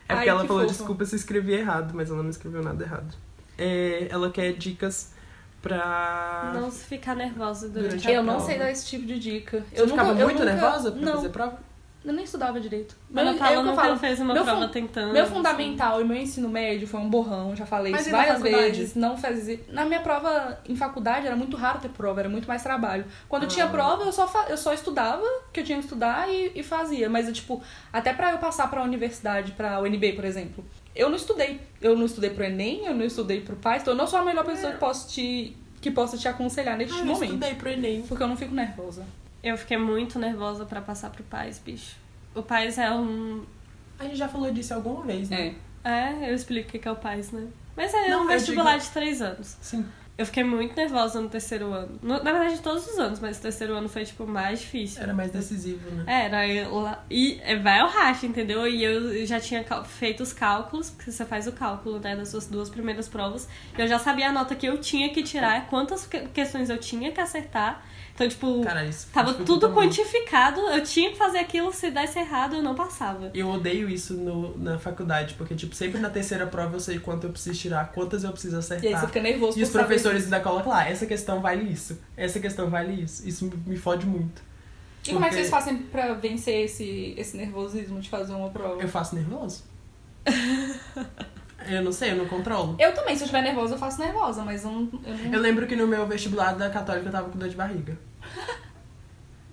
[SPEAKER 2] É porque
[SPEAKER 1] Ai,
[SPEAKER 2] ela
[SPEAKER 1] que
[SPEAKER 2] falou,
[SPEAKER 1] fofa.
[SPEAKER 2] desculpa se escrevi errado, mas ela não escreveu nada errado. É, ela quer dicas pra.
[SPEAKER 3] Não se ficar nervosa durante
[SPEAKER 2] Durante
[SPEAKER 3] a
[SPEAKER 2] a
[SPEAKER 1] Eu não
[SPEAKER 2] prova.
[SPEAKER 1] sei dar esse tipo de dica.
[SPEAKER 2] é Você
[SPEAKER 1] eu
[SPEAKER 2] ficava
[SPEAKER 1] nunca, eu
[SPEAKER 2] muito
[SPEAKER 1] nunca-
[SPEAKER 2] nervosa pra
[SPEAKER 1] não,
[SPEAKER 2] fazer prova?
[SPEAKER 1] eu nem estudava direito.
[SPEAKER 3] Ana
[SPEAKER 1] Mas é o
[SPEAKER 3] Paula
[SPEAKER 1] que eu
[SPEAKER 3] nunca
[SPEAKER 1] falo.
[SPEAKER 3] fez uma
[SPEAKER 1] Meu
[SPEAKER 3] prova
[SPEAKER 1] fun-
[SPEAKER 3] tentando.
[SPEAKER 1] Meu
[SPEAKER 3] assim.
[SPEAKER 1] fundamental e meu ensino médio foi um borrão, já falei
[SPEAKER 2] Ah, Mas
[SPEAKER 1] isso
[SPEAKER 2] e na
[SPEAKER 1] várias
[SPEAKER 2] faculdade?
[SPEAKER 1] vezes. Não fazia. Na minha prova em faculdade era muito raro ter prova, era muito mais trabalho. Quando eu tinha
[SPEAKER 2] Ah.
[SPEAKER 1] prova, eu só, fa- eu só estudava, que eu tinha que estudar e, e fazia. Mas, eu, tipo, até pra eu passar pra universidade, pra UNB, por exemplo, eu não estudei. Eu não estudei pro Enem, eu não estudei pro PAI, então eu não sou a melhor pessoa que posso te, que possa te aconselhar neste
[SPEAKER 2] É. Ah, eu
[SPEAKER 1] momento.
[SPEAKER 2] estudei pro Enem.
[SPEAKER 1] Porque eu não fico nervosa.
[SPEAKER 3] Eu fiquei muito nervosa pra passar pro Paz, bicho. O Paz é um.
[SPEAKER 2] A gente já falou disso alguma vez, né?
[SPEAKER 1] É.
[SPEAKER 3] É, eu explico o que que é o Paz, né? Mas é
[SPEAKER 2] Não,
[SPEAKER 3] um
[SPEAKER 2] eu
[SPEAKER 3] vestibular
[SPEAKER 2] digo-
[SPEAKER 3] de três anos.
[SPEAKER 2] Sim.
[SPEAKER 3] Eu fiquei muito nervosa no terceiro ano. No- na verdade, todos os anos, mas o terceiro ano foi, tipo, mais difícil.
[SPEAKER 2] Era mais decisivo, né?
[SPEAKER 3] Era, eu lá- e é, vai ao racha, entendeu? E eu já tinha cal- feito os cálculos, porque você faz o cálculo, né, das suas duas primeiras provas. E eu já sabia a nota que eu tinha que tirar, quantas que- questões eu tinha que acertar. Então, tipo,
[SPEAKER 1] É.
[SPEAKER 2] Cara, isso.
[SPEAKER 3] tava
[SPEAKER 2] dificulta
[SPEAKER 3] tudo
[SPEAKER 2] muito.
[SPEAKER 3] quantificado, eu tinha que fazer aquilo, se desse errado, eu não passava.
[SPEAKER 2] Eu odeio isso no- na faculdade, porque, tipo, sempre na terceira prova eu sei quanto eu preciso tirar, quantas eu preciso
[SPEAKER 1] E aí você
[SPEAKER 2] acertar.
[SPEAKER 1] fica nervoso
[SPEAKER 2] Tá. E os
[SPEAKER 1] por saber-
[SPEAKER 2] professores ainda colocam lá, "Ah, essa questão vale isso, essa questão vale isso. Isso me- me fode muito.
[SPEAKER 1] E como é que
[SPEAKER 2] Porque-
[SPEAKER 1] vocês fazem pra vencer esse, esse nervosismo de fazer uma prova?
[SPEAKER 2] Eu faço nervoso. eu não sei, eu não controlo.
[SPEAKER 1] Eu também, se eu estiver nervosa, eu faço nervosa, mas eu não. Eu não...
[SPEAKER 2] Eu lembro que no meu vestibular da Católica eu tava com dor de barriga.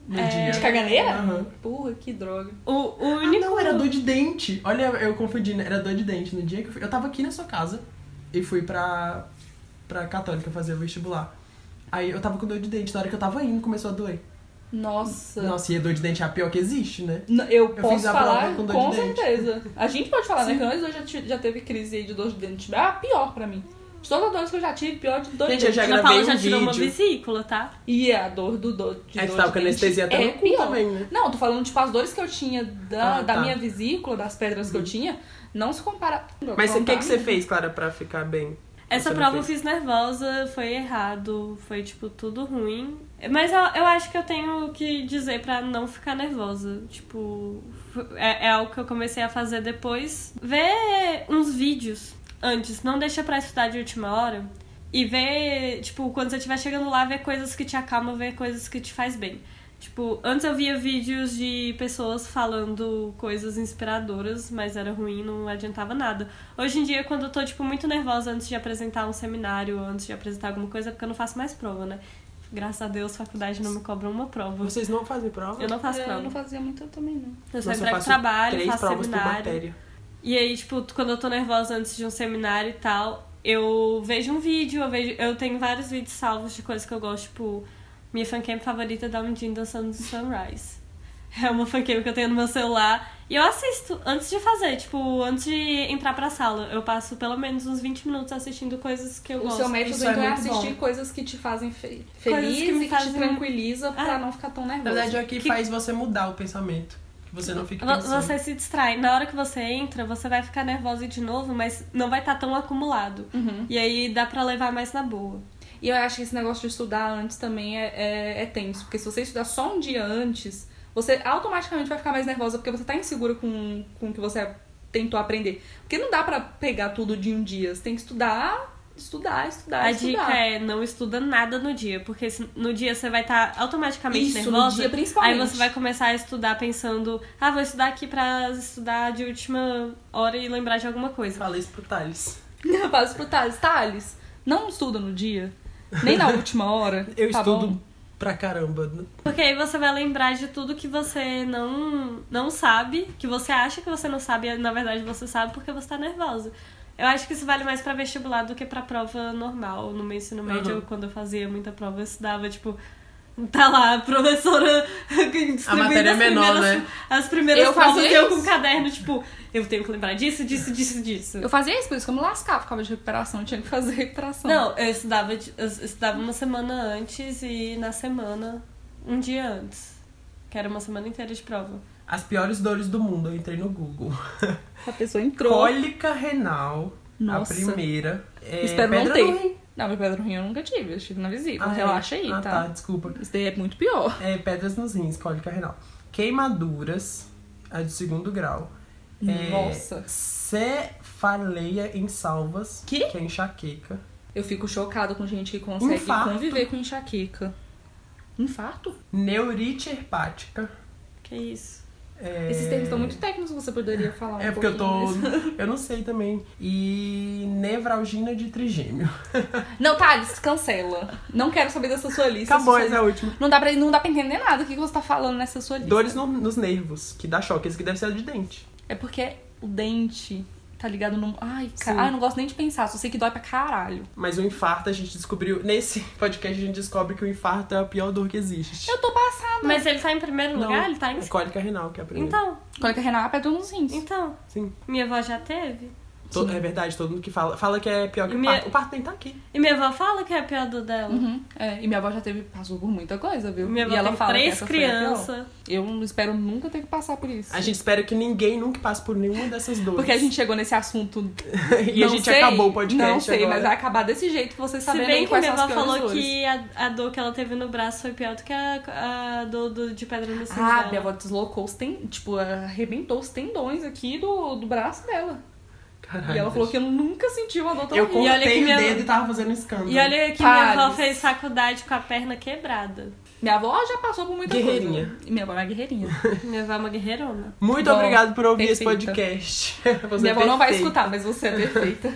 [SPEAKER 2] No
[SPEAKER 3] É,
[SPEAKER 1] De
[SPEAKER 2] dia.
[SPEAKER 1] caganeira?
[SPEAKER 2] Aham.
[SPEAKER 1] Porra, que droga.
[SPEAKER 3] O, o
[SPEAKER 2] Ah,
[SPEAKER 3] único.
[SPEAKER 2] não, era dor de dente. Olha, eu confundi, né? era dor de dente. No dia que eu fui. Eu tava aqui na sua casa e fui pra, pra Católica fazer o vestibular. Aí eu tava com dor de dente. Na hora que eu tava indo, começou a doer.
[SPEAKER 1] Nossa.
[SPEAKER 2] Nossa, e dor de dente é a pior que existe, né?
[SPEAKER 1] N- Eu
[SPEAKER 2] fiz
[SPEAKER 1] posso
[SPEAKER 2] a prova
[SPEAKER 1] falar
[SPEAKER 2] com
[SPEAKER 1] com,
[SPEAKER 2] dor de dente.
[SPEAKER 1] certeza. A gente pode falar,
[SPEAKER 2] Sim.
[SPEAKER 1] né? Porque nós dois já, ti- já teve crise aí de dor de dente. Ah, pior pra mim. De todas as dores que eu já tive, pior de dor
[SPEAKER 2] Gente,
[SPEAKER 1] de dente.
[SPEAKER 2] eu já
[SPEAKER 3] Ana
[SPEAKER 2] gravei
[SPEAKER 3] Paula
[SPEAKER 2] um
[SPEAKER 3] já tirou uma
[SPEAKER 2] vídeo.
[SPEAKER 3] vesícula, tá?
[SPEAKER 1] E a dor do dor de
[SPEAKER 2] Aí
[SPEAKER 1] dor
[SPEAKER 2] tu tava
[SPEAKER 1] de
[SPEAKER 2] com
[SPEAKER 1] dente
[SPEAKER 2] anestesia até
[SPEAKER 1] é
[SPEAKER 2] no cu
[SPEAKER 1] pior.
[SPEAKER 2] também, né?
[SPEAKER 1] Não, tô falando, tipo, as dores que eu tinha da,
[SPEAKER 2] Ah,
[SPEAKER 1] da
[SPEAKER 2] tá. Uhum.
[SPEAKER 1] minha vesícula, das pedras que eu tinha, não se compara.
[SPEAKER 2] Mas o que, que você
[SPEAKER 1] fez?
[SPEAKER 2] fez, Clara, pra ficar bem? Você
[SPEAKER 3] Essa
[SPEAKER 2] não
[SPEAKER 3] prova eu
[SPEAKER 2] fez?
[SPEAKER 3] fiz nervosa, foi errado, foi tipo tudo ruim. Mas eu, eu acho que eu tenho o que dizer pra não ficar nervosa. Tipo, f- é, é algo que eu comecei a fazer depois. Ver uns vídeos antes, não deixa pra estudar de última hora. E ver, tipo, quando você estiver chegando lá, ver coisas que te acalmam, ver coisas que te faz bem. Tipo, antes eu via vídeos de pessoas falando coisas inspiradoras, mas era ruim, não adiantava nada. Hoje em dia, quando eu tô, tipo, muito nervosa antes de apresentar um seminário, antes de apresentar alguma coisa, é porque eu não faço mais prova, né? Graças a Deus, faculdade não me cobra uma prova.
[SPEAKER 2] Vocês não fazem prova?
[SPEAKER 3] Eu não faço
[SPEAKER 1] É, eu não
[SPEAKER 3] prova.
[SPEAKER 1] fazia muito eu também, não.
[SPEAKER 3] Eu
[SPEAKER 2] Nossa,
[SPEAKER 3] só
[SPEAKER 2] eu
[SPEAKER 3] entrego
[SPEAKER 2] faço
[SPEAKER 3] trabalho,
[SPEAKER 2] três
[SPEAKER 3] faço
[SPEAKER 2] provas por
[SPEAKER 3] seminário.
[SPEAKER 2] matéria.
[SPEAKER 3] E aí, tipo, quando eu tô nervosa antes de um seminário e tal, eu vejo um vídeo, eu vejo. Eu tenho vários vídeos salvos de coisas que eu gosto, tipo, minha fancam favorita é da Undine dançando do Sunrise. É uma fancam que eu tenho no meu celular. E eu assisto antes de fazer, tipo, antes de entrar pra sala. Eu passo pelo menos uns 20 minutos assistindo coisas que eu
[SPEAKER 1] O
[SPEAKER 3] gosto.
[SPEAKER 1] seu método
[SPEAKER 2] isso é
[SPEAKER 1] então é,
[SPEAKER 2] muito
[SPEAKER 1] assistir
[SPEAKER 2] bom.
[SPEAKER 1] coisas que te fazem fe-
[SPEAKER 3] Coisas
[SPEAKER 1] feliz
[SPEAKER 3] que me
[SPEAKER 1] e que
[SPEAKER 3] fazem-
[SPEAKER 1] te tranquiliza pra
[SPEAKER 3] Ah.
[SPEAKER 1] não ficar tão nervoso.
[SPEAKER 2] Na verdade, é o que,
[SPEAKER 3] Que-
[SPEAKER 2] faz você mudar o pensamento. Que você não fica
[SPEAKER 3] Vo-
[SPEAKER 1] né?
[SPEAKER 2] pensando.
[SPEAKER 3] Você se distrai. Na hora que você entra, você vai ficar nervosa de novo, mas não vai estar tão acumulado.
[SPEAKER 1] Uhum.
[SPEAKER 3] E aí dá pra levar mais na boa.
[SPEAKER 1] E eu acho que esse negócio de estudar antes também é, é, é tenso. Porque se você estudar só um dia antes, você automaticamente vai ficar mais nervosa porque você tá insegura com, com o que você tentou aprender. Porque não dá pra pegar tudo de um dia. Você tem que estudar estudar, estudar,
[SPEAKER 3] A
[SPEAKER 1] estudar.
[SPEAKER 3] dica é não estuda nada no dia, porque se- no dia você vai estar automaticamente
[SPEAKER 1] Isso, no
[SPEAKER 3] nervosa.
[SPEAKER 1] dia
[SPEAKER 3] aí
[SPEAKER 1] principalmente.
[SPEAKER 3] você vai começar a estudar pensando, ah, vou estudar aqui pra estudar de última hora e lembrar de alguma coisa.
[SPEAKER 2] Fala isso pro Thales.
[SPEAKER 1] Eu faço pro Thales. Thales, não estuda no dia, nem na última hora.
[SPEAKER 2] Eu
[SPEAKER 1] tá
[SPEAKER 2] estudo
[SPEAKER 1] bom?
[SPEAKER 2] pra caramba.
[SPEAKER 3] Porque aí você vai lembrar de tudo que você não, não sabe, que você acha que você não sabe, e na verdade você sabe porque você tá nervosa. Eu acho que isso vale mais pra vestibular do que pra prova normal. No meu ensino médio,
[SPEAKER 2] Aham.
[SPEAKER 3] quando eu fazia muita prova, eu estudava, tipo, tá lá, a professora distribuindo
[SPEAKER 2] A matéria é
[SPEAKER 3] as
[SPEAKER 2] menor,
[SPEAKER 3] primeiras,
[SPEAKER 2] né?
[SPEAKER 3] as primeiras
[SPEAKER 1] Eu
[SPEAKER 3] provas,
[SPEAKER 1] fazia
[SPEAKER 3] eu com
[SPEAKER 1] isso.
[SPEAKER 3] o caderno, tipo, eu tenho que lembrar disso, disso, disso, disso.
[SPEAKER 1] Eu fazia isso, por isso que eu me lascava, ficava de recuperação, eu tinha que fazer recuperação.
[SPEAKER 3] Não, eu estudava, de- eu estudava uma semana antes e na semana, um dia antes. Que era uma semana inteira de prova.
[SPEAKER 2] As piores dores do mundo, eu entrei no Google.
[SPEAKER 1] a pessoa entrou.
[SPEAKER 2] Cólica renal,
[SPEAKER 1] Nossa.
[SPEAKER 2] a primeira. É,
[SPEAKER 1] Espero não
[SPEAKER 2] pedra
[SPEAKER 1] ter.
[SPEAKER 2] no rim.
[SPEAKER 1] Não, mas pedra no rim eu nunca tive, eu tive na visita.
[SPEAKER 2] Ah, é.
[SPEAKER 1] Relaxa aí,
[SPEAKER 2] ah,
[SPEAKER 1] tá?
[SPEAKER 2] desculpa.
[SPEAKER 1] Isso daí é muito pior.
[SPEAKER 2] É, pedras nos rins, cólica renal. Queimaduras, a de segundo grau. É,
[SPEAKER 1] Nossa.
[SPEAKER 2] Cefaleia em salvas,
[SPEAKER 1] Que?
[SPEAKER 2] é enxaqueca.
[SPEAKER 1] Eu fico chocada com gente que consegue
[SPEAKER 2] Infarto.
[SPEAKER 1] conviver com enxaqueca. Infarto?
[SPEAKER 2] Neurite hepática.
[SPEAKER 3] Que isso.
[SPEAKER 2] é,
[SPEAKER 1] Esses termos estão muito técnicos, você poderia falar um
[SPEAKER 2] É porque eu tô.
[SPEAKER 1] pouquinho mais.
[SPEAKER 2] Eu não sei também. E nevralgina de trigêmeo.
[SPEAKER 1] Não, Thales, cancela. Não quero saber dessa sua lista.
[SPEAKER 2] Acabou,
[SPEAKER 1] Essa
[SPEAKER 2] essa é
[SPEAKER 1] sua-
[SPEAKER 2] a última.
[SPEAKER 1] Não dá, pra, não dá pra entender nada o que que você tá falando nessa sua lista.
[SPEAKER 2] Dores no- nos nervos, que dá choque. Esse aqui deve ser a de dente.
[SPEAKER 1] É porque o dente tá ligado no. Ai,
[SPEAKER 2] Sim.
[SPEAKER 1] cara. Ai, eu não gosto nem de pensar, só sei que dói pra caralho.
[SPEAKER 2] Mas o infarto a gente descobriu. Nesse podcast a gente descobre que o infarto é a pior dor que existe.
[SPEAKER 1] Eu tô passada.
[SPEAKER 3] Mas ele tá em primeiro
[SPEAKER 2] Não,
[SPEAKER 3] lugar? Ele tá em.
[SPEAKER 2] é cólica renal, que é a primeira.
[SPEAKER 3] Então,
[SPEAKER 1] Cólica renal, é pedra nos rins.
[SPEAKER 3] então.
[SPEAKER 2] Sim.
[SPEAKER 3] Minha avó já teve.
[SPEAKER 2] To- É verdade, todo mundo que fala. Fala que é pior que
[SPEAKER 3] E
[SPEAKER 2] o
[SPEAKER 3] minha-
[SPEAKER 2] parto. O parto nem tá aqui.
[SPEAKER 3] E minha avó fala que é a pior do dela.
[SPEAKER 1] Uhum, é. E minha avó já teve, passou por muita coisa, viu?
[SPEAKER 3] Minha avó
[SPEAKER 1] e ela
[SPEAKER 3] tem
[SPEAKER 1] fala que
[SPEAKER 3] três
[SPEAKER 1] essa foi a pior. Tá
[SPEAKER 3] crianças.
[SPEAKER 1] Eu não espero nunca ter que passar por isso.
[SPEAKER 2] A gente espera que ninguém nunca passe por nenhuma dessas dores.
[SPEAKER 1] Porque a gente chegou nesse assunto.
[SPEAKER 2] e a
[SPEAKER 1] não
[SPEAKER 2] gente
[SPEAKER 1] sei,
[SPEAKER 2] acabou o podcast
[SPEAKER 1] Não sei,
[SPEAKER 2] agora.
[SPEAKER 1] mas vai acabar desse jeito você
[SPEAKER 3] Se
[SPEAKER 1] sabendo
[SPEAKER 3] bem que
[SPEAKER 1] quais
[SPEAKER 3] minha
[SPEAKER 1] são
[SPEAKER 3] avó
[SPEAKER 1] as piores
[SPEAKER 3] falou
[SPEAKER 1] dores.
[SPEAKER 3] que a, a dor que ela teve no braço foi pior do que a, a dor do- de pedra no cinza.
[SPEAKER 1] Ah, minha avó deslocou os ten... tipo, arrebentou os tendões aqui do, do braço dela.
[SPEAKER 2] Caralho,
[SPEAKER 1] e ela falou
[SPEAKER 2] gente.
[SPEAKER 1] que eu nunca senti uma dor tão
[SPEAKER 2] Eu
[SPEAKER 1] horrível.
[SPEAKER 3] olha que
[SPEAKER 2] cortei o
[SPEAKER 3] minha-
[SPEAKER 2] dedo e tava fazendo escândalo.
[SPEAKER 3] E olha que minha avó
[SPEAKER 1] Thales.
[SPEAKER 3] fez faculdade com a perna quebrada.
[SPEAKER 1] Minha avó já passou por muita
[SPEAKER 2] Guerreirinha.
[SPEAKER 1] coisa. E Minha avó é uma guerreirinha.
[SPEAKER 3] Minha avó é uma guerreirona.
[SPEAKER 2] Muito
[SPEAKER 1] Bom,
[SPEAKER 2] obrigado por ouvir esse
[SPEAKER 1] perfeita.
[SPEAKER 2] podcast. Você é
[SPEAKER 1] minha avó não vai
[SPEAKER 2] perfeita.
[SPEAKER 1] escutar, mas você é perfeita.